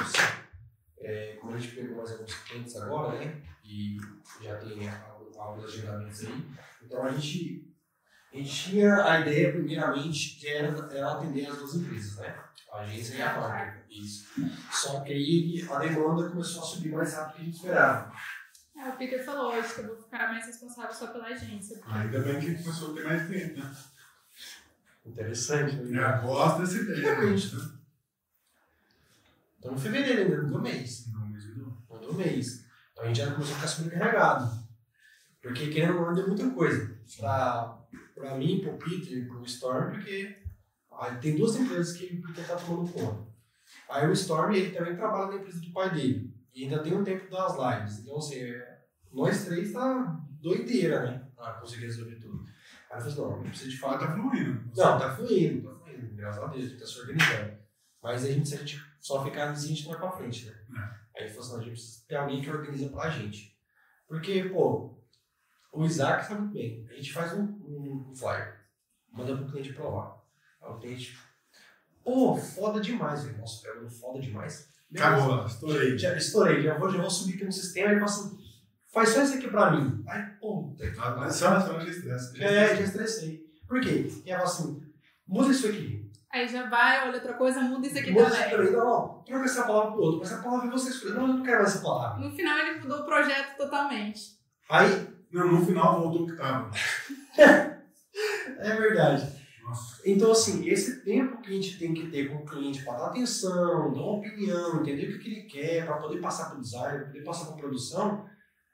S3: É, como a gente pegou mais alguns clientes agora, né? E já tem al- alguns agendamentos aí. Então a gente, a gente tinha a ideia, primeiramente, que era, era atender as duas empresas, né? A agência e a fábrica. Isso. Só que aí a demanda começou a subir mais rápido do que a gente esperava.
S2: É, o Peter falou hoje que eu vou ficar mais responsável só pela agência.
S1: Ainda bem que começou a ter mais cliente, né? É
S3: Interessante,
S1: Eu gosto dessa ideia.
S3: Realmente, né? Então, em fevereiro ainda, não deu mês.
S1: assim, Não, mas não.
S3: Não deu mês. Então, a gente já começou a ficar sobrecarregado. Porque, querendo ou não, deu muita coisa. Pra, pra mim, pro Peter, pro Storm, porque aí tem duas empresas que o Peter tá tomando conta. Aí o Storm, ele também trabalha na empresa do pai dele. E ainda tem o tempo das lives. Então, assim, é- nós três tá doideira, né? Pra conseguir resolver tudo. Aí eu falei, assim, não, não precisa de
S1: Ah,
S3: fato
S1: tá fluindo.
S3: não, tá fluindo, tá fluindo, graças a Deus, a gente tá se organizando. Mas a gente, se a gente só ficar assim, a gente não vai pra frente, né?
S1: É.
S3: Aí ele falou assim, "Não, a gente precisa ter alguém que organiza pra gente. Porque, pô, o Isaac sabe muito bem, a gente faz um, um- um flyer, manda pro cliente provar. Aí o cliente, pô, foda demais, velho. Nossa, pegou foda demais.
S1: Acabou, estourei.
S3: Já estourei, já vou, já vou subir aqui no sistema e faço, faz só isso aqui pra mim. Aí, tá puta que
S1: Só, só, só já estressa. já
S3: é, já estressei. Por quê? Porque ela fala assim, muda isso aqui.
S2: Aí já vai, olha outra coisa, muda isso aqui
S3: muda isso aqui
S2: também.
S3: também. Não, não, troca essa palavra pro outro. Mas essa palavra você escolheu. Não, eu não quero mais essa palavra.
S2: No final ele mudou o projeto totalmente.
S3: Aí,
S1: Não, no final voltou o que tava.
S3: é verdade.
S1: Nossa.
S3: Então, assim, esse tempo que a gente tem que ter com o cliente para dar atenção, dar uma opinião, entender o que, que ele quer, para poder passar para o design, pra poder passar para produção,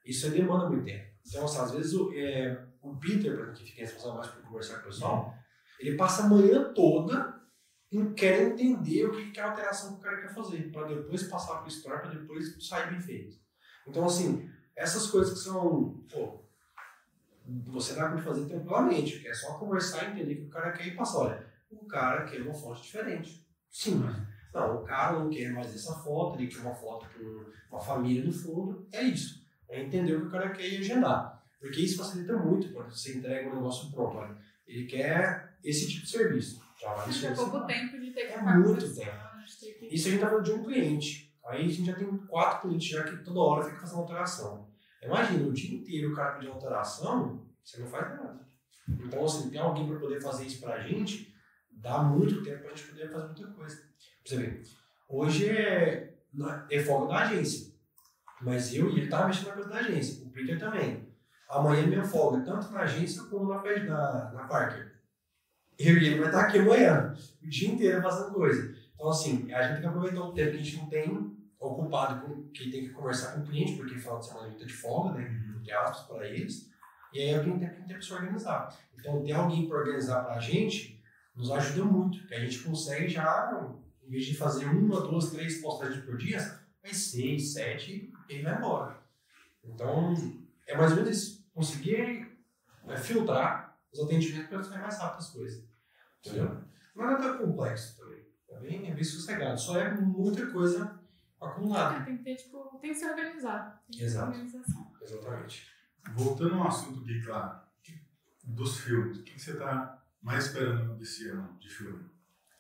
S3: isso aí demanda muito tempo. Então, assim, às vezes o, é, o Peter, pra que fica responsável mais por conversar com o pessoal, ele passa a manhã toda não quer entender o que que é a alteração que o cara quer fazer, para depois passar para o store, para depois sair bem feito. Então, assim, essas coisas que são, pô, você dá para fazer tranquilamente, porque é só conversar e entender que o cara quer e passar. Olha, o cara quer uma fonte diferente. Sim, mas, Não, o cara não quer mais essa foto, ele quer uma foto com uma família no fundo, é isso. É entender o que o cara quer e agendar. Porque isso facilita muito quando você entrega um negócio pronto. Olha, ele quer esse tipo de serviço. Já vai no
S2: Mas é
S3: serviço.
S2: pouco tempo de ter que
S3: É
S2: ficar
S3: muito
S2: conversando, de ter que-
S3: Isso a gente tá falando de um cliente. Aí a gente já tem quatro clientes já que toda hora fica fazendo alteração. Imagina, o dia inteiro o cara pedindo alteração, você não faz nada. Então, assim, tem alguém para poder fazer isso pra gente, dá muito tempo pra gente poder fazer muita coisa. Pra você ver, hoje é, na- é folga da agência. Mas eu e ele tava mexendo na coisa da agência, o Peter também. Amanhã é minha folga, tanto na agência como na, pe- na, na Parker. Eu e ele vai estar aqui amanhã, o dia inteiro fazendo coisa. Então, assim, a gente tem que aproveitar o tempo que a gente não tem ocupado com que tem que conversar com o cliente, porque final de semana a gente tá de folga, né? Entre aspas, para eles. E aí alguém tem que ter para se organizar. Então, ter alguém para organizar para a gente nos ajuda muito, que a gente consegue já, em vez de fazer uma, duas, três postagens por dia, faz seis, sete e aí vai embora. Então, é mais ou menos isso. Conseguir é, filtrar os atendimentos para ficar mais rápido as coisas. Entendeu? Não é nada complexo também. É bem, é bem sossegado. Só é muita coisa acumulada.
S2: Ah, Tem que ter, tipo, tem que se organizar. Tem que ter
S3: Exato.
S2: organização.
S3: Exatamente.
S1: Voltando ao assunto geek lá, dos filmes, o que que você tá mais esperando desse ano de filme?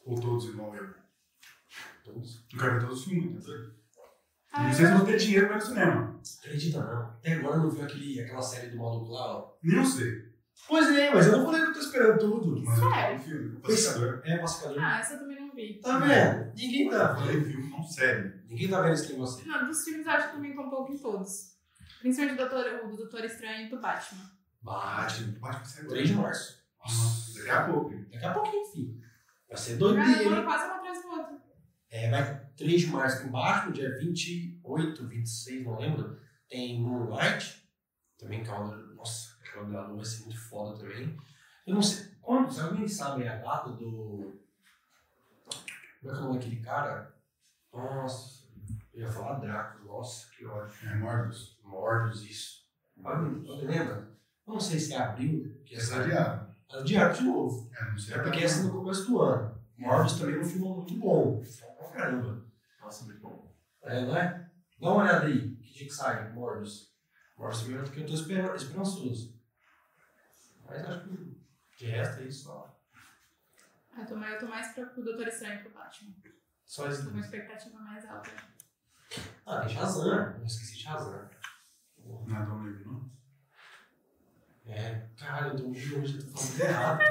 S1: Ou todos igual eu?
S3: Todos.
S1: Não quero ver todos os filmes, tá?
S2: Ah,
S1: Não
S2: eu
S1: sei se
S2: gosto-
S1: vou ter dinheiro para ir no cinema.
S3: Acredita não. Até agora não viu aquele, aquela série do maluco lá, ó.
S1: Nem eu sei.
S3: Pois é, mas eu não falei que eu tô esperando tudo.
S1: Mas eu
S2: Sério?
S1: falei filme, pacificador.
S3: É, pacificador.
S2: Ah, essa eu também não vi.
S3: Tá vendo? Ninguém
S1: Eu
S3: tá.
S1: falei filme, não sério.
S3: Ninguém tá vendo esse negócio aí.
S2: Não, dos filmes eu acho que também tô um pouco em todos. Principalmente o Doutor, o do Doutor Estranho e do Batman.
S3: Bate.
S1: Bate Ah, que você é
S3: 3 de março.
S1: Nossa, daqui a pouco. hein?
S3: Daqui a pouquinho, filho. Vai ser
S2: Ah,
S3: doideira, hein?
S2: foram quase um atrás do outro.
S3: É, vai 3 de março tem Batman, dia 28, 26, não lembro. Tem Moonlight, também calma. Nossa, aquela da lua vai ser muito foda também. Eu não sei quando, se alguém sabe a data do. Como é que é o nome daquele cara? Nossa, eu ia falar Draco, nossa, que ódio.
S1: É, Morbius.
S3: Mordos, isso. Alguém alguém lembra? Eu não sei se é abril, que
S1: É
S3: é
S1: sadiado.
S3: Adiado de novo.
S1: É, não sei.
S3: É porque essa é no começo do ano. Morbius também é um filme muito bom. Bom pra caramba.
S4: Nossa, muito bom.
S3: É, não é? Dá uma olhada aí. Que dia que sai, Morbius? Morbius também é outro que eu tô esper- esperançoso. Mas acho que de resto é isso só.
S2: Ah, eu tô mais, eu tô mais pro pro Doutor Estranho e pro Batman.
S3: Só isso.
S2: Tô com uma expectativa mais alta.
S3: Ah, tem Shazam. Não esqueci de Shazam.
S1: Não é tão livre, não?
S3: É, caralho, eu tô muito longe, eu tô falando errado.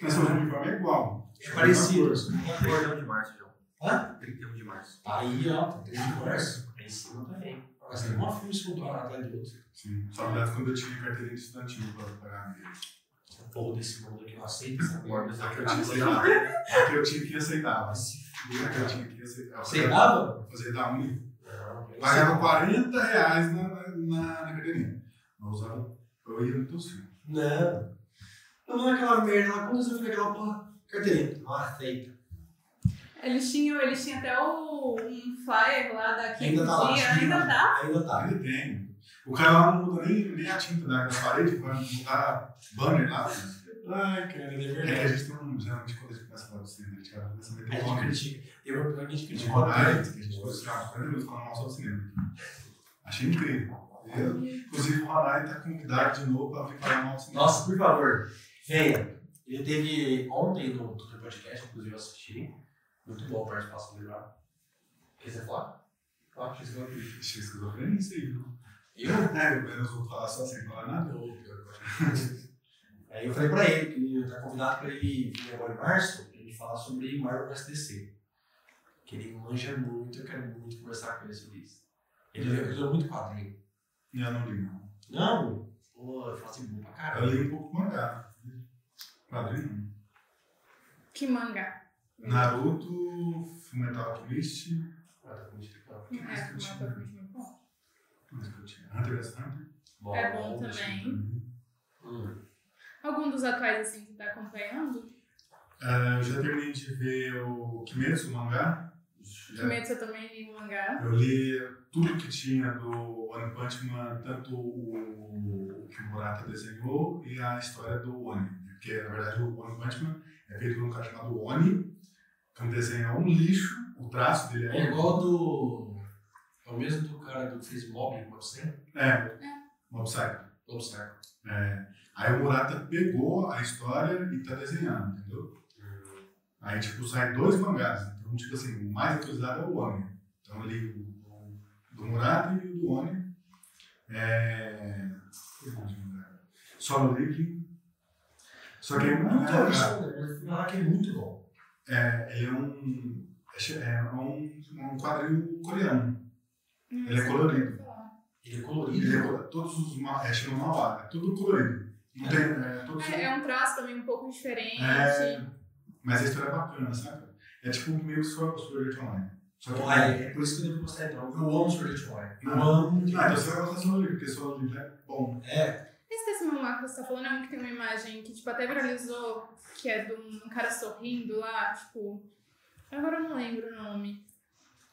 S1: Mas o uniforme é igual.
S3: É parecido.
S4: Acordão de março, João.
S3: Hã?
S4: 31 de março.
S3: Tá aí, ó. Tá 3 de março. Tá em cima também. Mas tem um filme escultural atrás do outro.
S1: Sim. Saudades quando eu tinha carteirinha de estudantil pra pagar a minha.
S3: Essa porra desse mundo aqui não aceita essa merda.
S4: Morbius é
S1: A que
S4: aquele
S1: eu tinha que
S4: que não-
S1: aceitar. A É que eu tinha que aceitar.
S3: Vai
S1: mas
S3: se
S1: A que eu "Ah,
S3: fuder,
S1: tinha que aceitar.
S3: cara. Você dava?
S1: Fazer da unha.
S3: Não. eu
S1: um Pagava
S3: não sei.
S1: 40 reais na, na, na na cadeirinha. Eu usava, eu ia nos teus filhos.
S3: Não. Eu vou naquela merda lá, quando você vai naquela porra, carteirinha. Não aceita.
S2: Eles tinham, eles tinham até o, um flyer lá da
S3: Ainda tá lá,
S2: dia.
S3: acho que
S2: Ainda
S3: não.
S2: dá?
S3: Ainda tá.
S1: Ainda tem. O cara lá não muda nem, nem a tinta da, da parede, vai mudar banner lá.
S3: Ai, cara, é
S1: É que a gente tem um. Geralmente quando a gente começa a falar do cinema, a gente acaba começando a
S3: A
S1: meter
S3: gente
S1: nome.
S3: critica. Tem uma que a gente
S1: A gente
S3: critica.
S1: fala, ah, é, que a gente começa já 40 minutos falando mal só do cinema. Achei incrível. Eu, inclusive o Ronai tá convidado de novo pra vir falar mal do cinema.
S3: Nossa, por favor, venha. Ele teve ontem no Twitter Podcast, inclusive eu assisti. Muito bom a participação dele lá. Quer dizer, falar? Ah, acho que você vai ouvir.
S1: Achei esquizofrenia isso aí, viu?
S3: Eu?
S1: É, eu eu vou falar só sem falar nada.
S3: Não, pior que eu acho. Aí eu falei pra ele que ele tá convidado pra ele vir agora em março pra ele falar sobre Marvel vs DC. Que ele manja muito, eu quero muito conversar com ele sobre isso. Ele leu- ele leu muito quadrinho.
S1: Eu não ligo, não.
S3: Não, pô, eu falo assim, bom pra
S1: Eu
S3: caramba.
S1: li um pouco de mangá. Quadrinho não.
S2: Que mangá.
S1: Naruto, Fullmetal Alchemist,
S3: Ah, tá com muito tempo.
S2: É, uma coisa muito bom.
S1: mas que eu tinha, Hunter x Hunter.
S2: um É bom também.
S3: Hum.
S2: Algum dos atuais, assim, que tá acompanhando?
S1: Ah, eu já terminei de ver o Kimetsu, o mangá. Já-
S2: Kimetsu eu também li o mangá.
S1: eu li tudo que tinha do One Punch Man, tanto o que o Murata desenhou e a história do Oni. Porque, na verdade, o One Punch Man é feito por um cara chamado Oni, que é um desenho é um lixo. O traço dele
S3: É
S1: é.
S3: igual do. É o mesmo do cara do que fez Mob, Mob Psycho.
S1: É. Mob Psycho.
S3: Mob Psycho.
S1: É, aí o Murata pegou a história e tá desenhando, entendeu? Aí, tipo, saem dois mangás. Então, tipo assim, o mais atualizado é o Oni. Então, ali, o, o do Murata e o do Oni. É... que mais mangá? Solo Living. Só que é muito
S3: Muito
S1: legal.
S3: isso, né? Mas falar que é muito bom.
S1: É, ele é um... é che- É um, um quadrinho coreano. Ele é colorido.
S3: Ele é colorido.
S1: Ele é, colo- todos os... ma- É, chama Mauá. É tudo colorido. Não tem... É, todos
S2: É, é um traço também um pouco diferente.
S1: É, mas a história é bacana, sabe? É tipo meio que só o Sword Art Online. Só que
S3: Ah, é, é por isso que eu devo gostar então. Eu amo Sword Art Online. Eu amo
S1: Ah, então
S3: demais.
S1: você vai gostar só do livro, porque só o livro é bom.
S3: É,
S2: Esse desse mangá que você tá falando é um que tem uma imagem que, tipo, até viralizou, que é de um cara sorrindo lá, tipo... Agora eu não lembro o nome.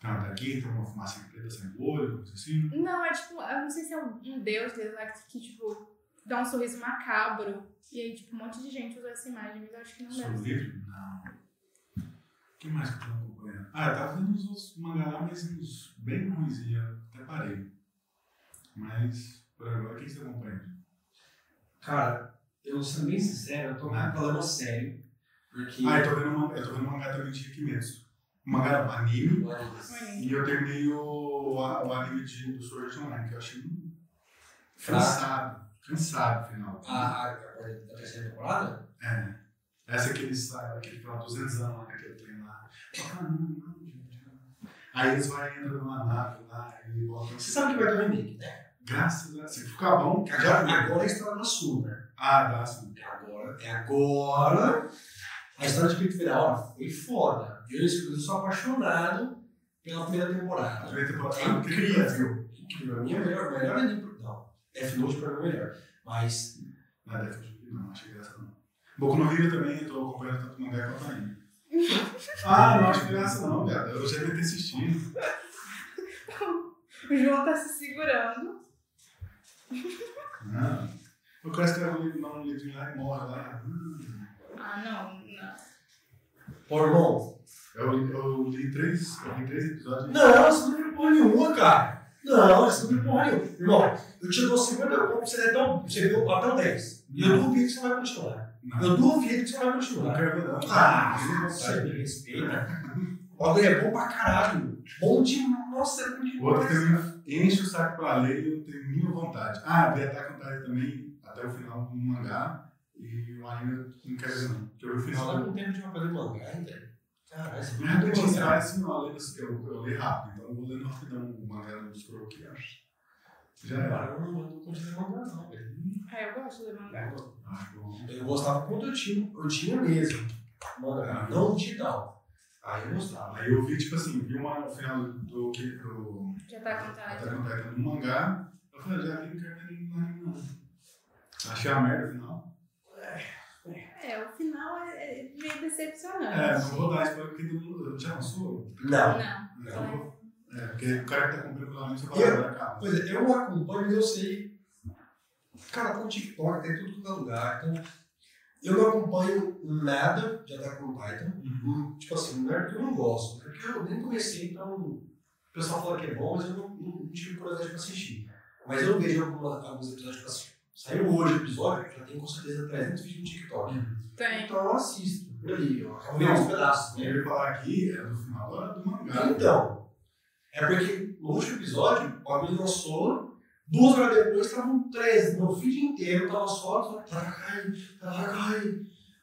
S1: Tá, tá aqui, tem uma fumaça preta saindo do olho, coisa assim.
S2: Não, é tipo, eu não sei se é um um deus deles lá que, que, tipo, dá um sorriso macabro. E aí, tipo, um monte de gente usou essa imagem, mas eu acho que não
S1: Só o
S2: deve ser.
S1: livro? Não. O que mais que eu tô acompanhando? Ah, eu tava vendo uns outros mangá lá, mas uns bem ruins, e eu até parei. Mas, por agora, quem você acompanha?
S3: cara, eu sendo bem sincero, eu tô com um problema sério. Porque.
S1: Ah, eu tô vendo, uma, eu tô vendo um mangá também de Kimetsu. Um mangá anime. E eu terminei o, a- o anime de, do Sword Art Online, que eu achei um- cansado. Cansado, final.
S3: A, a, a terceira temporada?
S1: É. Essa que eles saem, aquele final 200 anos lá, aquele trem lá. Ah, não, não, gente. não. Aí eles vão entrando numa nave lá e voltam.
S3: Você sabe que vai ter um remake, né?
S1: Graças a Deus. Se ficar bom, que
S3: Agora,
S1: já foi.
S3: agora é a história da Sul, né?
S1: Ah, dá sim.
S3: É agora. É agora. A história de Pico Federal foi foda. Eu, eu sou apaixonado pela primeira
S1: A
S3: temporada.
S1: primeira temporada
S3: É
S1: foi incrível.
S3: incrível. Incrível. A minha melhor, melhor anime. pro- Não, Death Note pra mim é o melhor. Mas
S1: Na década de não, achei graça não. Boku no Hero também, eu tô acompanhando tanto mangá quanto anime. Ah, não acho graça não, viado. Eu já devia ter assistido.
S2: O João tá se segurando.
S1: Não. O cara escreve um livro, não, um livro lá e morre lá. Hum.
S2: Ah, não, não.
S3: Pô, irmão.
S1: Eu, eu li três, eu li três episódios.
S3: Não, isso não é porra nenhuma, cara. Não, isso não é porra nenhuma. Irmão, eu te dou 50 pontos pra você dar até um- você deu até um 10. E eu duvido que você vai continuar.
S1: Não,
S3: Eu duvido que você vai
S1: não
S3: continuar.
S1: quero ver não.
S3: Ah,
S1: Eu não
S3: Você
S1: consigo.
S3: me respeita. O bagulho é bom pra caralho. Bom demais. Nossa, é bom
S1: O outro que
S3: demais.
S1: também enche o saco pra ler e eu tenho minha vontade. Ah, vi Attack on Titan também, até o final do mangá. E o anime eu não quero ver não. Porque eu vi o
S3: Final
S1: final
S3: não tem tempo de fazer mangá ainda. Caralho, você
S1: né? Não é que eu tinha ensinado assim, não, eu, leio assim, eu, eu leio rápido, então eu vou lendo rapidão o mangá no escuro aqui, acho. Já era. Hum,
S3: Cara, eu não eu não continuo mangá não, velho.
S2: Ah, eu gosto de ler mangá.
S1: Ah, bom.
S3: Eu gostava quando eu tinha, eu tinha mesmo. Mangá, não digital. Aí eu gostava.
S1: Aí eu vi, tipo assim, vi uma, o final do que do
S2: Já tá contado.
S1: Até quando eu no mangá, eu falei, já vi Carmen no anime, não. Achei a merda final.
S2: É, o final é é meio decepcionante.
S1: É, não vou dar spoiler porque todo mundo já lançou.
S3: Não.
S2: Não.
S1: Então, eu vou- É, porque o cara que tá comprando pelo anime só fala,
S3: Eu?
S1: olha, cara.
S3: Pois é, eu acompanho, mas eu sei. Cara, com TikTok tem tudo quanto é lugar. Então, eu não acompanho nada de Attack on Titan.
S1: Uhum.
S3: Hum, Tipo assim, não é porque eu não gosto, é porque eu nem comecei, então o pessoal fala que é bom, mas eu não, não tive curiosidade pra assistir. Mas eu vejo alguma- alguns episódios pra assistir. Saiu hoje o episódio, já tem com certeza 300 vídeos no TikTok.
S2: Tem.
S3: Então eu assisto, por ali, eu acabo
S1: Não.
S3: vendo uns pedaços,
S1: Eu
S3: né?
S1: ia falar aqui, é do final agora do mangá.
S3: Então, é porque no último episódio, o bagulho lançou, duas horas depois estavam 13, meu feed inteiro tava só, Tarakai, Tarakai.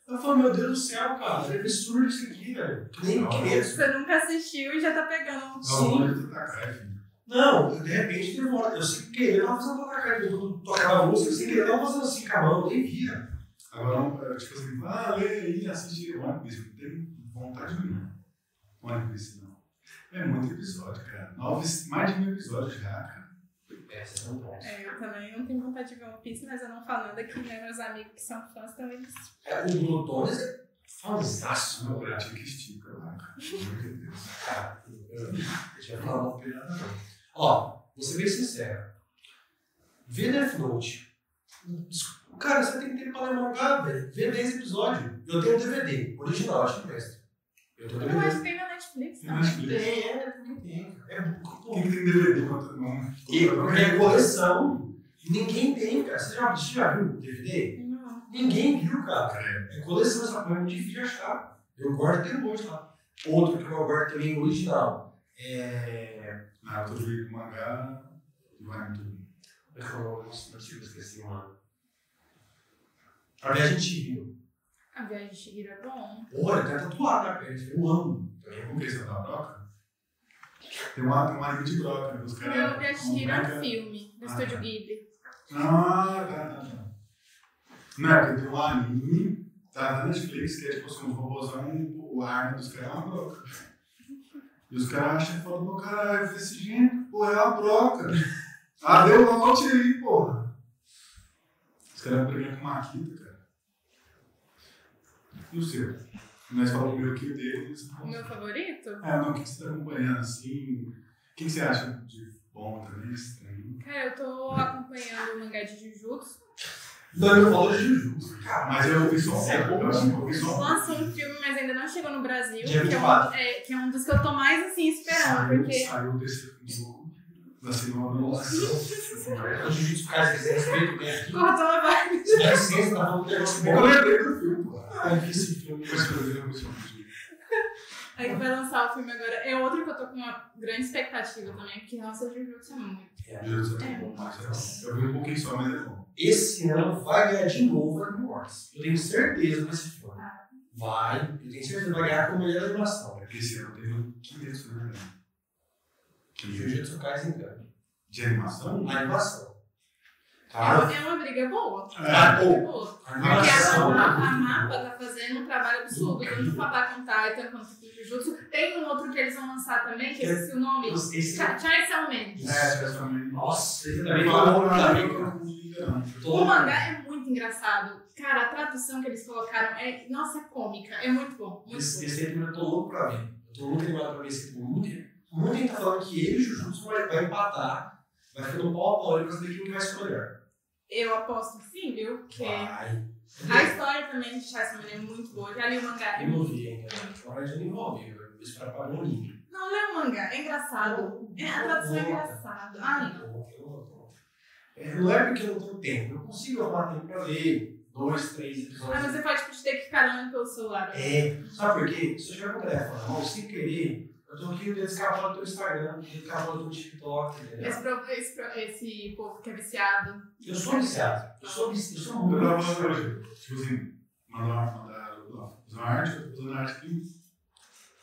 S3: Eu falei, meu Deus do céu, cara, que absurdo isso aqui, velho. Que Nem
S1: Não.
S3: credo.
S2: Você nunca assistiu e já tá pegando.
S1: Não,
S3: Sim.
S1: olha o Takashi.
S3: Não, eu, de repente demora. Eu sem querer, eu tava fazendo pra caralho. Eu tocava a música, sem querer, eu tava fazendo assim com a mão, eu nem via.
S1: Agora, tipo assim, ah, lê aí, assiste One Piece. Não tem vontade nenhuma. One Piece, não. É muito episódio, cara. Nove, mais de mil episódios já, cara.
S3: É, vocês são bons.
S2: É, eu também não tenho vontade de ver One Piece, mas eu não falo nada que né, meus amigos que são fãs também.
S3: É, o Bruno Torres é fanzaço,
S1: Não,
S3: meu
S1: eu
S3: velho.
S1: tinha que esticar lá, cara. Meu Deus.
S3: Cara, eu- Deixa eu falar uma pirada, não. Ó, vou ser bem sincero. Vê Death Note. Cara, você tem que ter pra ler um mangá, velho. Vê 10 episódios. Eu tenho um DVD, original, acho que presta. Eu tenho
S2: Eu
S3: DVD.
S2: acho que tem na Netflix
S1: Tem
S2: também.
S1: Netflix.
S3: Tem, é, também tem. cara. É, pô,
S1: Quem que tem DVD contra não?
S3: E é coleção. Ninguém tem, cara. Você já, você já viu o DVD?
S2: Não.
S3: Ninguém viu, cara. É coleção essa porra, é difícil achar. Eu guardo até hoje lá. Outro que eu guardo também original. É.
S1: Naruto Ah, de mangá e vai muito bem.
S3: Eu não sei, tipo, eu esqueci o nome. A viagem de Chihiro.
S2: A viagem de Shihiro é bom.
S3: Porra, eu tenho tatuado na perna. Eu amo.
S1: Eu comprei é essa da broca. Tem uma, tem uma anime de broca, né? Os
S2: Eu
S1: caras.
S2: vi a Shihiro é
S1: mangá-
S2: um filme do
S1: Ah,
S2: Estúdio
S1: tá.
S2: Ghibli.
S1: Ah, tá, tá, tá. Não, porque tem um anime tá, na Netflix que é tipo assim, um robôzão, o arma dos caras é uma broca. E os caras acham e falam, pô, caralho, desse jeito, pô, é uma broca. Ah, deu um out aí, porra. Os caras brigam com Maquita, cara. E o seu? Nós falamos o meu que o dele, eles
S2: O meu favorito?
S1: É, não, o que que você tá acompanhando assim? O que que você acha de bom também, estranho?
S2: Cara, eu tô acompanhando o mangá de Jujutsu.
S3: Não, eu falo de Juju. Cara,
S1: Mas eu vi só um
S3: Isso é bom,
S1: pouco, eu acho que eu vi só um
S2: Lançou um filme, mas ainda não chegou no Brasil.
S3: Dia
S2: que, é um,
S3: 24.
S2: é, que é um dos que eu tô mais assim esperando.
S1: Saiu,
S2: Porque
S1: saiu desse jogo assim, da semana.
S3: Nossa. O né? Jujutsu, cara, se quiser respeito, tem aqui.
S2: cortou a vibe.
S3: Se dá licença, tá falando um negócio
S1: Eu
S3: bom.
S1: lembrei do filme, pô.
S3: Ah, eu vi esse filme.
S1: Depois que um eu vi, eu vi esse filme.
S2: Aí que vai lançar o filme agora. É outro que eu tô com uma grande expectativa também, porque nossa, Jujutsu é muito.
S1: Jesus, é bom, mas é bom. Eu vi um pouquinho só, mas é bom.
S3: Esse ano vai ganhar de novo a Awards. Eu tenho certeza desse filme. Vai, eu tenho certeza que vai ganhar como melhor animação. né?
S1: É que esse ano teve 500, né? velho? Que
S3: Jujutsu Kaisen engano.
S1: de animação?
S3: A Então, animação. Cara,
S2: É uma briga boa.
S3: Ah,
S2: É boa.
S3: a
S2: Porque a,
S3: animação.
S2: a, a mapa tá fazendo um trabalho absurdo, tanto com Attack on Titan quanto com Jujutsu. Tem um outro que eles vão lançar também,
S3: É.
S2: que eu esqueci o nome.
S3: Esse- esse-
S2: Cha- Chainsaw Man.
S1: É, essa também.
S3: Nossa, ele também
S1: Também
S3: falou
S1: falaram
S3: pra
S1: pra mim que eu
S3: mim.
S1: não vi ainda, não.
S2: O mangá é muito engraçado. Cara, a tradução que eles colocaram é, nossa, é cômica. É muito bom, muito
S3: Esse
S2: bom.
S3: esse filme eu tô louco pra ver. Eu tô muito animado pra ver esse filme. Muito- Muita gente tá falando que ele e o Jujutsu vai, vai empatar. Vai ficar no pau a pau ali pra saber quem vai ser o melhor.
S2: Eu aposto que sim, viu? Porque
S3: Vai.
S2: a história também de Chainsaw Man é muito boa. Eu Já li o mangá. é
S3: Eu não vi ainda. Agora já me envolvi. Eu vou esperar pra Boninho.
S2: Não, lê o mangá, é engraçado. É, a tradução é engraçada. Ah, não.
S3: É, não é porque eu não tenho tempo. Eu consigo arrumar tempo pra ler dois, três
S2: Ah, mas
S3: episódios.
S2: você pode tipo, ter que ficar olhando pelo celular.
S3: É, um sabe por quê? Se eu chegar com o telefone, mal, sem querer, eu tô aqui o dedo escapou do teu Instagram, o dedo escapou do teu TikTok, entendeu?
S2: Esse, pro- esse, pro- esse povo que é viciado.
S3: Eu sou viciado. Eu sou viciado. Eu sou
S1: Eu
S3: muito
S1: tava
S3: viciado.
S1: falando pra ele, tipo assim, mandar, mandar, ó, usar arte, eu tô usando arte aqui.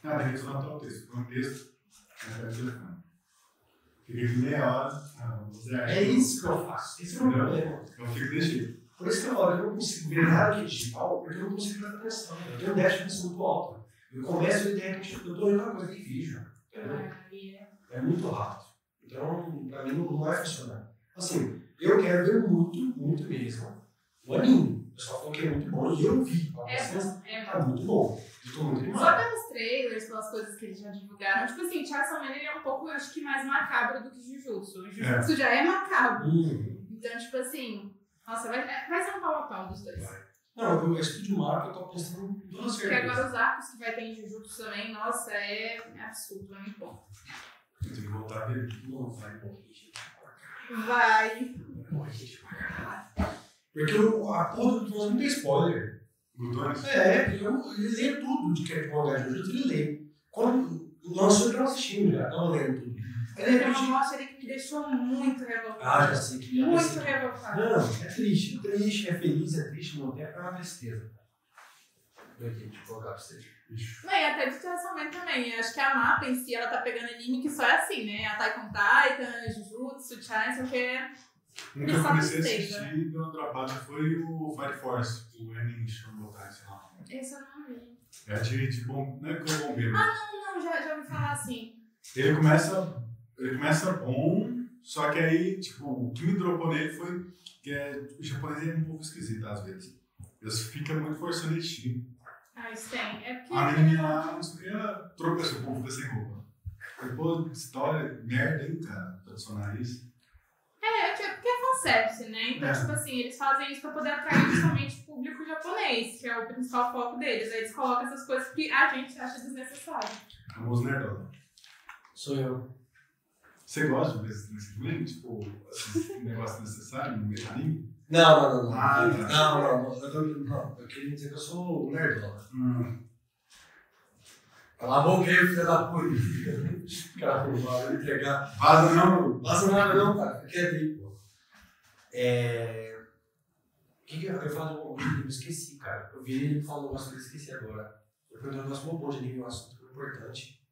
S1: Ah, tem que usar tal texto, põe um texto, aí pega o telefone. Fiquei aqui meia hora, ah, vou usar arte.
S3: É isso que eu faço. Esse é o meu problema.
S1: Eu fico desse jeito.
S3: Por isso que eu falo que eu não consigo ver nada de digital, porque eu não consigo prestar atenção. Eu tenho um déficit de atenção muito alto. Eu começo e de repente eu tô olhando uma coisa que vejo. entendeu?
S2: Aí é-
S3: É muito rápido. Então, pra mim, não vai funcionar. Assim, eu quero ver muito, muito mesmo o anime. O pessoal falou que é muito bom e eu vi. Pra
S2: É
S3: vocês,
S2: bom, é
S3: tá
S2: bom.
S3: muito bom. Eu tô muito
S2: Só
S3: animado.
S2: pelos trailers, pelas coisas que eles já divulgaram. Tipo assim, Chainsaw Man ele é um pouco, eu acho que mais macabro do que Jujutsu. O Jujutsu já é macabro.
S3: Hum.
S2: Então, tipo assim, nossa, vai, vai ser um pau a pau dos dois.
S3: Não, eu estudo mapa, eu tô apostando em todas as
S2: Porque
S3: certezas.
S2: agora os arcos que vai ter em Jujutsu também, nossa, é absurdo, é muito bom.
S1: Eu tenho que voltar a ver.
S3: Não vai morrer, gente.
S2: Vai.
S3: Vai morrer, gente. Vai acabar. Porque o- a porra do Tons não tem spoiler.
S1: Gutones?
S3: É, eu- ele lê tudo de que é de mangá de Jujutsu, ele lê. Quando lançou, eu tava assistindo já, tava lendo tudo. Aí de
S2: Tem uma
S3: repente.
S2: morte ali que me deixou muito
S3: Ah,
S2: revoltada.
S3: já sei que já sei.
S2: muito revoltada.
S3: Não, é triste. Triste, é feliz, é triste, não tem. É uma besteira. Vem aqui, deixa eu colocar pra vocês.
S2: Não, e até de tratamento também. Eu Acho que a mapa em si, ela tá pegando anime que só é assim, né? A Taikon Titan, Jujutsu, Chainsaw, que é...
S1: Nunca
S2: Ele só
S1: Um comecei a
S2: festeja.
S1: assistir, deu uma dropada, foi o Fire Force, o Enem Shogotai, sei lá.
S2: Esse eu não vi.
S1: É de, de bom, não é que é um bombeiro.
S2: Não, não, já, já ouvi falar assim.
S1: Ele começa, ele começa bom, só que aí, tipo, o que me dropou nele foi que é, o japonês é um pouco esquisito às vezes. Eles ficam muito forçando ele xingo.
S2: Ah, isso tem. É porque...
S1: A menina lá, não sei o que, ela tropeçou, o povo fica sem roupa. Falei, Pô, história, merda, hein, cara, tradicionar isso.
S2: É, que- porque é fanservice, né? Então,
S1: É.
S2: tipo assim, eles fazem isso pra poder atrair justamente o público japonês, que é o principal foco deles. Aí eles colocam essas coisas que a gente acha desnecessário.
S1: Famoso nerdola.
S3: Sou eu.
S1: Você gosta de ver esse trem também? Tipo, esses negócios necessários no meio do anime?
S3: Não, não, não. Não,
S1: Ah, tá.
S3: não, não. não, eu, tô- não, eu queria dizer que eu sou um nerdola.
S1: Hum.
S3: Cala a boca aí, filha da puta. Cara, pô, vai entregar.
S1: Vaza não!
S3: Vaza nada não, cara. Quer ver, pô. É... O um que que eu, eu falo? Eu esqueci, cara. Eu vi ele falou um negócio que eu esqueci agora. Eu perguntei um negócio bom de anime, um assunto importante.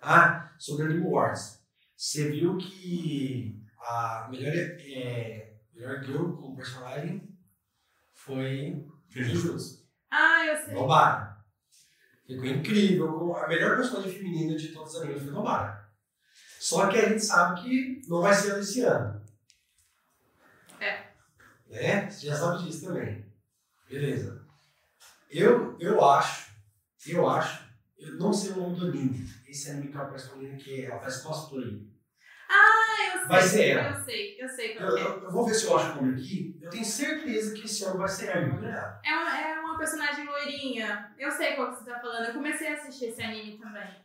S3: Ah, sobre Anime Wars. Você viu que a melhor, é, melhor girl como personagem foi Jujutsu.
S2: Ah, eu sei.
S3: Nobara. Ficou incrível. como A melhor personagem feminina de todos os animes foi Nobara. Só que a gente sabe que não vai ser ela esse ano.
S2: É.
S3: Né? Você já sabe disso também. Beleza. Eu, eu acho, eu acho, eu não sei o nome do anime. Esse anime que é uma personagem que ela faz cosplay.
S2: Ah, eu sei.
S3: Vai ser ela.
S2: Eu sei, eu sei
S3: Eu,
S2: qual que é.
S3: eu- eu vou ver se eu acho o nome aqui. Eu tenho certeza que esse ano vai ser né? ela que vai ganhar.
S2: É uma, é uma personagem loirinha. Eu sei qual que você tá falando. Eu comecei a assistir esse anime também.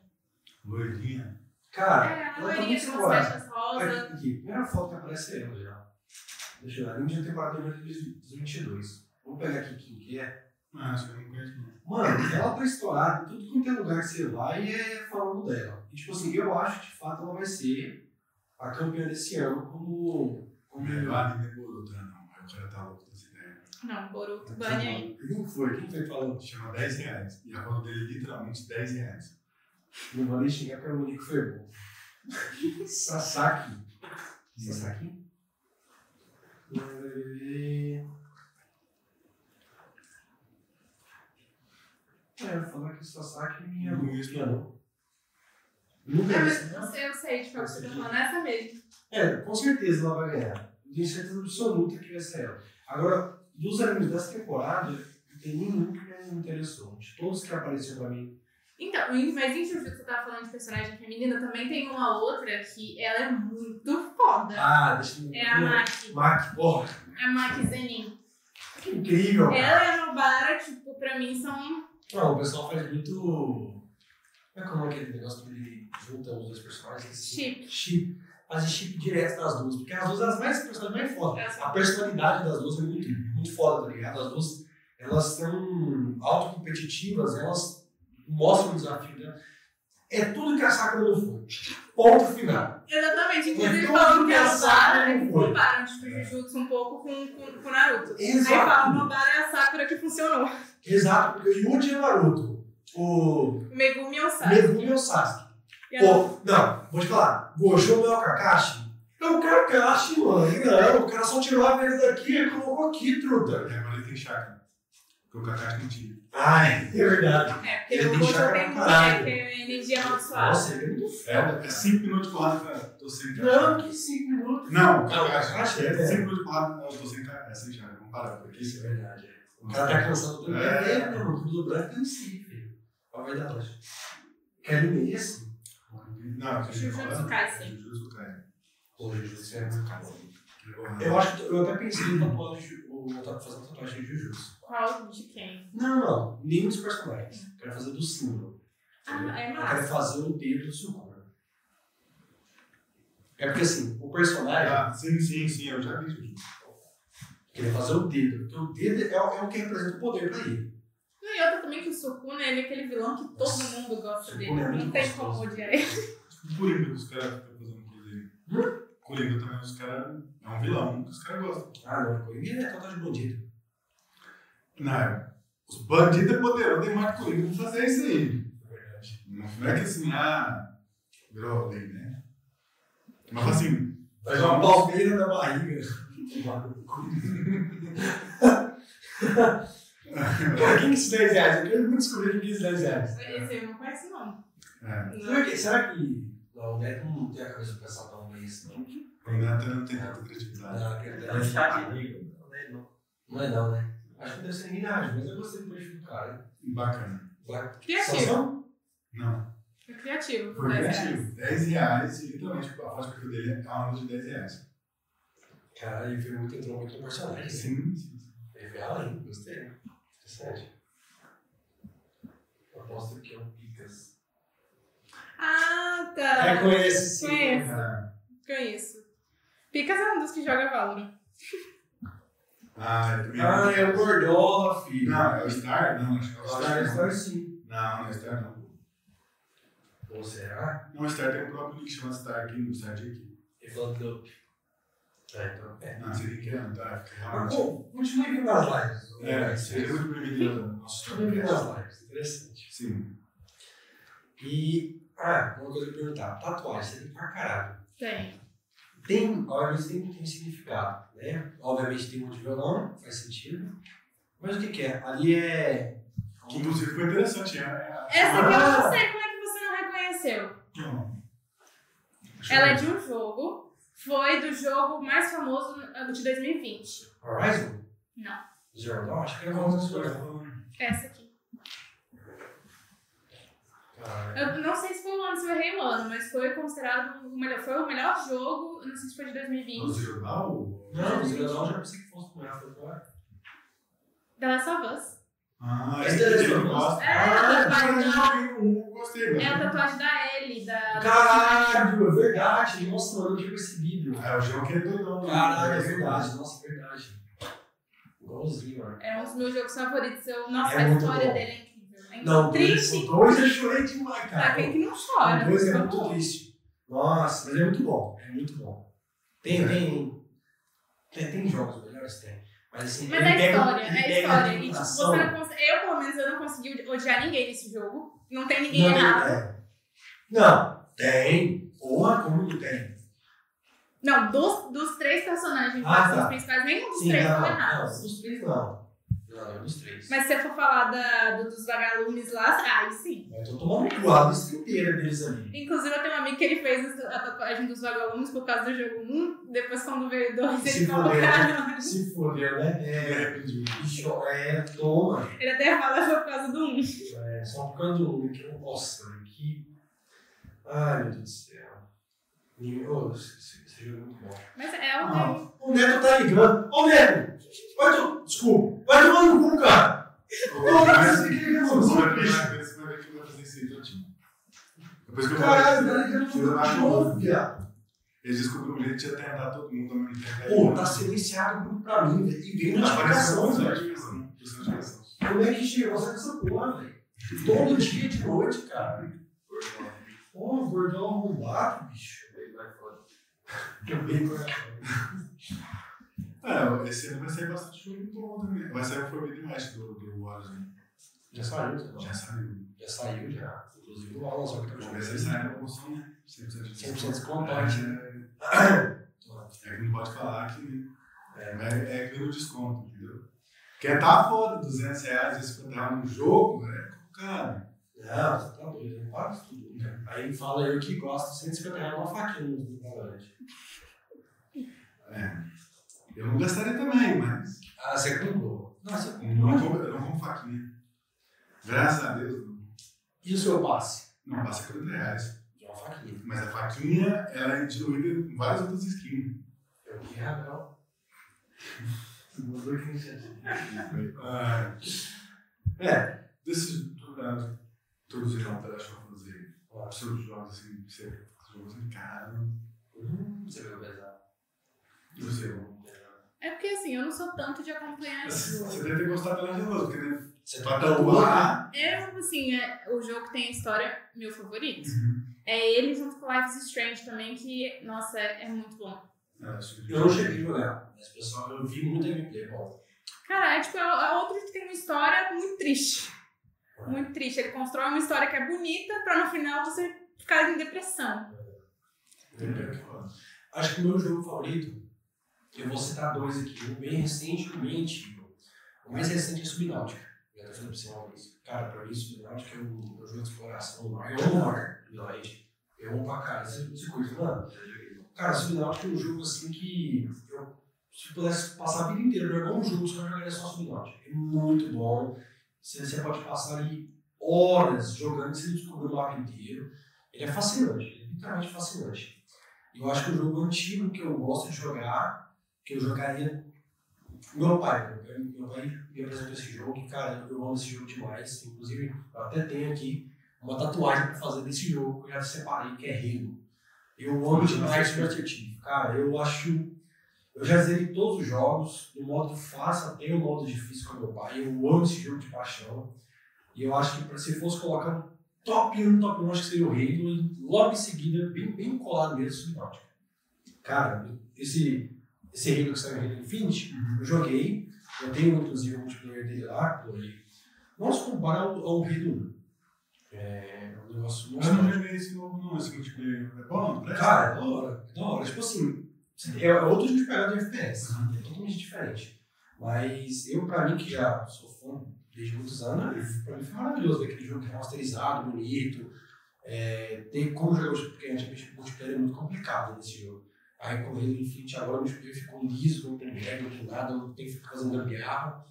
S1: Loirinha.
S3: Cara,
S2: É, uma
S3: Ah, eu tô
S2: loirinha
S3: muito
S2: com
S3: fora.
S2: umas flechas rosa.
S3: Aqui, aqui, primeira foto que aparece é ela já. Deixa eu ver, anime de temporada 2022. Vamos pegar aqui quem que é.
S1: Ah, acho que eu não conheço não.
S3: Mano, ela tá estourada, tudo quanto é lugar que você vai é falando dela. E tipo assim, eu acho que de fato ela vai ser a campeã desse ano como. como
S1: Melhor anime é Boruto, ah, não. Aí o cara tá louco dessa ideia.
S2: Não,
S3: tá
S2: Boruto, bane aí.
S3: Quem foi? Quem foi que falou?
S1: Chama 10 reais. E a roda dele é literalmente 10 reais.
S3: Não vou nem xingar porque eu não digo que foi bom. Sasaki. Sasaki? É, falar que o Sasaki é me
S1: Não conheço,
S3: não. Nunca
S2: Ah,
S3: disse,
S2: mas
S3: né?
S2: eu sei, eu sei de qual que você tá falando. Essa mesmo.
S3: É, com certeza ela vai ganhar. Eu tenho certeza absoluta que vai ser ela. Agora, dos animes dessa temporada, não tem nenhum que me interessou. De todos que apareceram pra mim.
S2: Então, em- mas em Jujutsu você tava falando de personagem feminina, também tem uma outra que ela é muito foda.
S3: Ah, deixa eu
S2: É a Maki.
S3: Mac, porra,
S2: A Maki Zenin.
S3: que incrível! cara.
S2: Ela e a Nobara, tipo, pra mim são.
S3: Não, o pessoal faz muito. Como é que é aquele negócio que ele junta os dois personagens? Esse
S2: Chip.
S3: Chip. Fazer chip direto das duas. Porque as duas elas mais personagens mais foda.
S2: Elas são-
S3: A personalidade das duas é muito, muito foda, tá ligado? As duas elas são autocompetitivas, elas mostram o desafio dela. É tudo que a Sakura não foi. Ponto final.
S2: Exatamente, inclusive
S3: Então,
S2: falam que a
S3: engraçado,
S2: Nobara
S3: né?
S2: comparam tipo, Jujutsu um pouco com, com, com Naruto.
S3: Exato.
S2: Aí falam, Nobara é a Sakura que funcionou.
S3: Exato, porque o Yuji é o Naruto. O
S2: O Megumi é o Sasuke.
S3: Megumi é o Sasuke.
S2: E a
S3: Pô, não, vou te falar. Gojo não é o Kakashi? É o Kakashi, mano. Não, o cara só tirou a venda daqui e colocou aqui, truta.
S1: E agora ele tem chácara. Porque o Kakashi não tinha.
S3: Ai, é verdade.
S2: É, porque
S3: Ele
S2: o
S3: tem
S2: Gojo
S3: chakra
S2: tem um
S3: pra caralho.
S2: poder que é energia amaldiçoada.
S3: Nossa, ele é muito foda,
S1: É
S3: cara.
S1: 5 minutos de porrada, cara. Tô sem chácara.
S3: Não, que cinco minutos.
S1: Não, o
S3: Não, o
S1: Kakashi.
S3: Kakashi é,
S1: 5
S3: é.
S1: minutos de porrada, não, eu tô sem chácara. É sem chácara. Vamos parar por aqui.
S3: Isso é verdade. é. O cara tá cansado também.
S1: É.
S3: É, mano. O do branco tem um si, filho. Qual vai dar hoje? Que anime é esse?
S1: Não, o que a gente tá
S2: Jujutsu
S1: falando?
S2: Kaisen.
S1: Jujutsu Kaisen.
S3: Pô, Jujutsu
S4: um
S3: é muito caro.
S1: Que porrada.
S3: Eu acho que eu até pensei em tatuar o Ju- o- tatu- fazer uma tatuagem de Jujutsu.
S2: Qual de quem?
S3: Não, não. Nenhum dos personagens. Quero fazer do símbolo.
S2: Ah, é
S3: Eu quero
S2: massa.
S3: fazer o dedo do Sukuna. É porque assim, o personagem
S1: Ah, sim, sim, sim, eu já vi Jujutsu.
S3: queria fazer o dedo. Porque o dedo é, o- é o que representa o poder pra ele.
S2: Não, e outra também que o Sukuna, ele é aquele vilão que todo
S3: Nossa,
S2: mundo gosta dele.
S3: Sukuna é muito
S2: Não tem
S3: gostoso.
S2: como odiar ele.
S1: O Coringa que os caras ficam fazendo coisa aí.
S3: Hum?
S1: Coringa também, os caras. É um vilão que os caras gostam.
S3: Ah, não. Coringa é total de bandido.
S1: Não, né? os bandidos é poderoso e Marco Coringa vão fazer isso aí. Não é que assim, ah, virou lei, né? Mas assim,
S3: Faz uma palmeira na barriga. Pô, quem que se 10 reais? Eu quero muito descobrir quem que se 10 reais.
S2: Esse eu não conheço, não.
S1: é,
S3: Será
S2: Não.
S3: que, será que não, né? não tem a cabeça pra pensar tão bem isso, não?
S1: o Renata não tem tanta criatividade.
S3: Não, aquele
S4: Ela está de liga. Não é, não.
S3: Não é não, né? Acho que deve ser guinagem, mas eu gostei do perfil do cara.
S1: Bacana.
S3: Vai.
S2: Criativo.
S3: Só-
S1: Não,
S2: É criativo.
S1: foi
S2: mas é.
S1: criativo. 10 reais e literalmente a foto perfil dele é a onda de 10 reais.
S3: Cara, ele foi muito entrou muito no É personagem. Sim.
S1: Sim, sim.
S3: Ele foi além, gostei. Interessante. Eu aposto que é um Picas.
S2: Ah, tá.
S3: É, conheço, sim.
S2: Conheço.
S1: É.
S2: Conheço. Picas é um dos que joga Valorant.
S1: Ah, eu também
S3: Ah,
S1: acho.
S3: é o Gordola, filho.
S1: Não, é o Star? Não, acho que é o
S3: Agora
S1: Star.
S3: eles estão assim.
S1: Não, não é o Star não.
S3: Ou será?
S1: Não, o Star tem o próprio nick que chama Star aqui no site aqui.
S3: Ele falou que eu. É, então. É.
S1: Não, seria que não, tá? Porque realmente-
S3: Bom, muito bem-vindo às lives.
S1: É, seria muito bem-vindo ao nosso
S3: Muito bem-vindo
S1: podcast.
S3: às lives. Interessante.
S1: Sim.
S3: E. Ah, uma coisa que eu ia perguntar. Tatuagem, você tem pra caralho.
S2: Tem.
S3: Tem, obviamente, tem, tem significado, né? Obviamente tem um de violão, faz sentido. Mas o que que é? Ali é...
S1: Que Então, inclusive foi interessante, é. é-
S2: Essa aqui eu
S3: Ah!
S2: não sei como é que você não reconheceu.
S1: Não. Deixa eu
S2: Ela é
S1: ver.
S2: de um jogo. Foi do jogo mais famoso ah, de 2020.
S3: Horizon?
S2: Não.
S3: Zero Dawn?
S2: é
S3: Acho que era
S1: é Como
S3: Horizon
S1: se
S3: Zero
S1: fosse- um
S3: Dawn.
S2: Essa aqui.
S3: Caralho.
S2: Eu não sei se foi o ano, se eu errei o ano, mas foi considerado o melhor. Foi o melhor jogo, não sei se foi de 2020.
S1: Você jogar o.
S3: Não, Zero Dawn eu já pensei que fosse com ela agora.
S2: The Last of Us.
S1: Ah,
S3: Esse
S1: esse
S3: daí
S1: que
S3: eu
S1: eu
S3: gosto.
S1: gosto. Ah,
S2: É, a tatuagem da-
S1: eu gostei, né?
S2: é a
S1: velho.
S2: tatuagem da Ellie, da.
S3: Caralho, é verdade. Nossa, mano, eu tive esse vídeo.
S1: É o jogo que é doidão. né?
S3: Caralho, é verdade. Nossa, é verdade. Igualzinho, mano.
S2: É um dos meus jogos favoritos. Eu, nossa,
S3: É
S2: a
S3: muito
S2: história
S3: bom.
S2: dele é incrível. É
S3: Não,
S2: triste.
S3: o dois eu chorei demais,
S2: Tá,
S3: cara.
S2: quem que não
S3: O
S2: chora?
S3: dois é
S2: por
S3: muito
S2: favor.
S3: triste. Nossa, mas é muito bom. É muito bom. Tem, tem, tem, tem jogos melhores, tem. Mas assim,
S2: Mas
S3: ele
S2: é a
S3: pega-
S2: história,
S3: ele
S2: é a
S3: pega
S2: história. E, tipo,
S3: tentação.
S2: você não consegue, eu, pelo menos, eu não consegui odiar ninguém nesse jogo. Não tem ninguém
S3: Não,
S2: errado.
S3: é. Não, tem. Porra, como que tem?
S2: Não, dos, dos três personagens
S3: Ah,
S2: dos
S3: tá.
S2: principais, nenhum dos
S3: Sim,
S2: três
S3: não,
S2: foi
S3: não,
S2: errado.
S3: os três não. Não, não, os três.
S2: Mas se você for falar da- do- dos vagalumes lá, aí sim.
S3: Eu tô tomando guarda a lista inteira deles ali.
S2: Inclusive, eu tenho um amigo que ele fez a tatuagem dos vagalumes por causa do jogo 1. Depois, quando veio 2,
S3: Se
S2: ele falou, "Ah,
S3: fuder.
S2: cara.
S3: Se foder,
S1: Eu
S3: né?
S1: me
S3: É,
S1: arrependi.
S3: bicho, é, toma.
S2: Ele até fala foi por causa do 1.
S3: É, só por causa do que eu nossa, mano, que. Ai, meu Deus do céu. Ninguém- Ô, esse- esse esse jogo é muito bom.
S2: Mas é o
S3: Ah,
S2: jogo.
S3: o Neto tá ligando. Ô, Neto! Vai tu... Desculpa. Vai tomar no cu, cara. Ô,
S1: Mas- assim,
S3: Neto, você
S1: Você
S3: quer ver
S1: vai
S3: o
S1: ver,
S3: bicho?
S1: vai ver, você vai ver que vai fazer isso aí, Tadinho. Depois que eu né?
S3: Caralho,
S1: falei,
S3: tá
S1: Você
S3: ligando
S1: vai
S3: tudo de
S1: achar
S3: novo,
S1: um-
S3: viado.
S1: Eles descobriram um jeito de atentar todo mundo ao mesmo tempo.
S3: Pô, tá né? silenciado o grupo pra mim, velho. E vem
S1: Tá parecendo né?
S3: notificação,
S1: uma
S3: velho.
S1: notificação, precisa de notificação.
S3: Como é que chegou essa porra, velho? Todo dia de noite, cara. Pô, gordão arrombado, bicho.
S4: Ele vai fora.
S3: Eu bem com ela.
S1: É, esse ano vai sair bastante jogo bom também. Vai sair o Forbidden West do, do Warzone.
S3: Já saiu, tá bom?
S1: Já saiu.
S3: Já saiu, já. Inclusive o Alan, só que tá
S1: Vamos ver se sai na promoção, né? 100% de
S3: 100% descontante,
S1: É, é que não pode falar que né?
S3: É,
S1: é, é que vira o desconto, entendeu? Porque tá foda, 200 reais, esse pra dar um jogo, é cara.
S3: Não, você tá doido, não paga isso tudo. né? Aí fala eu que gosto, 150 reais uma faquinha né? no Valorant.
S1: Eu não gastaria também, mas.
S3: Ah, você comprou. Não, você
S1: Não
S3: comprou.
S1: como, eu não como faquinha. Graças a Deus, não.
S3: E o seu passe?
S1: Não, passa 40 reais.
S3: De uma faquinha.
S1: Mas a faquinha, ela é diluída com várias outras skins.
S3: Eu É que rabel. Mudou que iniciativa.
S1: Ah,
S3: É.
S1: desses ah, todos os jogos da Champions League,
S3: Ó,
S1: absolutos jogos assim, que você jogou assim, cara.
S3: hum, Você veio pesado.
S1: E você?
S2: É porque assim, eu não sou tanto de acompanhar jogo.
S1: Você deve ter gostado pela relógio, porque né?
S3: Você
S1: Você
S3: tá
S1: tá
S3: tão
S1: lá.
S2: Eu, assim, é, o jogo tem a história, meu favorito.
S1: Uhum.
S2: É ele junto com Life is Strange também, que, nossa, é é muito bom.
S3: Eu não cheguei a jogar, mas pessoal, eu vi muita gameplay, bom.
S2: Cara, é tipo, é, é outro que tem uma história muito triste. Muito triste. Ele constrói uma história que é bonita pra no final você ficar em depressão.
S1: É,
S3: Acho que o meu jogo favorito, eu vou citar dois aqui, um bem recente e um bem antigo. O mais recente é Subnáutica. Eu até falei pra você uma vez. Cara, pra mim, Subnáutica é um, um jogo de exploração. no mar. Eu amo o mar, Lloyd. Eu amo pra cara. Você, você curte, mano?
S4: Já joguei.
S3: Cara, Subnáutica é um jogo assim que eu, se eu pudesse passar a vida inteira jogando um jogo, só jogaria só Subnáutica. É muito bom. Você, você pode passar ali horas jogando sem descobrir o mapa inteiro. Ele é fascinante, ele é literalmente fascinante. E eu acho que o jogo antigo que eu gosto de jogar, que eu jogaria. Meu pai, meu pai- meu pai me apresentou esse jogo, e cara, eu amo esse jogo demais. Inclusive, eu até tenho aqui uma tatuagem pra fazer desse jogo que eu já separei, que é Halo. Eu amo demais o Master Chief, cara. Eu acho. Eu já zerei todos os jogos, do modo fácil até o modo difícil com meu pai. Eu amo esse jogo de paixão. E eu acho que pra- se fosse colocar um top 1, top 1, acho que seria o Halo. E logo em seguida, bem, bem colado mesmo, Subnautica. Cara, esse, esse Halo que saiu, Halo Infinity, eu joguei. Eu tenho, inclusive, o multiplayer dele lá. pô, e um Não se compara ao, ao Halo 1. É um negócio
S1: Eu não
S3: monstruoso.
S1: joguei esse novo, não, esse multiplayer. É bom? Presta?
S3: Cara, é da hora, é da hora. Tipo assim, é é outro tipo de pegada de FPS, é totalmente diferente. Mas eu, pra mim, que já sou fã desde muitos anos, pra mim foi maravilhoso ver aquele jogo que é remasterizado, bonito. É, tem como jogar, hoje, porque antigamente o multiplayer é muito complicado nesse jogo. Aí com o Halo Infinite agora o multiplayer ficou liso, não tem regra, não tem nada, não tem que ficar fazendo gambiarra.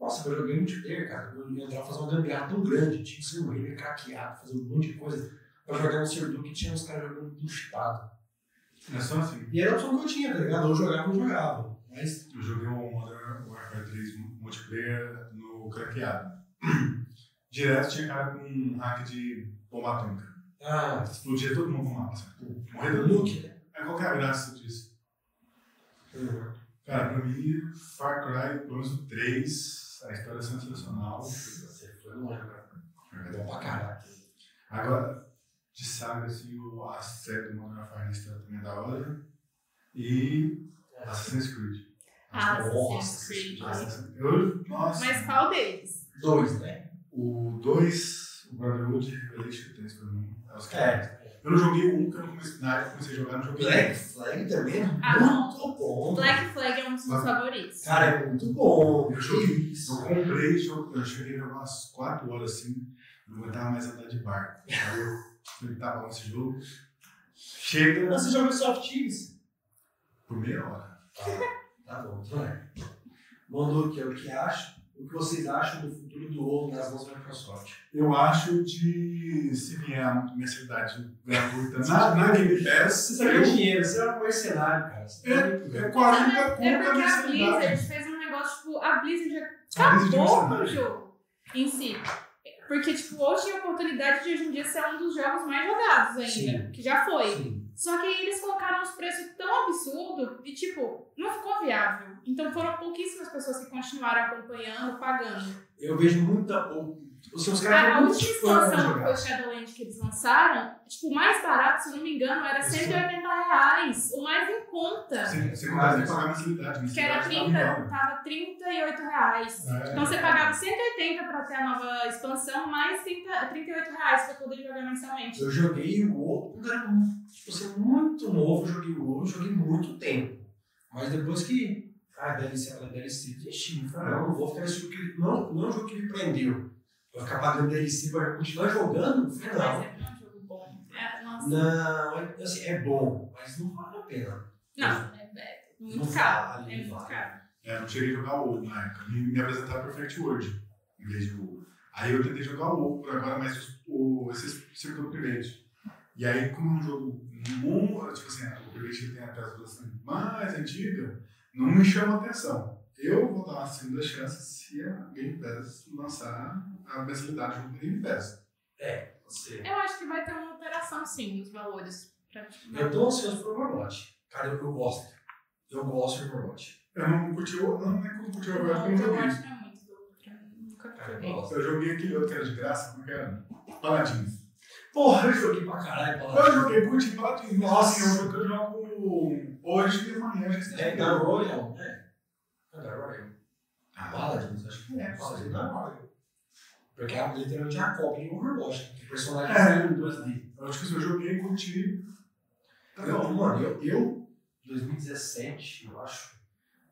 S3: Nossa, eu joguei multiplayer, cara. Eu ia entrar fazer uma gambiarra tão grande, tinha que ser um Halo craqueado, fazer um monte de coisa pra jogar no servidor que tinha uns caras jogando puxado.
S1: É só assim.
S3: E era a opção que eu tinha, tá ligado? Ou jogava ou jogava. Mas
S1: Eu joguei o Modern Warfare 3 multiplayer no craqueado. Direto tinha cara com um hack de bomba atômica.
S3: ah,
S1: Explodia todo mundo no mapa. sabe? Morrer
S3: o
S1: todo mundo.
S3: look, né?
S1: Aí qual que é a graça disso? Cara, pra mim, Far Cry, pelo menos o 3, a história é sensacional.
S3: Você foi longe, cara. É bom pra caralho.
S1: Agora, de saga, assim, o- a série do Modern Warfare está também é da hora. E Assassin's Creed.
S2: Ah,
S3: Nossa,
S2: Assassin's Creed.
S1: Assassin's- Eu, nossa.
S2: Ah, Mas qual deles?
S3: Dois, né?
S1: O 2, o Brotherhood e Revelation 3 pra mim. É os que
S3: É.
S1: Eu não joguei o 1, que eu não comecei, na época que eu comecei a jogar, eu não joguei.
S3: Black Flag também é
S2: Ah, não.
S3: muito bom.
S2: Black Flag é um dos meus favoritos.
S3: Cara, é muito bom.
S1: Eu
S3: joguei
S1: Eu comprei, jo- eu cheguei a jogar umas 4 horas assim, não aguentava mais andar de barco. Aí eu falei, tá bom esse jogo. Chega
S3: Você jogou Soft Teams?
S1: por meia hora.
S3: Tá bom, então é. Mandou aqui, é o que acho, o que vocês acham do futuro do ouro nas mãos da Microsoft.
S1: Eu acho de se vier a mensalidade gratuita na, na Game Pass,
S3: Você
S1: eu-
S3: sabe dinheiro, você é um mercenário, cara. Você tá muito bem.
S1: é
S2: Ah,
S1: 40
S2: mas É
S1: conto a
S2: porque a
S1: mensalidade.
S2: Blizzard fez um negócio, tipo, a Blizzard
S1: A Blizzard
S3: um
S2: acabou com o
S1: mercenária.
S2: jogo em si. Porque, tipo, hoje tem a oportunidade de hoje em dia ser um dos jogos mais jogados ainda,
S3: Sim.
S2: que já foi.
S3: Sim.
S2: Só que aí eles colocaram os preços tão absurdos e, tipo, não ficou viável. Então foram pouquíssimas pessoas que continuaram acompanhando, pagando.
S3: Eu vejo muita pouco. Os seus caras
S2: A
S3: são É muito
S2: última
S3: fãs de
S2: expansão que foi
S3: jogar.
S2: o Shadowland que eles lançaram, tipo, o mais barato, se eu não me engano, era R$
S1: Isso.
S2: 180 reais. O mais em conta.
S1: Você, você começa a pagar mensalidade.
S2: Que era
S1: mensalidade
S2: 30,
S1: tá legal.
S2: tava 38 reais.
S1: É.
S2: Então você pagava 180 pra ter a nova expansão, mais 30, 38 reais pra poder jogar mensalmente.
S3: Eu joguei o WoW quando era mu- tipo assim, muito novo, eu joguei o WoW, joguei muito tempo. Mas depois que. Ah, DLC, aquela DLC, vixe, eu falei, não, não vou ficar nesse jogo que. Não, não é um jogo que me prendeu. Eu ficar pagando DLC pra continuar jogando? Eu falei,
S2: Mas
S3: não.
S2: é um jogo bom. É, nossa.
S3: Não, é- assim, é bom, mas não vale a pena.
S2: Não, é, é muito
S3: Não
S2: caro.
S3: vale,
S2: é
S3: não
S2: muito
S3: vale.
S2: caro.
S1: É, eu não cheguei a jogar o WoW na época. Me, me apresentaram Perfect World em vez de WoW. Aí eu tentei jogar o WoW por agora, mas os- o, esse servidor private. E aí, como é um jogo muito. Tipo assim, o private tem a classificação assim, mais antiga, não me chama atenção. Eu vou dar uma segunda chance se a Game Pass lançar a mensalidade junto com a Game Pass.
S3: É, você.
S2: Eu acho que vai ter uma alteração sim nos valores. Pra... tipo,
S3: Eu tô ansioso pro Overwatch. Cara, eu, eu gosto. Eu gosto de Overwatch.
S1: Eu não curti o. Não, não é que eu não curti o
S2: Não,
S1: agora, eu não
S2: eu
S1: joguei.
S2: acho que não é muito do outro. eu Nunca
S3: Cara, eu
S2: joguei.
S3: gosto.
S1: Eu joguei aquele outro que era de graça, como é que era? Paladins.
S3: Porra, eu joguei pra caralho.
S1: Eu
S3: Paladino.
S1: joguei Putin e Paladino.
S3: Nossa.
S1: Nossa, eu eu jogo hoje e amanhã já está
S3: É Battle Royale, né? É Battle Royale.
S1: Ah,
S3: Paladins, acho que é. Paladins é
S1: Paladins.
S3: Battle Royale. Porque é literalmente a cópia de Overwatch. né? Que personagem
S1: É.
S3: saiu em 2D.
S1: eu acho que eu joguei, curti. Tá
S3: eu,
S1: bom.
S3: mano, eu, eu, 2017, eu acho,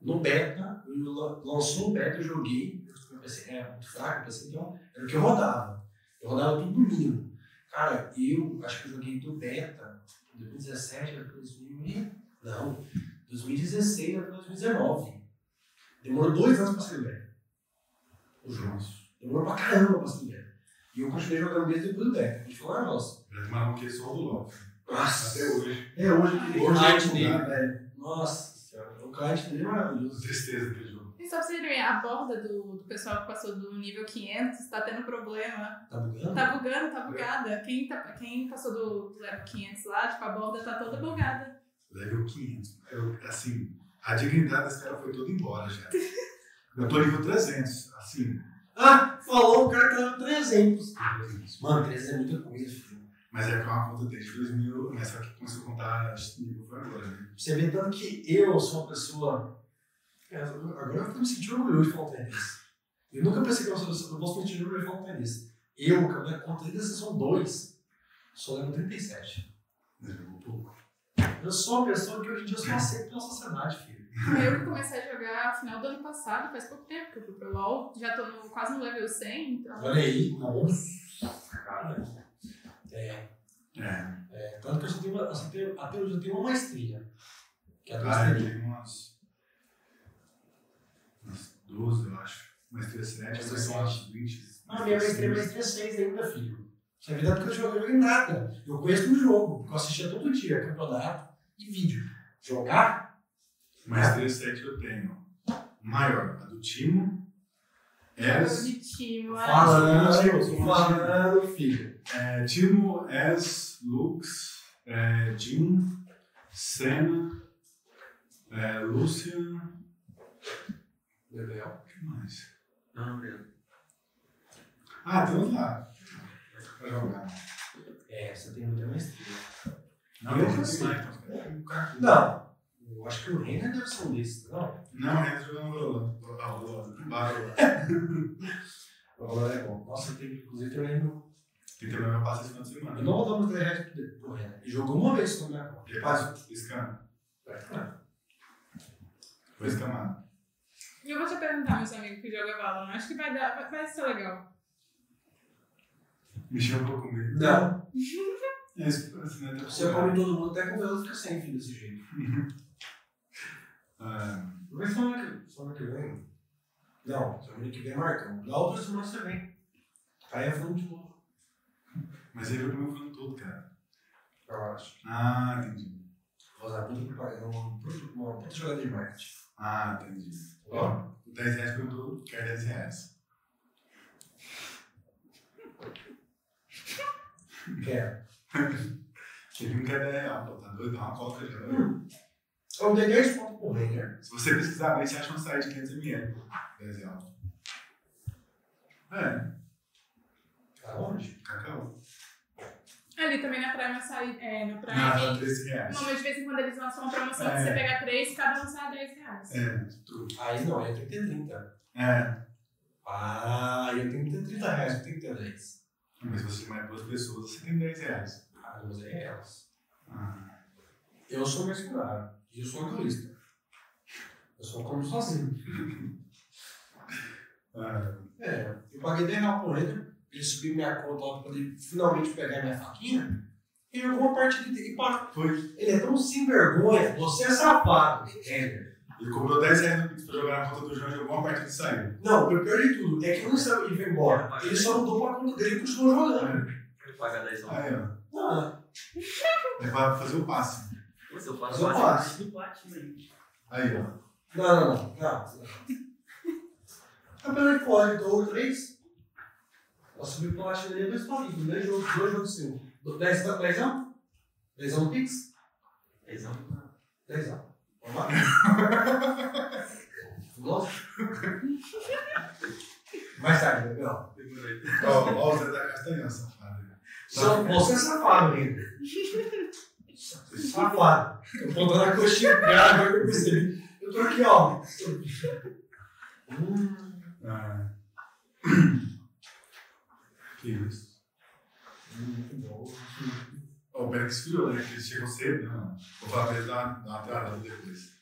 S3: no beta, eu la- lançou o beta, eu joguei. Eu pensei, é muito fraco, eu pensei, então, era o que eu rodava. Eu rodava tudo domingo. Cara, eu acho que eu joguei do beta, 2017 a 2000 e- Não, 2016 a 2019. Demorou dois anos pra sair do beta. O jogo. Demorou pra caramba pra sair do beta. E eu continuei jogando desde depois do beta. A gente falou, ah, nossa.
S1: Mas mano, que só do LOL. Até
S3: Nossa.
S1: hoje.
S3: É hoje
S1: Hoje
S3: o cliente
S1: é
S3: dele,
S1: lugar.
S3: né? velho. Nossa senhora. O cliente dele é maravilhoso.
S1: Tristeza aquele jogo.
S2: Vocês só pra vocês verem, a borda do, do pessoal que passou do nível 500 tá tendo problema.
S3: Tá bugando?
S2: Tá bugando, tá bugada. Quem, tá, quem passou do, do level 500 lá, tipo, a borda tá toda bugada.
S1: Level 500. Eu, assim, a dignidade desse cara foi toda embora já. Eu tô nível 300, assim.
S3: Ah, falou o cara que tava 300. Mano, 300 Ah, é muita coisa, filho.
S1: Mas é que é uma conta desde 2000, mas só que começou a contar acho que nível foi agora, né?
S3: Você vê tanto que eu sou uma pessoa. É, Agora eu tô me sentindo orgulhoso de falar um tênis. Eu nunca pensei que eu, sou- eu posso me sentir orgulhoso de falar um tênis. Eu, que a minha conta ainda são dois, só levo 37.
S1: Mas jogou pouco.
S3: Eu sou uma pessoa que hoje em dia eu sou aceito pela sociedade, filho.
S2: Eu que comecei a jogar no final do ano passado, faz pouco tempo que eu fui pro LoL. Já tô no- quase no level 100, então...
S3: Olha aí, nossa, cara. É,
S1: É.
S3: é, tanto que eu só tenho, uma- eu só tenho, até hoje eu tenho uma maestria. Que é a do
S1: Cara,
S3: maestria.
S1: tem umas. Umas 12, eu acho. Umas 37,
S3: Umas
S1: mas são umas 20.
S3: Ah, minha maestria é maestria 6 ainda, filho. Isso é verdade porque eu jogo, eu jogo em nada. Eu conheço um jogo, porque eu assistia todo dia, campeonato e vídeo. Jogar?
S1: Maestria 7 eu tenho. Maior, a do Timo.
S2: Jogo
S1: Eras.
S2: de time, eu acho.
S3: Falando, falando, filho.
S1: É, Timo, Es, Lux, é, Jim, Senna, é, Lucian.
S3: Level.
S1: O que mais?
S4: Não, Breno.
S1: Ah, tem outro lá. Pra jogar.
S3: É, você tem muita maestria.
S1: Não,
S3: Eu
S1: eu não
S3: consigo.
S1: sei. O cara-
S3: Não. Eu acho que o Reina deve ser um desses, não?
S1: Não, é jogando Valorant. Valorant. Valorant.
S3: Agora é bom. Nossa, teve, inclusive, eu lembro.
S1: Tem também meu passe esse final de semana.
S3: Eu não vou dar muito derrete pro Reina. Ele jogou uma vez só na conta.
S1: Ele passa, escama.
S3: Vai ficar.
S1: Foi escamado.
S2: E eu vou te perguntar, meus amigos que jogam Valorant. Acho que vai, dar, vai, vai ser legal.
S1: Me chamou pra comer.
S3: Não.
S1: É isso, assim, né? Tá
S3: Você come todo mundo, até com o fica sem, filho, desse jeito.
S1: Ah,
S3: Vai semana que, semana que vem. Não, semana que vem marcamos. Da outra semana você vem. Aí é falando de novo.
S1: mas ele comeu o filme todo, cara.
S3: Eu acho.
S1: Ah, entendi.
S3: Vou usar muito propaganda, uma puta- uma puta jogada de marketing.
S1: Ah, entendi.
S3: Ó,
S1: Ó, o 10 reais perguntou, quer 10 reais.
S3: quer.
S1: Ele não quer 10 reais, pô, tá doido? Dá uma coca já. né?
S3: Hum. Eu dei 10 pontos pro Reiner.
S1: Se você pesquisar bem, você acha uma saída de 500ml, pô. 10 reais. É,
S3: Aonde?
S1: cacau.
S2: Ali também na Prime, açaí- é, na Prime.
S1: Ah, tá 13 reais.
S2: Não, mas de vez em quando eles lançam uma promoção
S1: É.
S2: que você pega três, cada um sai 10 reais.
S1: É, tudo.
S3: Aí não, aí tem que ter 30.
S1: É,
S3: Ah, eu tenho que ter 30 reais, eu tenho que ter 10.
S1: mas se você mais duas pessoas, você tem 10 reais.
S3: Ah, mas aí é elas.
S1: Ah,
S3: Eu sou mercenário. E eu sou egoísta. Eu só como sozinho.
S1: ah,
S3: É, eu paguei 10 reais por ele, ele subiu minha conta lá pra poder finalmente pegar minha faquinha, e jogou uma partida dele e parou.
S1: foi.
S3: Ele é tão sem vergonha, você é safado. É.
S1: Ele comprou 10 reais no Pix pra jogar na conta do João, jogou uma partida e saiu.
S3: Não, o pior de tudo é que não saiu e foi embora. Ele só mudou pra conta dele e continuou jogando.
S4: Quero pagar 10 reais.
S1: Aí, ó.
S3: Não,
S1: É pra fazer o passe.
S4: Nossa, eu
S3: Eu
S4: faço mais
S3: faço.
S4: do platina aí.
S1: Aí, ó.
S3: não, não, não. não. Apesar de corre, dou 3. Eu subi pra lá, cheguei é dois palitos, dois jogos, dois jogos seu. 10 anos? 10 anos um Pix?
S4: 10 reais.
S3: 10 anos. Vamos lá. Nossa. Mais tarde, legal.
S4: Demorei.
S1: Ó, ó o Zé da Castanha, safado.
S3: Só você é safado ainda. Safado. Eu tô dando a coxinha cara, agora que eu percebi. Eu tô aqui, ó. Hum.
S1: Ah. Que isso.
S3: Muito bom.
S1: Ó, o Bex esfriou, né? Que eles chegam cedo, né? mano? Vou falar pra eles dar dar uma trarada depois.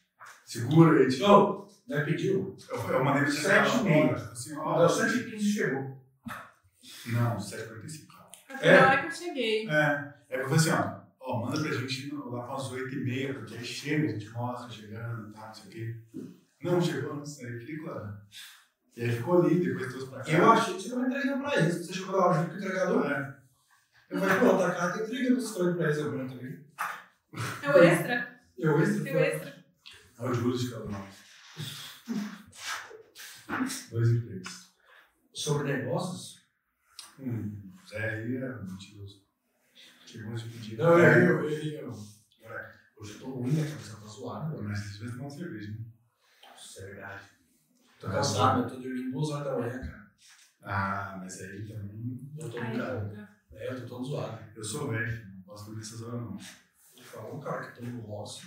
S1: Segura tipo, aí, tio.
S3: Então, né, pediu?
S1: Eu, eu mandei você chegar
S3: Sete
S1: lá
S3: e meia.
S1: fora. Assim, ó.
S3: Deu 7h15 chegou.
S1: Não, 7h45.
S2: Até
S3: É?
S2: a hora que eu cheguei.
S1: É. É porque eu falei assim, ó. Ó, manda pra gente lá para as 8h30, porque aí chega, a gente mostra chegando e tal, não sei o quê. Não, chegou, não sei o quê, claro. E aí ficou ali, depois trouxe pra cá.
S3: Eu achei que você não entregou pra eles. Você chegou lá junto com o entregador.
S1: É.
S3: Eu falei, pô, tá cara, tem entrega dos fãs pra eles agora também.
S2: É o extra.
S3: Eu,
S2: É o
S3: extra.
S2: extra.
S1: É o juros de cada um.
S3: sobre negócios?
S1: Hum, Zé aí é mentiroso. Tinha um monte de pedido.
S3: Não,
S1: É,
S3: eu, eu, eu.
S1: moleque,
S3: Hoje eu tô ruim, minha cabeça tá zoada.
S1: Mas vocês vão tomar uma cerveja, né?
S3: Isso é verdade. Tô cansado, eu tô dormindo duas horas da manhã, cara.
S1: Ah, mas aí também.
S3: Eu tô
S2: Ai,
S3: ligado.
S2: Luca.
S3: É, eu tô todo zoado.
S1: Eu sou velho, não gosto de dormir essas horas não.
S3: Eu falo, um cara que tô no rosto.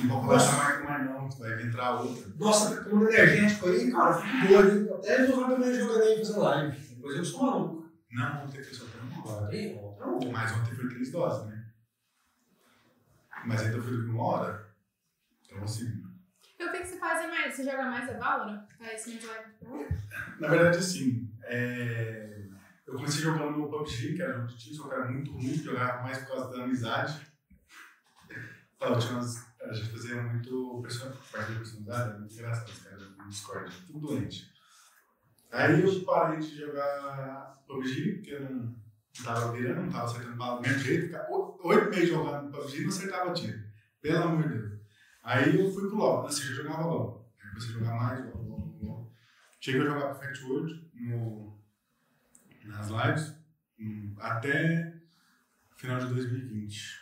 S1: Não vou conversar mais com mais não, vai entrar outra.
S3: Nossa, tô no energético aí, cara. eu Fico doido. hein? Até duas horas da manhã jogando aí fazendo live. Depois eu sou maluco.
S1: Não, ontem foi só pra uma hora.
S3: Aí, outra uma.
S1: Mas ontem foi três doses, né? Mas ainda foi dormir uma hora. Então assim,
S2: Eu vi que você fazia mais. Você joga mais a É Valorant? Faz mais live de Valorant?
S1: Na verdade, assim, é, eu comecei jogando no PUBG, que era jogo de tiro, só que era muito ruim, jogava mais por causa da amizade. Então, tinha umas- a gente fazia muito person- parte da personalidade, era é muito engraçado, os caras no Discord, tudo doente. Aí eu parei de jogar PUBG, porque eu não não tava virando, não tava acertando bala do mesmo jeito, ficava o- oito meses jogando PUBG e não acertava tiro, pelo amor de Deus. Aí eu fui pro LoL, assim, eu jogava LoL, aí comecei a jogar mais LoL, LoL, LoL. Cheguei a jogar Perfect World no, nas lives hum, até final de 2020.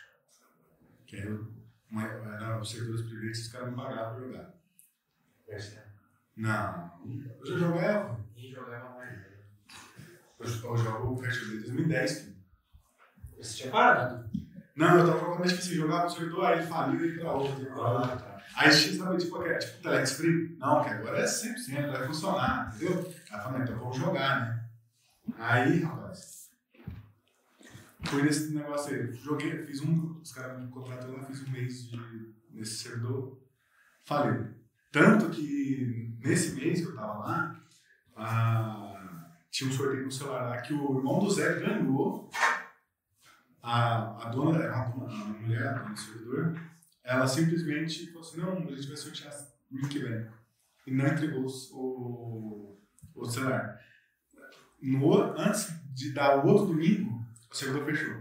S1: Que aí eu, uma, eu era os servidores privados e os caras me pagavam pra jogar.
S3: né?
S1: Não, eu já jogava.
S3: E jogava mais. né?
S1: Eu, eu jogo o Perfect World desde 2010. filho.
S3: Você tinha parado.
S1: Não, eu tava jogando, mas esqueci, jogava o servidor, aí ele faliu e ia pra outro. ia pra outro.
S3: tá.
S1: Aí tinha, sabe, tipo, aquele, tipo Telex Free. Não, que agora é 100%, vai funcionar, entendeu? Aí eu falei, então vamos jogar, né? Aí, rapaz, foi nesse negócio aí. Eu Joguei, fiz um, os caras me contrataram, eu fiz um mês de, nesse servidor, falei. Tanto que nesse mês que eu tava lá, ah, tinha um sorteio no celular lá que o irmão do Zé ganhou. A, a dona, era uma, dona, uma mulher, a dona do servidor, ela simplesmente falou assim, não, a gente vai sortear no que vem. E não entregou os- o, o celular. No, antes de dar o outro domingo, o servidor fechou.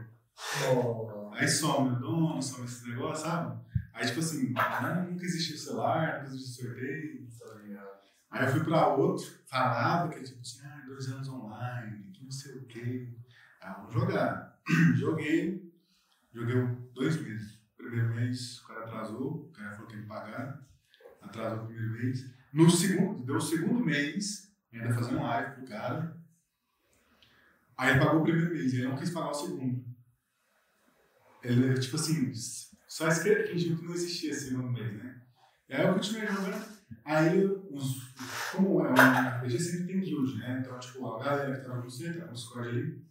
S3: Oh,
S1: Aí some o dono, some esses negócios, sabe? Aí tipo assim, não, nunca existiu celular, nunca existiu sorteio.
S3: tá ligado.
S1: Aí eu fui pra outro, falava que tipo assim, ah, dois anos online, que não sei o quê. Ah, vou jogar. Joguei, joguei um, dois meses. Primeiro mês o cara atrasou, o cara falou que ia me pagar, atrasou o primeiro mês. No segundo, deu o segundo mês, ainda fazendo live pro cara. Aí ele pagou o primeiro mês, ele não quis pagar o segundo. Ele, tipo assim, só escreveu, fingiu que não existia esse segundo mês, né? Aí eu continuei jogando. Aí, uns, como é um RPG, sempre tem guild, né? Então, tipo, a galera que tá no centro, tá no Discord ali,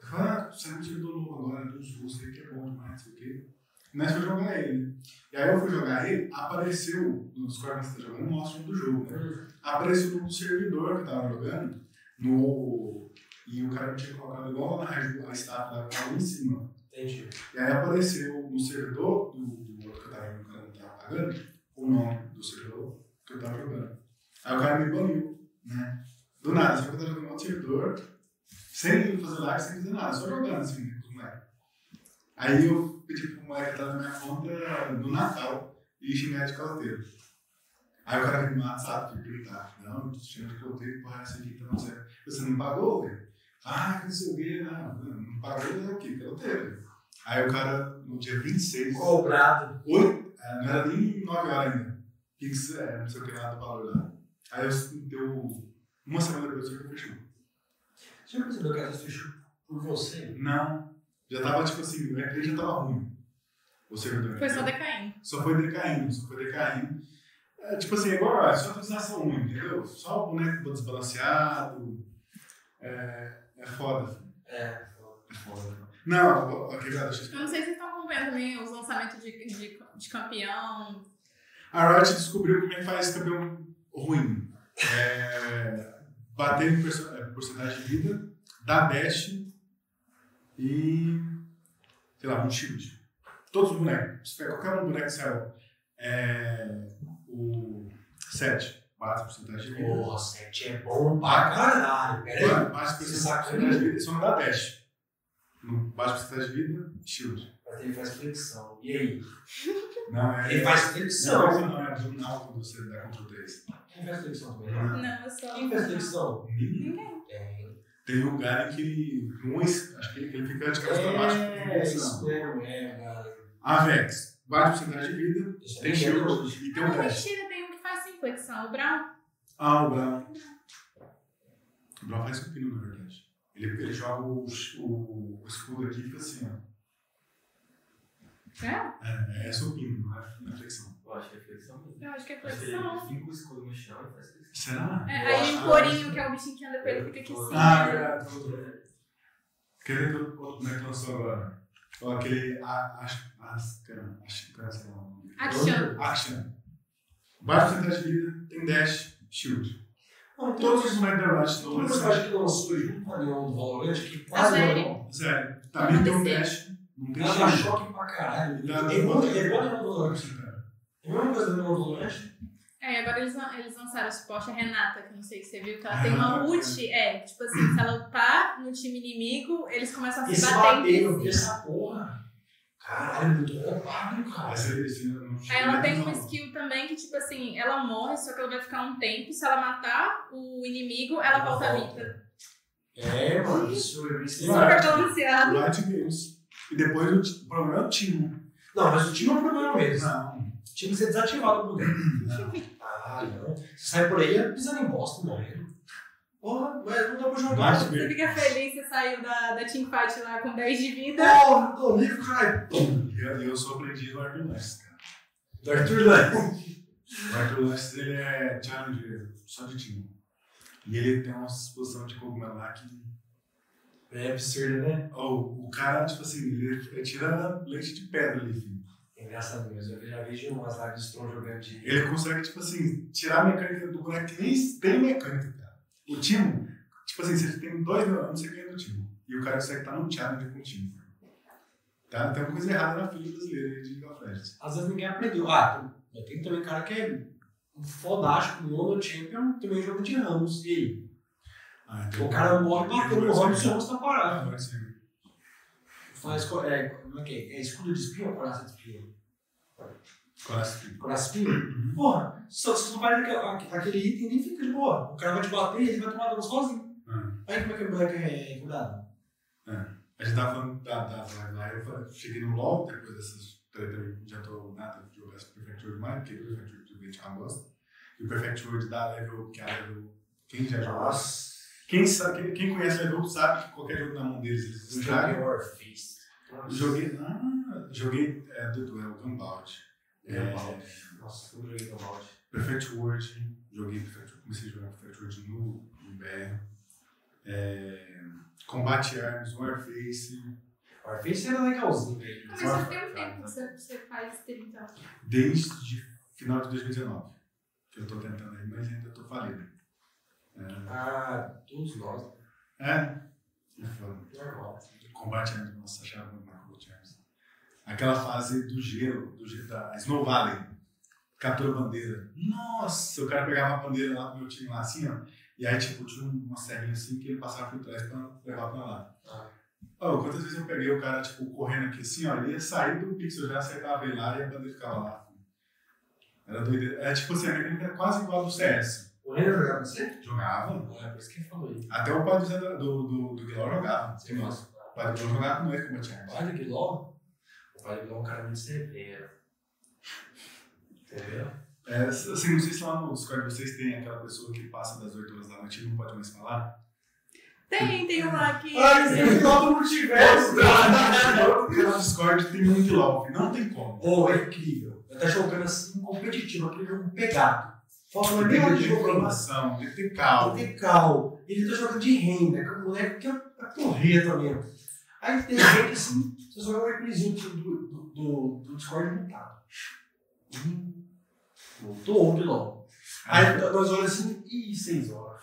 S1: fala, ah, saiu um servidor novo agora, dos russos aí, que é bom demais, não sei o quê. Nós foi jogar ele. E aí eu fui jogar ele, apareceu, no Discord que você tá jogando, mostra um do jogo, né? Apareceu no servidor que tava jogando, no... E o cara tinha colocado igual a, a estátua da lá em cima.
S3: Entendi.
S1: E aí apareceu no servidor do, do outro que eu tava, que eu não tava pagando, o nome do servidor que eu tava jogando. Aí o cara me baniu, né? Do nada, só que eu tava jogando outro servidor, sem fazer live, sem fazer nada, só jogando assim, né, com os moleques. Aí eu pedi pro moleque que tava na minha conta no Natal e xingar de caloteiro. Aí o cara me mata, sabe, que gritar, não, tu xinga de caloteiro, porra, essa aqui tá não certo. Você não pagou, velho? Ah, que não sei o quê, não, não, não pagou, é o quê? Caloteiro. Aí o cara, no dia 26,
S3: Cobrado.
S1: 8, é, não era nem 9 horas ainda. Pix, é, não sei o que lá do valor lá. Aí eu, deu uma semana depois que eu fechou.
S3: Você já percebeu que às vezes fechou por você?
S1: Não. Já tava tipo assim, o EP já tava ruim. O servidor.
S2: Foi só decaindo.
S1: Só foi decaindo, só foi decaindo. É, tipo assim, agora é só atualização ruim, entendeu? Só o boneco desbalanceado. É, é foda, filho.
S3: É.
S1: É foda. Não, ok, cara, deixa eu
S2: Eu não sei se vocês estão acompanhando também os lançamentos de, de, de campeão.
S1: A Riot descobriu como é que faz campeão ruim. É, bater em perso- é, porcentagem de vida, dar dash e. sei lá, um shield. Todos os bonecos. Se pegar qualquer um boneco que saiu. É, o 7. Bate a porcentagem de vida.
S3: Porra, sete é bom pra caralho. Pera aí.
S1: Ba- Bate a
S3: Você
S1: porcentagem
S3: sabe que
S1: porcentagem de vida. Só não dá dash. Não Bate a porcentagem de vida, shield.
S3: Mas ele faz flexão. E aí?
S1: Não, é.
S3: Ele faz
S1: Não,
S3: televisão.
S1: esse não, é abdominal quando você dá contra o 3.
S3: Quem faz televisão também? né?
S1: Não.
S2: Não, eu sou.
S3: Quem faz televisão?
S2: Ninguém.
S3: Tem.
S1: Tem um lugar em que um, es- acho que ele fica de cabeça pra baixo. porque não
S3: É,
S1: precisa,
S3: isso
S1: não.
S3: mesmo, é, cara.
S1: Avex, baixa porcentagem de vida,
S3: Isso
S1: tem
S3: é
S1: shield e tem um
S2: Ah,
S1: teste.
S2: mentira, tem um que faz sem flexão. O Brown?
S1: Ah, o Brown. O Brown faz supino, na verdade. Ele, ele joga o, o, o escudo aqui e fica assim, ó.
S2: É?
S1: É, é supino, não é, não é flexão.
S4: Eu acho que é flexão mesmo.
S2: Eu acho que é
S4: Acho que ele
S2: flexão.
S4: finca o escudo no chão e faz flexão.
S1: Será?
S2: É,
S4: Eu
S2: aí
S4: acho
S2: o
S4: que-
S2: corinho, que é o bichinho que anda com ele, fica aqui assim.
S1: Ah,
S2: né?
S1: verdade. tem outro. Quer ver outro outro boneco é que lançou agora? Ó, Aquele. a- Acho. Acho. Acho. Acho.
S2: Action.
S1: Action. Baixa porcentagem de vida, tem dash, shield.
S3: Não, todos
S1: Todos os bonecos da Riot
S3: Tem uma
S1: estão lançando.
S3: personagem que lançou junto com o Leão do Valorant que quase
S2: Ah,
S3: ganhou.
S1: Sério. Também tem um dash. Não tem
S3: Ela dá
S1: shield.
S3: choque pra caralho.
S1: Dá-
S3: É igual é igual o Leão do Valorant. É a mesma coisa do Leão do Valorant.
S2: É, agora eles, lan- eles lançaram o suporte, a Renata, que eu não sei se você viu, que ela
S1: A
S2: tem uma
S1: Renata,
S2: ult, é, tipo assim, se ela upar no time inimigo, eles começam a se
S3: Esse
S2: bater
S3: bater, eu vi
S2: entre si.
S3: essa porra. Caralho, muito roubado, cara.
S1: Essa esse não
S2: Aí ela tem uma
S1: não.
S2: skill também que, tipo assim, ela morre, só que ela vai ficar um tempo, se ela matar o inimigo, ela volta viva.
S3: É, mano, isso eu vi isso. é
S1: Não,
S2: Super balanceado.
S1: Riot Games. E depois o, ti- o problema é o time.
S3: Não, mas o time é um problema mesmo.
S1: Não.
S3: O time ser desativado por dentro. Ah, não. Você sai por aí é pisando em bosta, morrendo. Porra, mas não dá pra jogar.
S1: Mas-
S2: Você fica feliz, você saiu da, da teamfight lá com 10 de vida.
S3: Porra, tô livre, caralho.
S1: E eu, eu sou aprendiz do Arthur Lance, cara.
S3: Do Arthur Lance.
S1: O Arthur Lance, ele é challenger, só de time. E ele tem uma exposição de cogumelo lá que
S3: É absurdo, né?
S1: Ó, o cara, tipo assim, ele ele tira leite de pedra ali, filho.
S3: É engraçado mesmo, eu já vejo umas lives do Strom jogando de.
S1: Ele consegue, tipo assim, tirar a mecânica do boneco que nem tem mecânica, cara. O time, tipo assim, você tem dois neurônios, você ganha é do time. E o cara consegue estar no challenge com o time. Tá? Tem alguma coisa errada na filha brasileira de League of Legends.
S3: Às vezes ninguém aprendeu. Ah, tem, tem também cara que é um fodástico, mono champion, também joga de Ramos. E aí?
S1: Ah,
S3: O cara morre batendo no Ramos e o Ramos tá parado.
S1: Ah, pode ser.
S3: Faz. co- É, como é que é? É escudo de espinho ou coraça de espinho?
S1: Clássico.
S3: Coraça de espinho?
S1: Uhum.
S3: Porra, se você não vai naquele aquele item, nem fica de boa. O cara vai te bater e ele vai tomar dano sozinho.
S1: Ah,
S3: Aí como é que o moleque é cuidado?
S1: A gente tava falando da, da live lá, eu falei- cheguei no LOL, depois dessas treta aí, não adiantou nada de jogar esse Perfect World mais, porque o Perfect World é uma bosta. E o Perfect World dá level, que é a level. Quem já jogou? Quem, sabe, quem, quem conhece level sabe que qualquer jogo na mão deles eles
S3: O jogo
S1: estragam.
S3: é Warface.
S1: Joguei. Ah, joguei é, do Duel, Gunbound. É,
S3: Nossa, um eu joguei no balde.
S1: Perfect World, joguei Perfect World, comecei a jogar Perfect World no, no BR. É, Combate Arms, Warface,
S3: Warface era legalzinho, velho.
S2: Mas já tem um tempo que você, você faz esse tempo, então.
S1: desde final de 2019. Que eu tô tentando aí, mas ainda tô falido.
S3: Ah, todos nós,
S1: É? é foda.
S3: normal.
S1: Combate Arms, nossa, achava muito mais Combate Arms. Aquela fase do gelo, do gelo da Snow Valley. Captura bandeira. Nossa, o cara pegava a bandeira lá do meu time lá assim, ó. E aí, tipo, tinha uma serrinha assim que ele passava por trás pra levar pra lá.
S3: Ah.
S1: Ó, quantas vezes eu peguei o cara, tipo, correndo aqui assim, ó, ele ia sair do pixel, já acertava ele lá e a bandeira ficava lá. Era doideira. É tipo assim, a mecânica é quase igual a do CS.
S3: O Renan jogava com você?
S1: Jogava.
S3: É, por isso que ele falou aí.
S1: Até o pai do, Zé da- do, do, do Guilherme jogava.
S3: Você gosta?
S1: O pai do Guilherme jogava com ele combate
S3: O
S1: armas.
S3: pai do Guiló? O pai do Guiló é um cara muito severo. Entendeu?
S1: É, assim, não sei se lá no Discord vocês têm aquela pessoa que passa das 8 horas da noite e não pode mais falar.
S2: Tem, tem um lá que.
S3: eu todo multiverso,
S1: No canal Discord tem um Guilherme, não tem como.
S3: Pô, é incrível. Ele tá jogando assim, competitivo, aquele jogo pegado. Falta uma
S1: Tem
S3: meia
S1: que
S3: hora de
S1: ter
S3: jogo lá.
S1: programação, tem que ter
S3: Tem
S1: calma.
S3: que ter cal. Ele tá jogando de renda, que o moleque que é pra correr também. Aí tem gente assim, você só vê um represinho do, do, do, do Discord montado. Hum. Voltou o Guiló. Aí
S1: Aí,
S3: t- nós olhamos assim, ih, seis horas.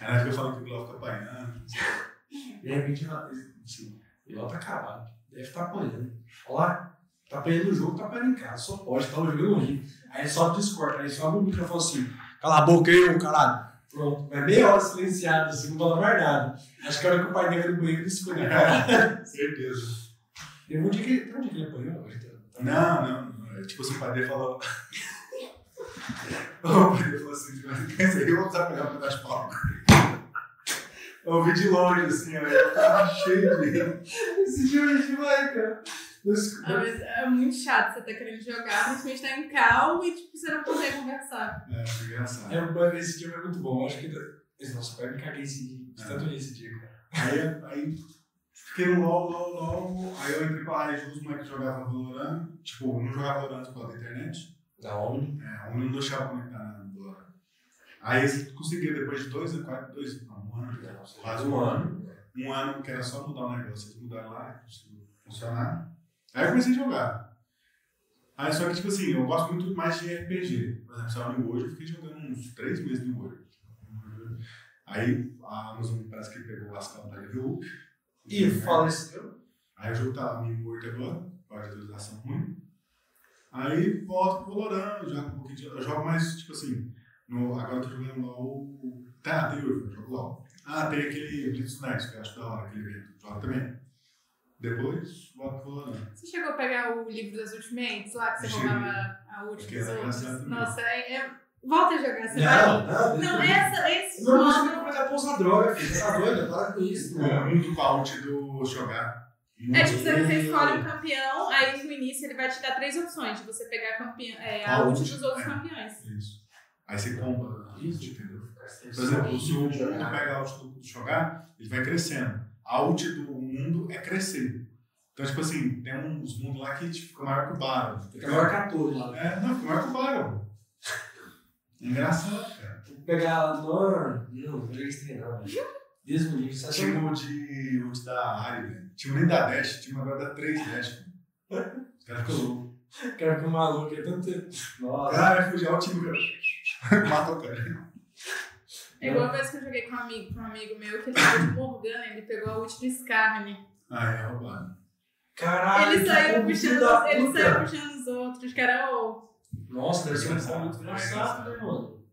S1: na época eu falo que o tá Guilherme fica apanhando.
S3: De repente, ela- assim, o Guiló tá acabado. Deve estar tá apanhando. Olha lá, tá apanhando o jogo, tá apanhando em casa. Só pode, tá jogando horrível. Aí sobe o Discord, aí sobe o microfone assim, cala a boca aí, ô caralho. Pronto, mas meia hora silenciado, assim, não fala mais nada. Acho que a hora que o pai dele vai no banheiro, ele esconde
S1: É.
S3: a cara.
S1: Certeza.
S3: Teve um dia que, teve um dia que ele apanhou, hoje tá- tá-
S1: Não, não, não. É tipo assim, o padeiro falou. o padeiro falou assim, mas quer dizer, eu vou usar melhor pra um dar as palmas. Eu ouvi de longe, assim, ó, eu tava cheio de rir.
S3: Esse filme é demais, cara. Nos-
S2: Ah, mas é muito chato você tá querendo jogar, principalmente tá em calma e tipo, você não consegue conversar.
S1: É, foi engraçado.
S3: É, mas esse dia foi muito bom. Acho que. tá, Nossa, eu me caguei esse dia. é um
S1: É.
S3: De tanto rir esse dia, cara.
S1: Aí, aí fiquei no LOL, LOL, LOL. Aí eu entrei pra área de alguns moleques que jogavam Valorant. Tipo, não jogava Valorant por causa da internet.
S3: Da Omni.
S1: É, um não deixava conectar na Valorant. Aí eu consegui, depois de dois, anos, quase dois, não, um ano, já, quase um ano. Um ano que era só mudar o negócio. Eles mudaram lá, conseguiu funcionar. Aí eu comecei a jogar. Aí só que, tipo assim, eu gosto muito mais de RPG. Por exemplo, saiu New World, eu fiquei jogando uns três meses no New World. Aí a Amazon parece que pegou as capas da Liverpool.
S3: E faleceu.
S1: Aí o jogo tá lá meio morto agora, por causa de atualização ruim. Aí volto pro Valorant, jogo um pouquinho de... Eu jogo mais, tipo assim, no... agora eu tô jogando LOL... Tá, tem Urfa, jogo LOL. Ah, tem aquele Blitz Night, que eu acho da hora, aquele evento. Jogo também. Depois, volto pro Valorant.
S2: Você chegou a pegar o livro das Ultimates lá, que você
S1: Cheguei.
S2: roubava a última
S1: Porque
S2: dos
S1: era
S2: outros?
S1: engraçado também.
S2: Nossa, é, é- volta a jogar, você vai.
S3: não.
S2: Não, essa, esse
S3: Não,
S2: modo.
S3: mas você tem que começar a pôr essa droga, filho. Tá doido? Para com isso,
S1: É
S3: mano.
S1: muito out do jogar.
S2: É tipo, você você
S3: Hum.
S2: escolhe um campeão, aí no início ele vai te dar três opções de você pegar campeão, é, a
S1: A
S2: última
S1: última,
S2: dos outros
S1: é.
S2: campeões.
S1: Isso. Aí você compra.
S3: Isso.
S1: entendeu? Por exemplo, se o mundo pegar a ult do jogar, ele vai crescendo. A ult do mundo é crescer. Então, tipo assim, tem uns mundos lá que tipo, fica maior que o Baron.
S3: Fica maior 14 lá.
S1: É, não, fica maior que o Baron. É engraçado, cara.
S3: Vou pegar a Norn. Não, não joguei esse trem, não. velho. Deus me livre, só
S1: Tinha
S3: tem
S1: um de ult da área, velho. Tinha um nem da Dash, tinha um agora da 3 Dash. velho. O cara ficou louco.
S3: um cara com maluco é tanto tempo. Nossa.
S1: Cara, fugir ao é time, cara. Mata o cara.
S2: É igual a vez que eu joguei com um amigo, com um amigo meu que ele jogou de Morgana, ele pegou a ult do Skarne.
S1: Ah, é roubado.
S3: Caralho.
S2: ele
S3: que
S2: saiu
S3: combo
S2: puxando,
S3: da
S2: ele
S3: puta.
S2: saiu puxando os outros, que era o.
S3: Nossa, deve ser um
S1: Engraçado.
S3: som muito engraçado,
S1: Engraçado.
S3: né, mano?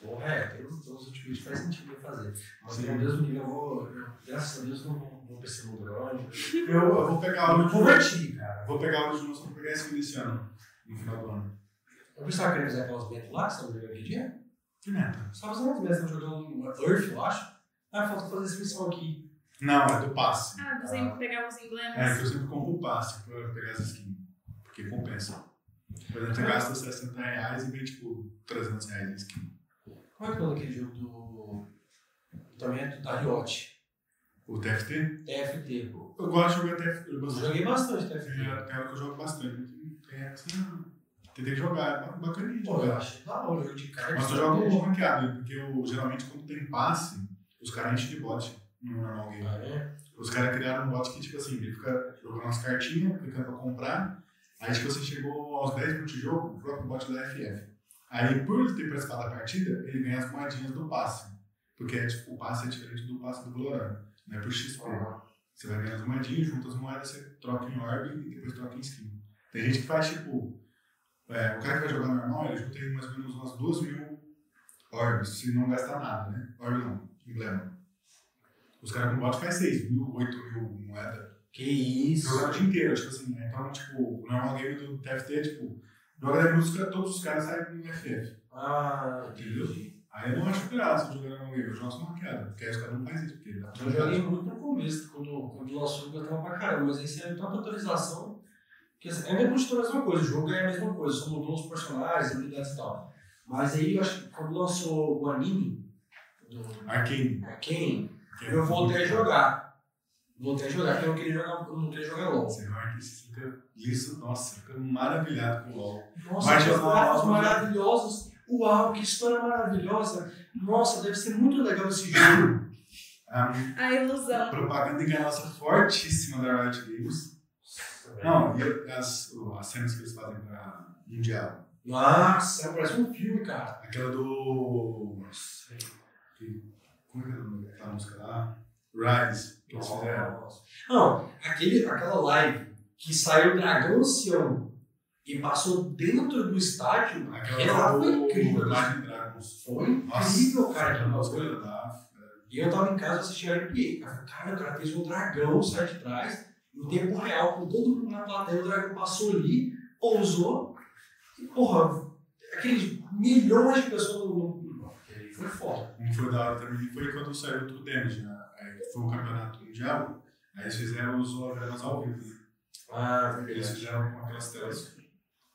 S3: Porra, é, eu não tô no tipo de faz sentido eu fazer. Mas
S1: Sim.
S3: meu Deus me livre, eu vou. eu- Graças a Deus eu não vou, vou perceber o grande.
S1: Eu, eu vou pegar a
S3: Eu
S1: ult.
S3: vou mentir, cara.
S1: Vou pegar a ult de novo, só pra pegar esse desse ano. No final do ano.
S3: Eu pensava que ele ia fazer aquelas metas lá, que você não jogou aquele dia?
S1: Que merda.
S3: Você tava fazendo umas metas, você jogou um Earth, eu acho. Ah, falta fazer essa missão aqui.
S1: Não, é do passe.
S2: Ah, dos em- pegar os emblemas.
S1: É, que eu sempre compro o passe pra pegar as skins. Porque compensa. Por exemplo, você gasta 60 reais e vem tipo 300 reais em skin.
S3: Como é que é o nome daquele jogo do. Também é do da Riot?
S1: O TFT?
S3: TFT, pô.
S1: Eu gosto de jogar TFT. Eu
S3: Eu
S1: gosto de
S3: joguei bastante
S1: TFT.
S3: TFT.
S1: É que eu jogo bastante. Não tem essa não. Tentei jogar, é ba- bacaninha de
S3: Pô, eu é
S1: jogar.
S3: achei da hora o jogo de cara.
S1: Mas eu jogo ranqueado, né? porque eu, geralmente quando tem passe, os caras enchem de bot no normal game.
S3: Ah, é?
S1: Os caras criaram um bot que, tipo assim, ele fica jogando as cartinhas, clicando pra comprar. Aí, tipo, você chegou aos 10 minutos de jogo, o próprio bot da FF. Aí, por ele ter participado da partida, ele ganha as moedinhas do passe. Porque é, tipo, o passe é diferente do passe do Colorado, né? Por XP. Você vai ganhar as moedinhas, junta as moedas, você troca em orb e depois troca em skin. Tem gente que faz, tipo, é, o cara que vai jogar normal, ele junta aí mais ou menos umas 2 mil orbs, se não gastar nada, né? Orb não, emblema. Os caras com bot faz 6 mil, 8 mil moedas
S3: Que isso.
S1: jogar o dia inteiro, tipo assim, né? Então, tipo, o normal game do TFT é tipo, joga 10 minutos, todos os caras saem no FF.
S3: Ah,
S1: Entendeu?
S3: entendi.
S1: Aí eu não acho graça jogar normal game, eu jogo só maquiada, porque aí os caras não fazem isso, porque dá pra
S3: Eu joguei muito no começo, quando, quando lançou eu gostava pra caramba, mas aí você é tanta atualização que assim, ainda continua a mesma coisa, o jogo é a mesma coisa, só mudou os personagens, habilidades e tal. Mas aí eu acho que quando lançou o anime do
S1: Arcane.
S3: Arkane,
S1: que é-
S3: eu voltei a jogar. Voltei a jogar, porque eu não queria jogar, eu não queria jogar LOL.
S1: Você vai que você fica liso, nossa, fica maravilhado com o LOL.
S3: Nossa,
S1: Mas
S3: que
S1: eu-
S3: gráficos maravilhosos. Uau, que história maravilhosa. Nossa, deve ser muito legal esse jogo.
S1: A
S2: A ilusão.
S1: propaganda enganosa fortíssima da Riot Games. Não, e as, as cenas que eles fazem pra Mundial.
S3: Nossa, parece um filme, cara.
S1: Aquela do. Como é que é o nome daquela música lá? Rise, que eles fizeram.
S3: Não, aquele, aquela live que saiu o dragão ancião e passou dentro do estádio,
S1: Aquela
S3: aquela
S1: do
S3: foi incrível.
S1: Imagem Dragons.
S3: Foi incrível, cara. aquela
S1: Nossa,
S3: coisa.
S1: coisa da
S3: E eu tava em casa assistindo a NBA. Cara, Eu falei, cara, o cara fez um dragão, sai de trás, em tempo real, com todo mundo na plateia, o dragão passou ali, ousou, e, porra, aqueles milhões de pessoas no mundo. Ele foi foda.
S1: Um foi da hora também, foi quando saiu o True Damage, né? Aí foi o campeonato mundial, aí eles fizeram os hologramas ao vivo, né?
S3: Ah,
S1: Eles fizeram com aquelas telas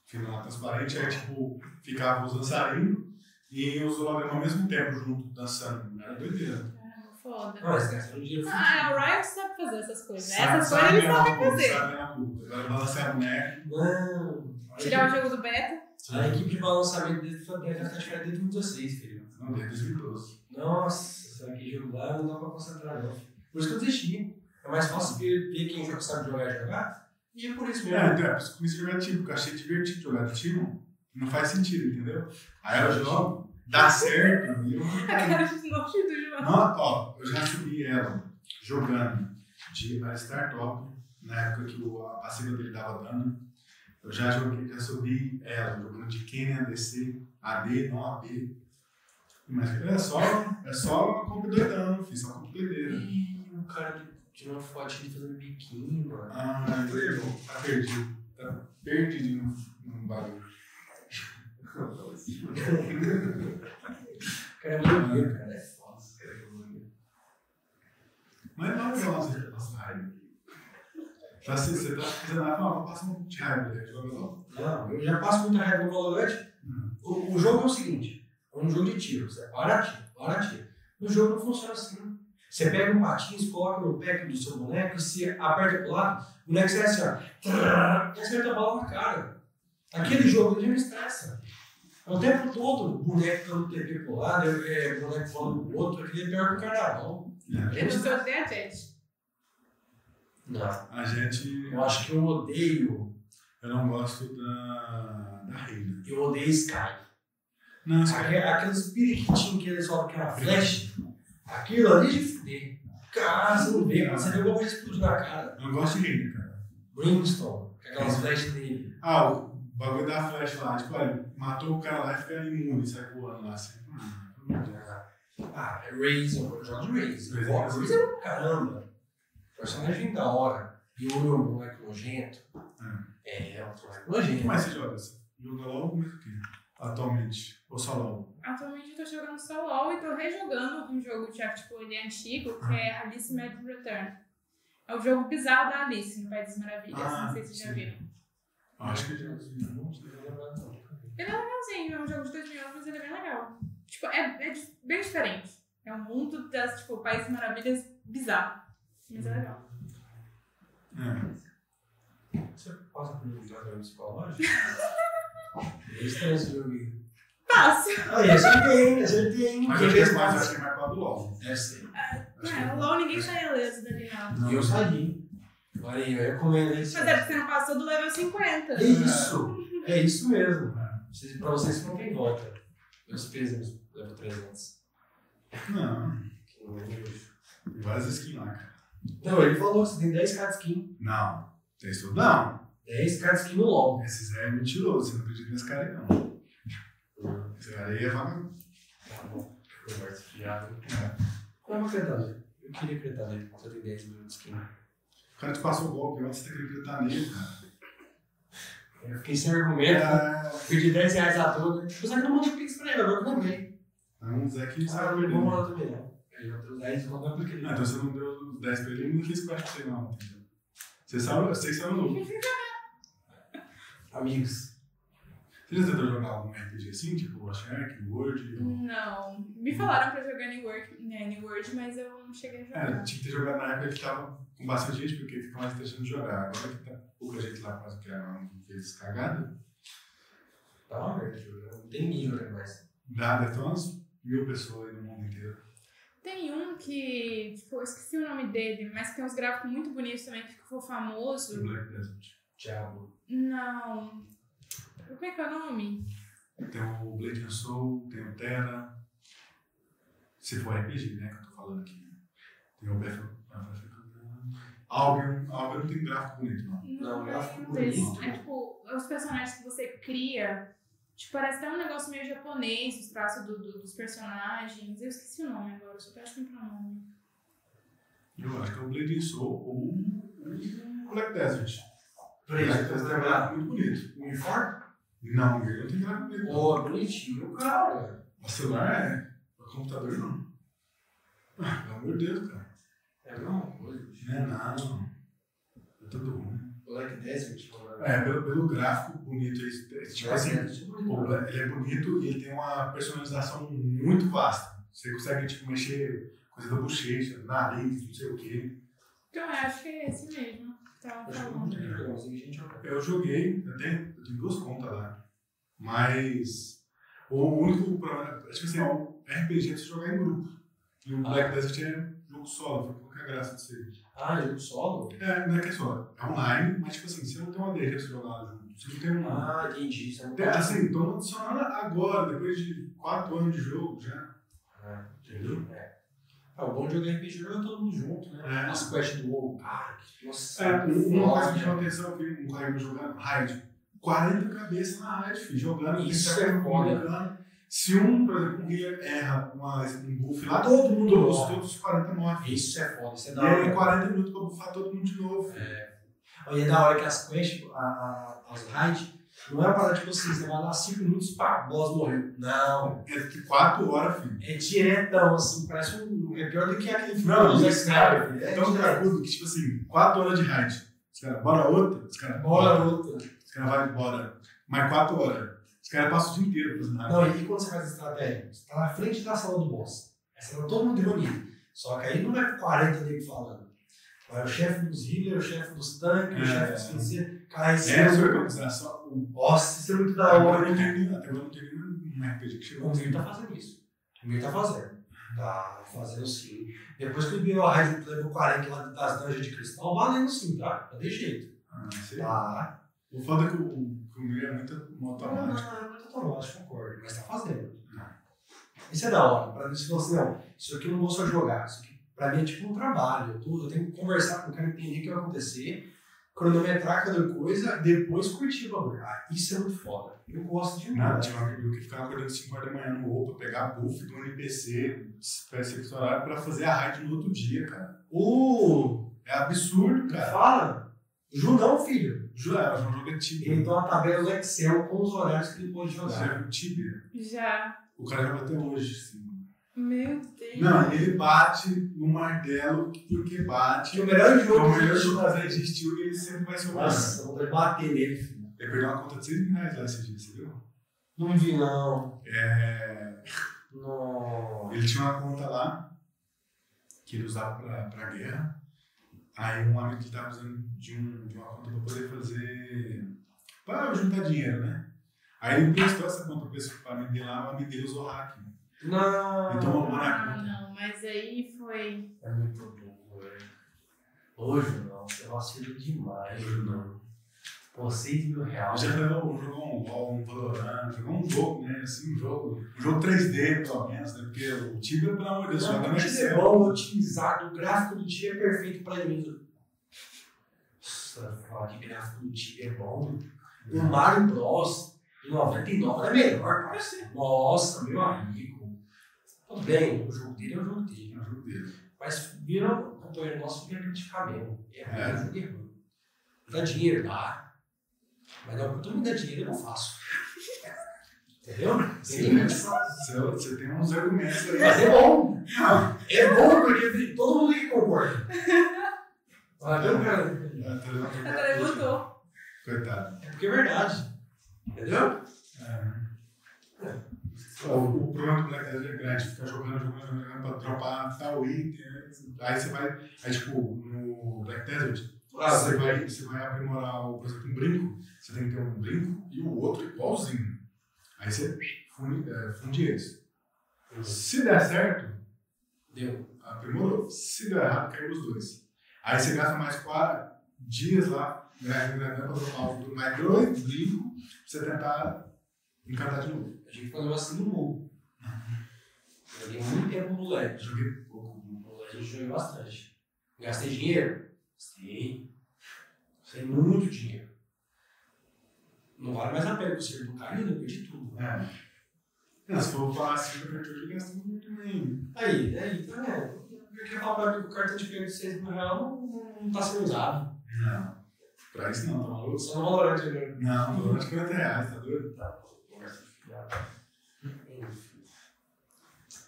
S1: final transparente, aí tipo, ficava os dançarinos e os hologramas ao mesmo tempo junto, dançando. Era doideira.
S2: Caramba, foda.
S3: Ah, esse cara foi um dia
S2: Ah, o Riot sabe fazer essas coisas. né?
S1: Sabe-
S2: essas
S1: sabe
S2: coisas ele
S1: ganhar
S2: sabe
S1: uma puta,
S2: fazer.
S1: Sabe ganhar uma puta. Agora balancear a boneca.
S3: Mano, olha
S2: Tirar o jogo do beta.
S3: A é equipe de balançamento dele foi aberta na Tatiana desde 2016, filho.
S1: Não, desde 2012.
S3: Nossa, sabe que jogo lá não dá pra concentrar, não. Por isso que eu desisti. É mais fácil ver, ver quem já sabe jogar e jogar. E é por isso mesmo.
S1: É, então, é por isso que eu comecei a jogar time, porque eu achei divertido jogar do time. Não faz sentido, entendeu? Aí eu jogo, dá certo, e eu
S2: A cara de novo do João.
S1: Não, ó, eu já subi ela jogando de Alistar Top, na época que o, a passiva dele dava dano. Eu já joguei, já subi ela jogando de Kenya, DC, AD, não AB. Mas é só, é só uma comp doidão, fiz só comp doideira.
S3: Ih, o cara tirou uma fotinha fazendo biquinho, mano.
S1: Ah, errou, tá perdido. Tá perdido no, no bagulho.
S3: O cara é muito doido, cara. É foda.
S1: Mas não, não, você já passa raiva. Tá, você, você tá fazendo raiva, não, passa um pouco de raiva, né? joga logo.
S3: Não, eu já passo muita raiva no Valorant.
S1: Hum.
S3: O, o jogo é o seguinte: é um jogo de tiro. Você para tiro, para tiro. No jogo não funciona assim. Você pega um patins, coloca no pack do seu boneco, você aperta pro lado, o boneco sai assim, ó. trrr, E acerta a bola na cara. Aquele jogo ele me estressa. É o tempo todo, boneco dando TP pro lado, é, é, boneco falando pro outro, aquele é pior que o carnaval.
S1: É.
S3: Ele
S2: Você
S3: não-
S2: odeia a Jet.
S3: Não.
S1: A gente.
S3: Eu acho que eu odeio.
S1: Eu não gosto da. da Reina.
S3: Eu odeio Sky.
S1: Não, isso
S3: Aque- Aqueles periquitinhos que eles falam que era flash, aquilo ali de fuder. Cara, você não vê, cara. Você vê como ele explode na cara.
S1: Eu não gosto de Reina, cara.
S3: Brimstone, com aquelas flash dele.
S1: Ah, o bagulho da flash lá, tipo, olha, matou o cara lá e fica imune, sai voando lá assim. Hum, não dá.
S3: Ah, é Razer, eu jogo de Razer.
S1: Razer.
S3: Pô, Razer é um caramba. Personagem da hora. E o meu moleque nojento.
S1: Hum.
S3: É, é um moleque
S1: O que
S3: nojento.
S1: mais você joga? Você joga LOL mas o quê? Atualmente? Ou só LOL?
S2: Atualmente eu tô jogando só LOL e tô rejogando um jogo já que tipo, ele é antigo, que é Alice Magic Return. É o jogo bizarro da Alice no País das Maravilhas.
S1: Ah,
S2: não sei se vocês
S1: sim.
S2: já viram.
S1: Eu acho que eu jogo.
S3: Não sei, não lembro nada, não.
S2: Legalzinho, é um jogo de 2011, mas ele é bem legal. Tipo, é, é di- bem diferente. É um mundo das, tipo, País das Maravilhas bizarro. Mas é
S1: Hum.
S2: legal.
S1: É.
S3: Você passa por um tratamento psicológico? Eu estranho esse jogo aí.
S2: Fácil.
S3: Aí, acertei, acertei.
S1: Mas eu acho que é mais, acho que é mais pra do LOL.
S3: Deve ser.
S1: Acho que
S2: É, o LOL ninguém sai ileso dali, não.
S1: Não.
S3: E eu saí. Olha aí, eu recomendo isso.
S2: Mas é porque você não passou do level 50.
S3: É isso! É isso mesmo. Vocês- Pra vocês que não tem nota. Meus pesos levo 300.
S1: Não,
S3: que não é hoje.
S1: tem várias skins lá, cara.
S3: Não, ele falou, você tem 10k de skin.
S1: Não, tem isso tudo não.
S3: 10k de skin no LOL.
S1: Esses aí é mentiroso, você não acredita nesse cara aí não. Esse cara aí é vagabundo.
S3: Tá bom. Conversa fiada. Qual é o credado? Eu queria acreditar nele, só tem 10 mil de skin.
S1: O cara te passou o golpe, antes você tem que acreditar nele, cara.
S3: Eu fiquei sem argumento,
S1: É,
S3: perdi 10 reais à toa. Tipo, será que não manda pix pra ele? Agora eu também.
S1: um Zé que
S3: Ah,
S1: sabe
S3: não vou
S1: perder.
S3: mandar também, não. Aí eu tenho 10 e vou mandar pra
S1: Ah, então você não deu os 10 pra ele, ele não quis que eu acho que você não, entendeu? Você sabe, eu sei que você é um louco.
S3: Amigos.
S1: Você já tentou jogar algum RPG assim, tipo Shark, Word? ou-
S2: Não. Me falaram pra jogar New World, né, New World, mas eu não cheguei a
S1: É,
S2: jogar.
S1: tinha que ter jogado na época que tava com bastante gente, porque fica mais deixando de jogar. Agora que tá pouca gente lá, mas que ela não fez cagada,
S3: Tá uma merda, Júlio. Não tem nível, né? Mas.
S1: dá, deve ter é umas mil pessoas aí no mundo inteiro.
S2: Tem um que, tipo, eu esqueci o nome dele, mas que tem uns gráficos muito bonitos também, que ficou famoso.
S1: No é Black Desert.
S3: Diabo.
S2: Não. Como é que é o nome?
S1: Tem o Blade and Soul, tem o Terra. Se for RPG, né, que eu tô falando aqui. né? Tem o Battlefield. ah, Albion. Albion não tem gráfico bonito, não.
S3: Não, um
S2: Não,
S3: gráfico
S2: não é isso.
S3: bonito.
S2: É tipo, os personagens que você cria, tipo, parece até um negócio meio japonês, os traços do- do- dos personagens. Eu esqueci o nome agora, eu sou péssima pra nome.
S1: Eu acho que é o Blade and Soul ou o Black Desert.
S3: Pra isso,
S1: Ele fez um gráfico muito bonito.
S3: o uniforme?
S1: Não, ele não tem gráfico bonito. não.
S3: Pô, bonitinho, cara.
S1: O celular é. O computador não. Ah, pelo amor de Deus, cara.
S3: É a mesma coisa. bicho.
S1: Não é nada, não. É tudo ruim.
S3: Black Desert, tipo, mano.
S1: É, pelo, pelo gráfico bonito, ele, é, tipo assim,
S3: Desert.
S1: Pô, Ele é bonito e ele tem uma personalização muito vasta. Você consegue tipo, mexer coisa da bochecha, nariz, não sei o quê.
S2: Então, eu acho que é esse mesmo. Tava
S3: Acho que é não
S2: falando.
S3: tem problema, tem gente jogando.
S1: Eu joguei, eu tenho, eu tenho duas contas lá. Mas o único problema. é, Tipo assim, ó, RPG é você jogar em grupo. E o
S3: Ah.
S1: Black Desert é jogo solo, fica com a graça de ser.
S3: Ah, jogo solo?
S1: É, não é que é solo, é online, mas tipo assim, você não tem uma DG pra você jogar lá junto. Você não tem um.
S3: Ah, entendi. Isso é muito
S1: Até assim, estão adicionando agora, depois de quatro anos de jogo já.
S3: É, entendeu? É. Ah, o bom de jogar RPG é jogar todo mundo junto, né?
S1: É.
S3: As quests do WoW, cara, que nossa.
S1: É, uma coisa que
S3: foda,
S1: chama atenção que um colega meu jogando raid. 40 cabeças na raid, filho, jogando,
S3: Isso
S1: tem que um
S3: é foda.
S1: jogando. Se um, por exemplo, um healer erra uma, um buff lá,
S3: Todo mundo
S1: todos,
S3: morre.
S1: todos os 40 morrem.
S3: Isso é foda, isso é
S1: E
S3: da hora.
S1: aí 40 minutos pra bufar todo mundo de novo. filho.
S3: E é da hora que as quests, a, a, as raids, não é uma parada de vocês, você vai lá 5 minutos, pá, o boss morreu. Não.
S1: É de 4 horas, filho.
S3: É diretão, assim, parece um. É pior do que aquele filme.
S1: Não,
S3: do
S1: isso,
S3: Zack
S1: cara,
S3: Snyder,
S1: É
S3: é
S1: tão
S3: direto.
S1: cracudo que, tipo assim, 4 horas de raid. Os caras, bora outra? Os caras,
S3: É Bola outra.
S1: Os caras, vai embora. Mais 4 horas. Os caras passam o dia inteiro fazendo raid.
S3: Não, e quando você faz estratégia? Você tá na frente da sala do boss. Essa tá todo mundo reunido. Só que aí não é 40 nego falando. Vai o chefe dos healers, o chefe dos tanques,
S1: É.
S3: o chefe dos feiticeiros. Cara, isso é.
S1: Essa organização, o
S3: Nossa, isso é muito da
S1: Até
S3: hora,
S1: agora não
S3: hein?
S1: tem nenhum- até agora não tem nenhum RPG que chegou
S3: O Mil tá fazendo isso. O Mil tá fazendo. Tá fazendo sim. Depois que ele virou a rádio do level 40 lá das dungeons de cristal, valendo sim, tá? Não tem jeito.
S1: Ah, sei lá.
S3: Tá.
S1: O foda é que o, que o meu é muito
S3: Não,
S1: automático.
S3: não, não tá automático, concordo. Mas tá fazendo. Isso é da hora. Pra mim, se falou assim, não, isso aqui eu não vou só jogar. Isso aqui pra mim é tipo um trabalho. Eu, tô- eu tenho que conversar com o cara, entender o que vai acontecer, cronometrar cada coisa, depois curtir o bagulho. Ah, isso é muito foda. Eu gosto de
S1: Nada, tinha um amigo meu que ficava acordando 5 horas da manhã no roupa, pegar buff do NPC, pra esse funcionário, pra fazer a raid no outro dia, cara.
S3: Uh,
S1: É absurdo, cara. um
S3: fala! Junão, filho!
S1: Jura, ela já joga
S3: Ele
S1: Tibia.
S3: tem uma tabela do Excel com os horários que ele pode
S1: Você
S3: jogar.
S1: já viu um Tibia?
S2: Já.
S1: O cara joga até hoje, assim.
S2: Meu Deus.
S3: é
S1: Não, ele bate no martelo porque bate.
S3: Que o melhor
S1: É o
S3: jogo
S1: melhor
S3: que
S1: jogo que já existiu e ele sempre vai ser o melhor.
S3: Nossa, eu vou bater nele, filho.
S1: Ele perdeu uma conta de 6 mil reais lá esse dia, você viu?
S3: Não vi, não.
S1: É.
S3: Não.
S1: Ele tinha uma conta lá que ele usava pra, pra guerra. Aí um amigo que tava usando de, um, de uma conta pra poder fazer. pra juntar dinheiro, né? Aí ele emprestou essa conta pra, esse- pra amigo dele lá, o amigo dele usou hack. né?
S3: Não.
S1: Ele tomou uma na
S2: Ah,
S1: conta.
S2: não, mas aí foi.
S3: É muito bom, velho. Hoje não, você vacila é demais.
S1: Hoje não.
S3: Pô, 6 mil
S1: Eu
S3: reais.
S1: já jogou, jogou um LOL, um Valorant, jogou um jogo, né? Assim, um jogo. Um jogo 3D, pelo menos, né? Porque o Tibia, pelo amor de Deus,
S3: Não,
S1: joga
S3: não
S1: no
S3: é
S1: Excel.
S3: bom otimizado, o gráfico do time é perfeito pra mim. Nossa, falar que gráfico do time é bom. O Mario Bros. de 99 é melhor, parceiro. Nossa, meu amigo. Tudo bem, o jogo dele é o jogo dele.
S1: É o jogo dele.
S3: Mas vira um companheiro nosso vira criticar mesmo. É ruim,
S1: É.
S3: o jogo é ruim. Dá dinheiro, dá. Mas não, quando me dá dinheiro, eu não faço. Entendeu? Tem
S1: Sim, né?
S3: limite.
S1: Você, você tem uns argumentos aí. Tá,
S3: Mas é bom. É bom porque todo mundo que concorda. Ah, não, cara.
S1: Ah, tá levantando
S2: Agora
S1: a
S2: ele
S1: boca.
S2: voltou.
S1: Coitado.
S3: É porque é verdade. Entendeu?
S1: É. O, o problema do Black Desert é grande, fica jogando, jogando, jogando, jogando pra dropar tal item. né? Aí você vai. Aí, tipo, no Black Desert,
S3: Ah,
S1: você, vai, você vai aprimorar, o- por exemplo, um brinco. Você tem que ter um brinco e o outro igualzinho. Aí você funde, é, funde eles. Se der certo,
S3: Deu.
S1: aprimorou. Se der errado, caiu os dois. Aí você gasta mais quatro dias lá, né, né, pra dropar o- mais dois brincos, pra você tentar encantar de novo.
S3: A gente fazia assim no mundo. Joguei muito tempo no
S1: Eu
S3: moleque.
S1: joguei pouco.
S3: No moleque eu joguei bastante. Gastei dinheiro? Gastei. Gastei muito dinheiro. Não vale mais a pena, o ser do cara, eu perdi tudo. né?
S1: É. Não, se for falar assim, eu já gasto muito bem.
S3: Aí, né? Então, é. Eu queria falar pra mim que o cartão de crédito de 6 mil reais não, não tá sendo usado.
S1: Não. Pra isso não, tá maluco?
S3: Só no Valorante agora.
S1: Não, tô de 40 reais, tá doido?
S3: Tá.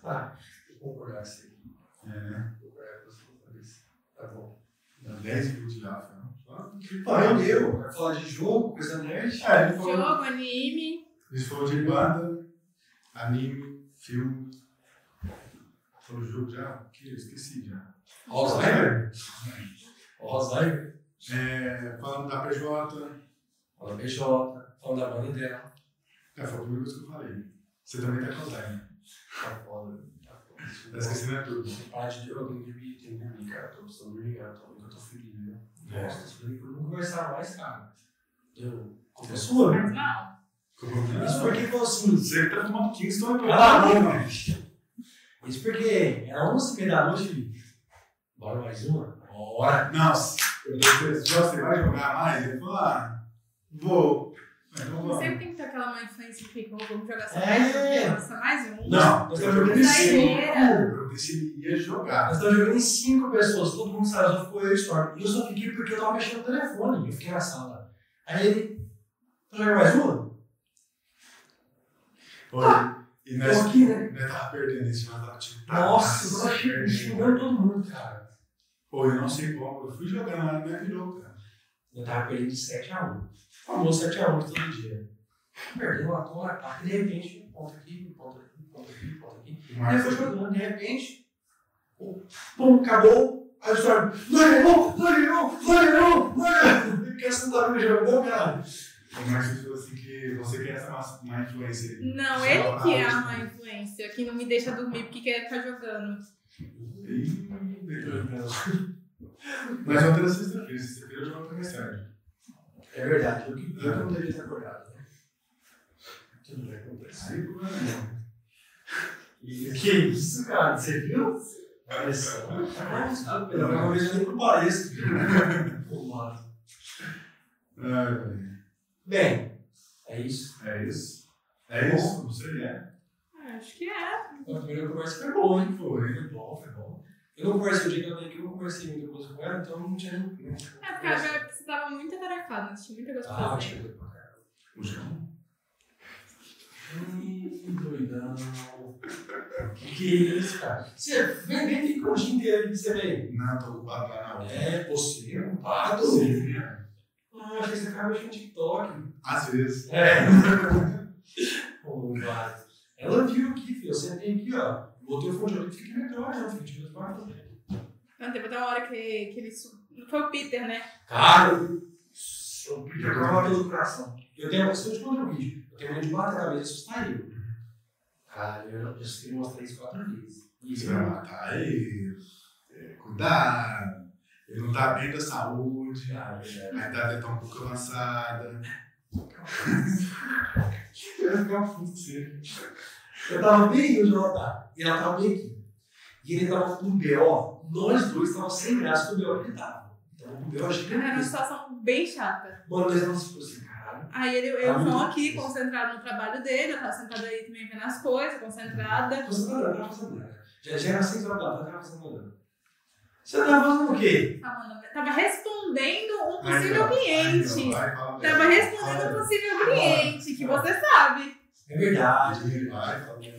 S3: Ah, vou concordar com você.
S1: É, né?
S3: Vou concordar com a sua cabeça. Tá bom.
S1: Dá 10 vídeos já, Rafael.
S3: Pô, eu deu. Vai falar de jogo, coisa nerd.
S1: É, ele falou,
S2: Jogo, anime.
S1: ele falou de banda, anime, filme. Falou jogo já? Que eu esqueci já.
S3: Alzheimer? Alzheimer?
S1: É, falando da PJ,
S3: Fala PJ, fala da banda dela.
S1: é, foi a primeira coisa que eu falei. Você também tá contando. né?
S3: Tá foda. Tá
S1: Tá
S3: foda.
S1: esquecendo é tudo.
S3: Para de eu tenho que dormir, tenho que dormir, cara. Tô precisando dormir, cara. Tô eu tô ferido, né?
S1: É.
S3: Nossa, isso daí eu não conversar mais, cara. Eu. Culpa sua, né?
S2: Faz mal.
S3: Isso
S1: Como-
S3: porque falou assim.
S1: Você tá tomando Kingston e
S3: Ah, não, mano. Isso porque era 11 h da noite. Bora mais uma? Bora!
S1: Não, eu falei, você vai jogar mais? Ele falou, ah, vou. Mas então vamos.
S2: Sempre tem que ter aquela mãe influência que fica, vamos jogar só
S3: É.
S2: mais um, vamos só mais um.
S1: Não, é
S3: Nós
S1: nós
S3: estamos
S1: estamos
S3: jogando
S1: jogando
S3: em
S1: em
S2: cinco.
S1: Eu perguntei se ele ia jogar.
S3: Nós estávamos jogando em cinco pessoas, todo mundo saiu, só ficou eu e o Storm. E eu só fiquei porque eu tava mexendo no telefone, eu fiquei na sala. Aí ele. Joga mais uma?
S1: Foi. E nós,
S3: Tô aqui, né?
S1: nós tava perdendo esse jogo, nós tava tipo, tá,
S3: Nossa, eu tava
S1: perdendo.
S3: xing- xingando todo mundo, cara.
S1: Pô, eu não sei como, eu fui jogando, mas não virou, cara.
S3: Eu tava perdendo de 7x1. Famoso 7x1 todo dia. Perdeu a toa, ataque, de repente, um ponto aqui, um ponto aqui, um ponto aqui, um ponto aqui.
S1: O
S3: Aí
S1: Marcos
S3: foi jogando, de repente. pum, Pum, acabou. Aí o Storm. Não ganhou, não ganhou, não ganhou, não ganhou. Porque você não tá me jogando, cara.
S1: o Marcos falou assim que você quer essa má, má influência aí.
S3: Hum.
S2: Não, ele que é a má influência, que não me deixa dormir porque quer ficar jogando.
S1: Ih, né? Mas eu tenho sexta-feira, sexta-feira eu jogo com a mensagem.
S3: É verdade, eu que eu que não deveria ter acordado, né? Tudo bem, acontece.
S1: Aí, pô, né? não.
S3: E que isso, cara? Você viu? Pressão. Pela vez eu nem pro pareço. Arrumado.
S1: Ah,
S3: Bem, é isso.
S1: É isso? É isso? Não sei, é.
S2: Acho que é.
S3: A primeira conversa foi boa, hein?
S1: Foi.
S3: Foi bom, foi bom. Eu não conversei o dia que eu vim aqui, eu não conversei muita coisa com ela, então não tinha nem.
S2: É porque agora você tava muito atarefado, não tinha muita coisa pra
S3: Ah,
S2: fazer.
S3: tinha coisa pra caralho.
S1: O João.
S3: Ih, doidão. Que que isso, cara? Você vem nem fica o dia inteiro aí que você veio.
S1: Não, tô ocupado lá na outra.
S3: É, você é culpado?
S1: Sim, né?
S3: Ah, acho que você acaba mexendo no TikTok.
S1: Às vezes.
S3: É. Culpado. um Ela viu aqui, filho. Eu sentei aqui, ó. Botei o fone ali e fiquei melhor, não. Fiquei tirando parte também.
S2: Não, Então, teve até uma hora que, que ele. su- Não foi o Peter, né?
S3: Cara, eu podia acabar pelo coração. Eu tenho a questão de quando eu vídeo. Eu tenho medo de bater a cabeça e assustar eu. Cara, eu já assisti umas 3, 4 vezes. é
S1: Você vai matar ele. É, cuidado. Ele não tá bem da saúde.
S3: Ah,
S1: A
S3: velho.
S1: idade tá um pouco avançada.
S3: Eu ia ficar puto com você. é um Eu tava bem onde ela tá. E ela tava bem aqui. E ele tava com um BO. Nós dois tava sem graça com o BO que ele tava. Tava com um BO
S2: Era uma
S3: gigantesco.
S2: situação bem chata.
S3: Mano, nós tava tipo assim, caralho.
S2: Aí ele, eu João aqui, concentrado no trabalho dele, eu tava sentada aí também vendo as coisas, concentrada.
S3: Tô tá fazendo nada, tava fazendo nada. Já, já era 6 horas da tarde, tava fazendo nada. Você tava fazendo o quê?
S2: Tava, mandando- tava respondendo um
S1: Mas
S2: possível
S1: não,
S2: cliente.
S1: não, vai falar
S2: Tava
S1: mesmo.
S2: Tá, respondendo um possível cliente, que você sabe.
S3: É verdade, é verdade.
S1: Vai, fala mesmo.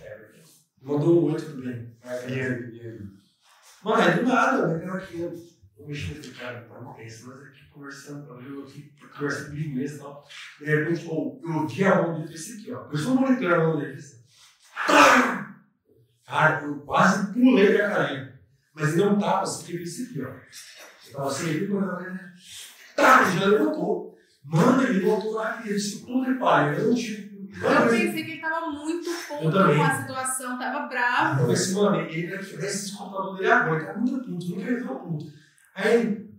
S3: É verdade. Mandou um oi, tudo bem.
S1: E ele, e ele.
S3: Mano, é do nada, né? Ela aqui, eu- eu mexendo com o cara, tá bom, esse nós aqui conversando, tá eu aqui conversando comigo mesmo e tal. De repente, pô, eu ouvi a mão dele desse aqui, ó. Eu sou monitor a mão dele. assim. Cara, eu quase pulei da carinha. Mas ele não tava assim, porque ele disse aqui, ó. Eu tava assim, ele quando ela né? Tá, ele já levantou. Mano, ele voltou lá e ele disse, puta que pariu, eu não tive.
S2: Eu pensei que ele tava muito puto
S3: também.
S2: com a situação, tava bravo.
S3: Eu falei assim, mano, ele deve tirar esse computador dele agora, ele tá muito puto, nunca resolveu puto. Aí ele,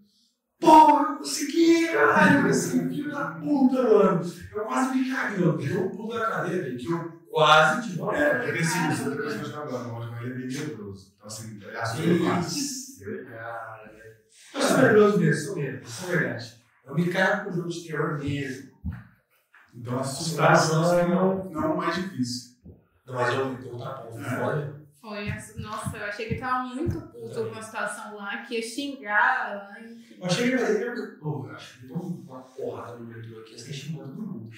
S3: pô, eu consegui, caralho, eu pensei, filho da puta, mano. Eu quase me caguei, eu dei um pulo na cadeira, velho, que eu quase tive uma
S1: É, porque assim, você outra pessoa jogando, mas ele é bem nervoso. Então, assim, ele assume fácil.
S3: Isso, cara. Eu sou nervoso mesmo, sou mesmo, isso é verdade. Eu me cago com o jogo de terror mesmo.
S1: Então, assustar as pessoas não, não é mais difícil.
S3: Não, mas eu dei um tapão, foi
S1: É.
S3: foda.
S2: Foi, nossa, eu achei que ele tava muito puto com a situação lá, que ia xingar ela.
S3: Eu achei que ele era. Pô, eu acho que ele deu uma porrada no meu dedo aqui, você xingando todo mundo.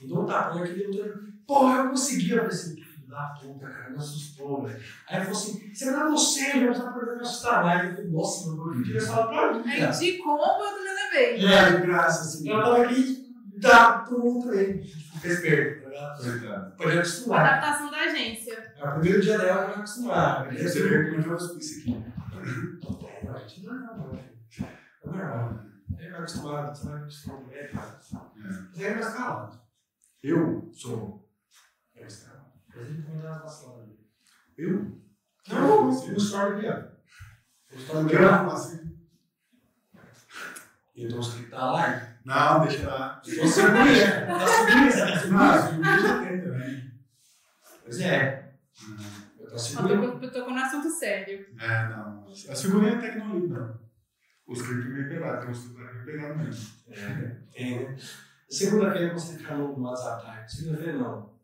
S3: Então tá, quando aquele outro. Porra, eu consegui. Eu falei assim, filho da puta, cara, me assustou, velho. Aí ele falou assim: você não é você, meu, você tá perdendo meu trabalho. Eu falei, nossa, meu, eu queria falar pra mim,
S2: Aí
S3: cara.
S2: de combo eu também levei.
S3: É, de graça, assim. Eu tava aqui, dá pro outro ele. Fez perda, tá ligado?
S1: Coitado.
S3: Pode acostumar.
S2: Adaptação da agência.
S3: É o primeiro dia dela, pode acostumar.
S1: Aí Você vê como já os isso aqui.
S3: É, não, a gente não é normal, gente. É normal. É acostumado, você vai acostumado. É, cara. Você é mais calado.
S1: Eu sou.
S3: É mais calado. Mas ele põe na relação ali.
S1: Eu?
S3: Não, o Storm aqui, ó. O Storm
S1: Porque
S3: aqui,
S1: eu não
S3: ó.
S1: falo assim.
S3: Então os que tá lá.
S1: Não, deixa lá.
S3: Então você não é. Tá subindo,
S1: Mas
S3: tá
S1: o é vídeo tem também.
S3: Pois é.
S1: Ah.
S3: Tá
S2: Ó, tô,
S3: segurando.
S2: com- eu tô com um assunto sério.
S1: É, não. As figurinhas até que não lido, não. Os clipes me pegaram, tem uns clipes que me pegaram mesmo.
S3: Tem, né? Segunda-feira você fica no WhatsApp Live. Segunda-feira não.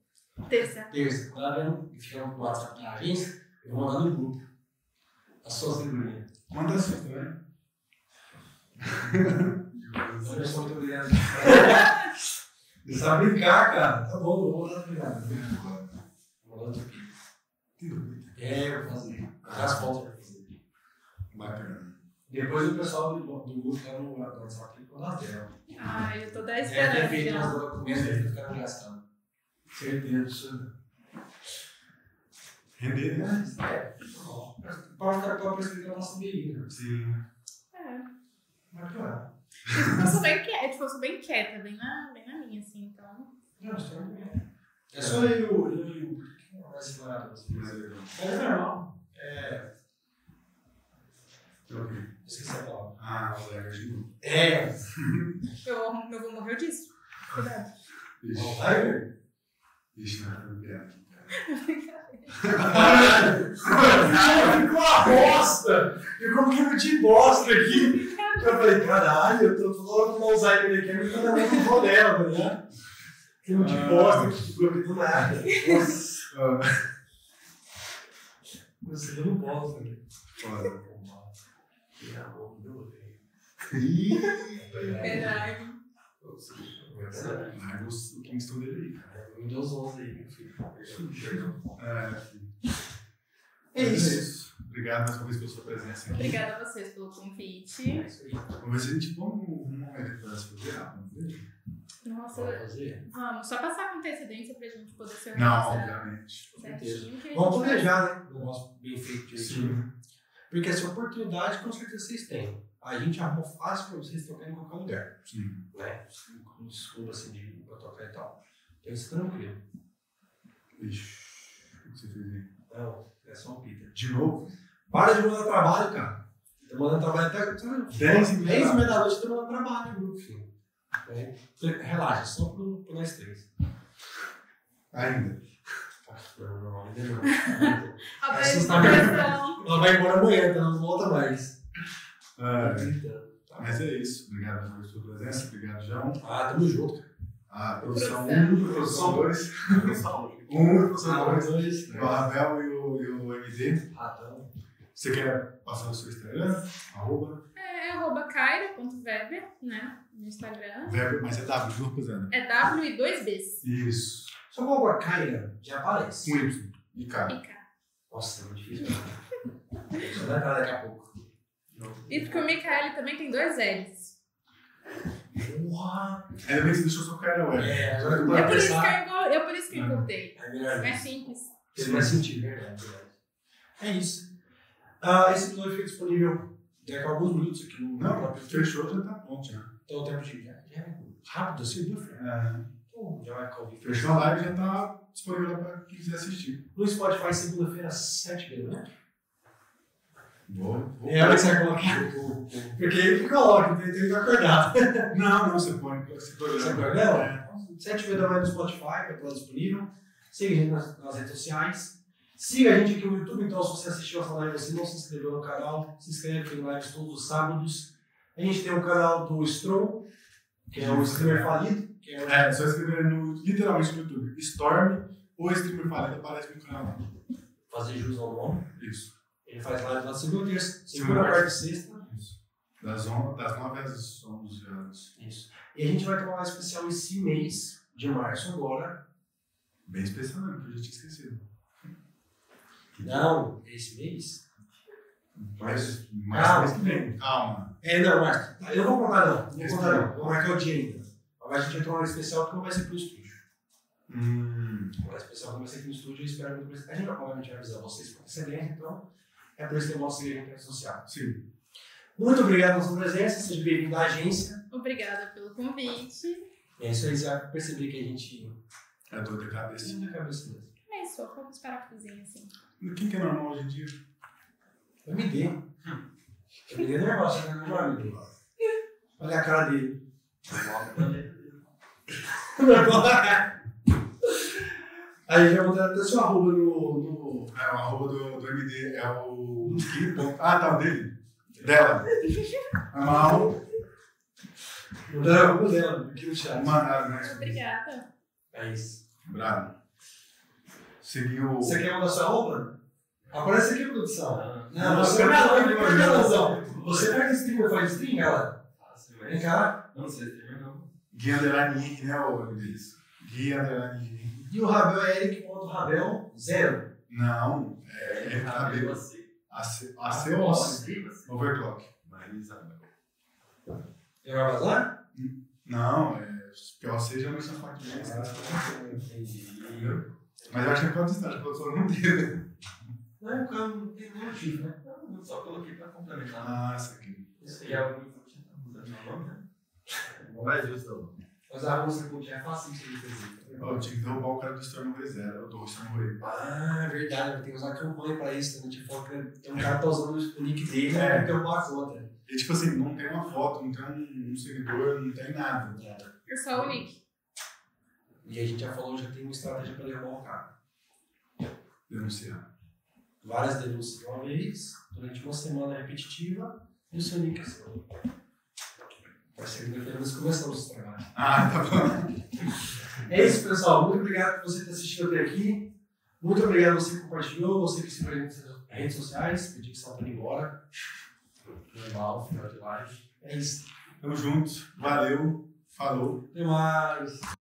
S2: Terça.
S3: Terça, quando eu ficar no WhatsApp Live, eu vou mandar no grupo. Tá né? As suas figurinhas.
S1: Manda assim também.
S3: Olha só, é muito obrigado. Você sabe brincar, cara. Tá bom, vou mandar obrigado. Vou mandar outro pix. É, eu vou fazer. As fotos eu vou fazer.
S1: Bacana.
S3: Depois o pessoal do, do grupo lá no WhatsApp tem que mandar dela.
S2: Ai, eu tô da
S3: É, tem feito
S2: esperança.
S3: uns documentos aí que ficaram gastando. Certeza.
S1: Render, né?
S3: É. Pode ficar com a perspectiva da nossa bebida.
S1: Sim.
S2: É.
S3: Mas, cara,
S2: Eu
S3: assim.
S2: sou bem quieta, tipo, eu sou bem quieta, bem na, bem na minha, assim, então.
S3: não, isso é É só eu e o. Eu e o. Quem é mais separado?
S1: Mas é legal.
S3: Mas é normal. É.
S1: Ok.
S3: Esqueci a palavra.
S1: Ah, colega, de novo.
S3: É.
S2: Eu, eu vou morrer disso. Cuidado.
S1: Ixi.
S3: Vai,
S1: Ixi, tá não, piada.
S3: Cara, ficou uma bosta! Ficou um quilo de bosta aqui. Eu falei, caralho, eu tô toda hora com o Alzheimer aqui, mas cada um com dela, tá ligado? Quilo de
S1: Ah.
S3: bosta que ficou aqui do nada. Nossa,
S1: Ah,
S3: você não bosta, né?
S1: Foda.
S3: Minha mão, meu velho.
S1: Ih,
S3: É.
S2: Verdade.
S1: larga os- o Kingston dele
S3: Me deu os 11 aí, meu filho.
S1: aí. É,
S3: É isso.
S1: Obrigado mais uma vez pela sua presença aqui.
S2: Obrigada a vocês pelo convite.
S3: É isso aí.
S1: Vamos ver se a gente um, vamos arrumar uma referência pro diabo.
S3: Vamos
S2: Nossa,
S3: fazer?
S2: vamos, só passar com antecedência pra gente poder se
S1: Não,
S2: organizar
S1: obviamente.
S2: certinho. que a
S3: Vamos
S2: gente vai-
S3: planejar, né? Um negócio bem feito direitinho.
S1: Sim.
S3: Porque essa oportunidade com certeza vocês têm. A gente arrumou fácil pra vocês tocarem em qualquer lugar.
S1: Sim.
S3: Né? Com Desculpa assim de pra tocar e tal. Tem que ser tranquilo.
S1: Ixi. O que você fez aí?
S3: Não, é só um Peter.
S1: De novo?
S3: Para de mandar trabalho, cara. Tá mandando trabalho até.
S1: Dez e
S3: 10
S1: meia.
S3: meia da noite tá mandando trabalho no grupo, filho. Né? Então, Relaxa, só pro, pro nós três.
S1: Ainda.
S3: Tá, Não, não, ainda não.
S2: A
S3: É
S2: beijo
S3: assustador.
S2: coração.
S3: Ela vai embora amanhã, tá? Não volta mais.
S1: Ah,
S3: Então, tá.
S1: mas é isso. Obrigado mais uma vez pela sua presença. Obrigado, João.
S3: Ah, tamo junto.
S1: A produção
S2: Produção.
S1: 1, produção 2.
S4: Saúde.
S1: Um e
S3: Ah,
S1: produção 2.
S3: dois.
S1: O Ravel e o, e o MD.
S3: Ratão.
S1: Você quer passar o seu Instagram? Arroba.
S2: É arroba kaira.weber, né? No Instagram.
S1: Verbo, mas é W, não cruzando.
S2: É W e dois Bs.
S1: Isso.
S3: Só com a caia já aparece.
S1: Com Y. E K.
S2: E K.
S3: Nossa, é muito difícil. Só vai entrar daqui a pouco.
S2: E porque o Mikael também tem dois L's.
S3: Porra!
S1: Ainda bem que você deixou só tá- o cara web.
S3: É, agora que eu
S2: É
S3: vou
S2: por isso que
S3: pensar.
S2: eu, engor- é por isso que eu engordei.
S3: É melhor
S2: É
S3: isso.
S2: simples.
S3: Você vai sentir, verdade, verdade. É isso. Ah, esse episódio fica disponível daqui a alguns minutos aqui
S1: Não,
S3: no próprio YouTube.
S1: fechou, já tá pronto já.
S3: Então o tempo de. Já, já é rápido assim, do filho.
S1: É,
S3: Então, Já vai ficar ouvindo.
S1: fechou a live, já tá disponível pra quem quiser assistir.
S3: No Spotify, segunda-feira, às 7 da né?
S1: Boa. boa.
S3: É ela que você vai colocar. Porque ele que coloca, então ele tem que acordar.
S1: Não, não, você põe. Você põe
S3: É? Você
S1: lá.
S3: acordou?
S1: É.
S3: 7 da manhã no Spotify, que é pra disponível. Siga a gente nas, nas redes sociais. Siga a gente aqui no YouTube, então, se você assistiu essa live e você não se inscreveu no canal, se inscreve, tem lives todos os sábados. A gente tem o canal do Strom, que é o streamer falido, que é o
S1: É, só escrever no, literalmente no YouTube. Storm ou streamer falando, aparece no canal lá.
S3: fazer jus ao nome.
S1: Isso.
S3: Ele faz live lá segunda, terça, segunda,
S1: Segunda,
S3: quarta e sexta.
S1: Isso. Das, on, das 9 às 11 anos.
S3: Isso. E a gente vai ter uma live especial esse mês de março agora.
S1: Bem especial mesmo, que eu já tinha esquecido.
S3: Não, esse mês?
S1: Mas,
S3: Ah,
S1: mas mês que vem. Calma.
S3: É, não, Marcos. tá, Eu não vou contar não, não vou
S1: Esse
S3: contar
S1: mês.
S3: não. Vou marcar o dia ainda. Mas a gente vai ter uma live especial que não vai ser pro estúdio.
S1: Hum,
S3: Uma live especial que não vai ser pro estúdio, eu espero muito mais. A gente vai provavelmente vai avisar vocês com antecedência, então é por isso que eu vou seguir em rede social.
S1: sim.
S3: Muito obrigado pela sua presença, seja bem-vindo à agência.
S2: Obrigada pelo convite.
S3: É isso aí, você vai perceber que a gente
S1: É dor de cabeça.
S3: precisa da cabeça mesmo.
S2: Começou, foi uns parafusinhos assim.
S1: Quem que é normal hoje em dia?
S3: MD. MD é normal, você não é normal, MD. Olha a cara dele. A gente vai mudar até seu arroba no. no...
S1: É, o arroba do, do MD é o. Gui ponto- Ah, tá, o dele. Dela. É Mal.
S3: Mudar o arroba dela, aqui no chat.
S1: Manado, né?
S2: Obrigada.
S3: É isso.
S1: Bravo. Seguiu.
S3: Você quer mudar sua arroba? Aparece aqui, produção.
S4: Ah,
S3: Não, você não é live, depois da razão. Você faz stream, faz stream, galera?
S4: Fácil,
S3: Vem
S4: mas-
S3: cá.
S4: Não sei se tem, não.
S1: Gui Underline Henrique, né, ô MD? Gui Underline Henrique.
S3: E o Rabel é Eric.rabel, zero.
S1: Não, é RKB.
S4: Cabelo assim.
S1: AC
S3: um
S1: ou AC?
S3: assim.
S1: Overclock.
S4: Mas, Isabel.
S3: né? Você vai vazar?
S1: Não, é. POC já não está forte mais.
S3: entendi.
S1: Mas eu acho que é quanto estágio, a produção não teve.
S3: Não, o cara não tem nenhum motivo, né? Ah,
S4: Não, eu só coloquei pra complementar.
S1: Nossa, que.
S4: Isso aí é algo que eu tinha usado meu nome, né? Mas justo.
S3: Mas a música com o Jeff é fácil de fazer.
S1: Ó, Eu tinha que derrubar o cara do Storm Way Zero, do Storm Way.
S3: Ah, é verdade, tem que usar campanha pra isso, né? Tipo, tem um cara que tá usando o nick dele
S1: É.
S3: pra derrubar a conta.
S1: E tipo assim, não tem uma foto, não tem um, um seguidor, não tem nada.
S2: Eu sou o Nick.
S3: E a gente já falou, já tem uma estratégia pra derrubar o cara.
S1: Denunciar.
S3: Várias denúncias de uma vez, durante uma semana repetitiva, e o seu nick é seu. Vai ser que nós começamos esse trabalho.
S1: Ah, tá bom.
S3: É isso, pessoal. Muito obrigado por você ter assistido até aqui. Muito obrigado a você que compartilhou, você que se presente nas redes sociais, pedi que salta embora. Normal, final de live. É isso.
S1: Tamo junto. Valeu. Falou.
S3: Até mais.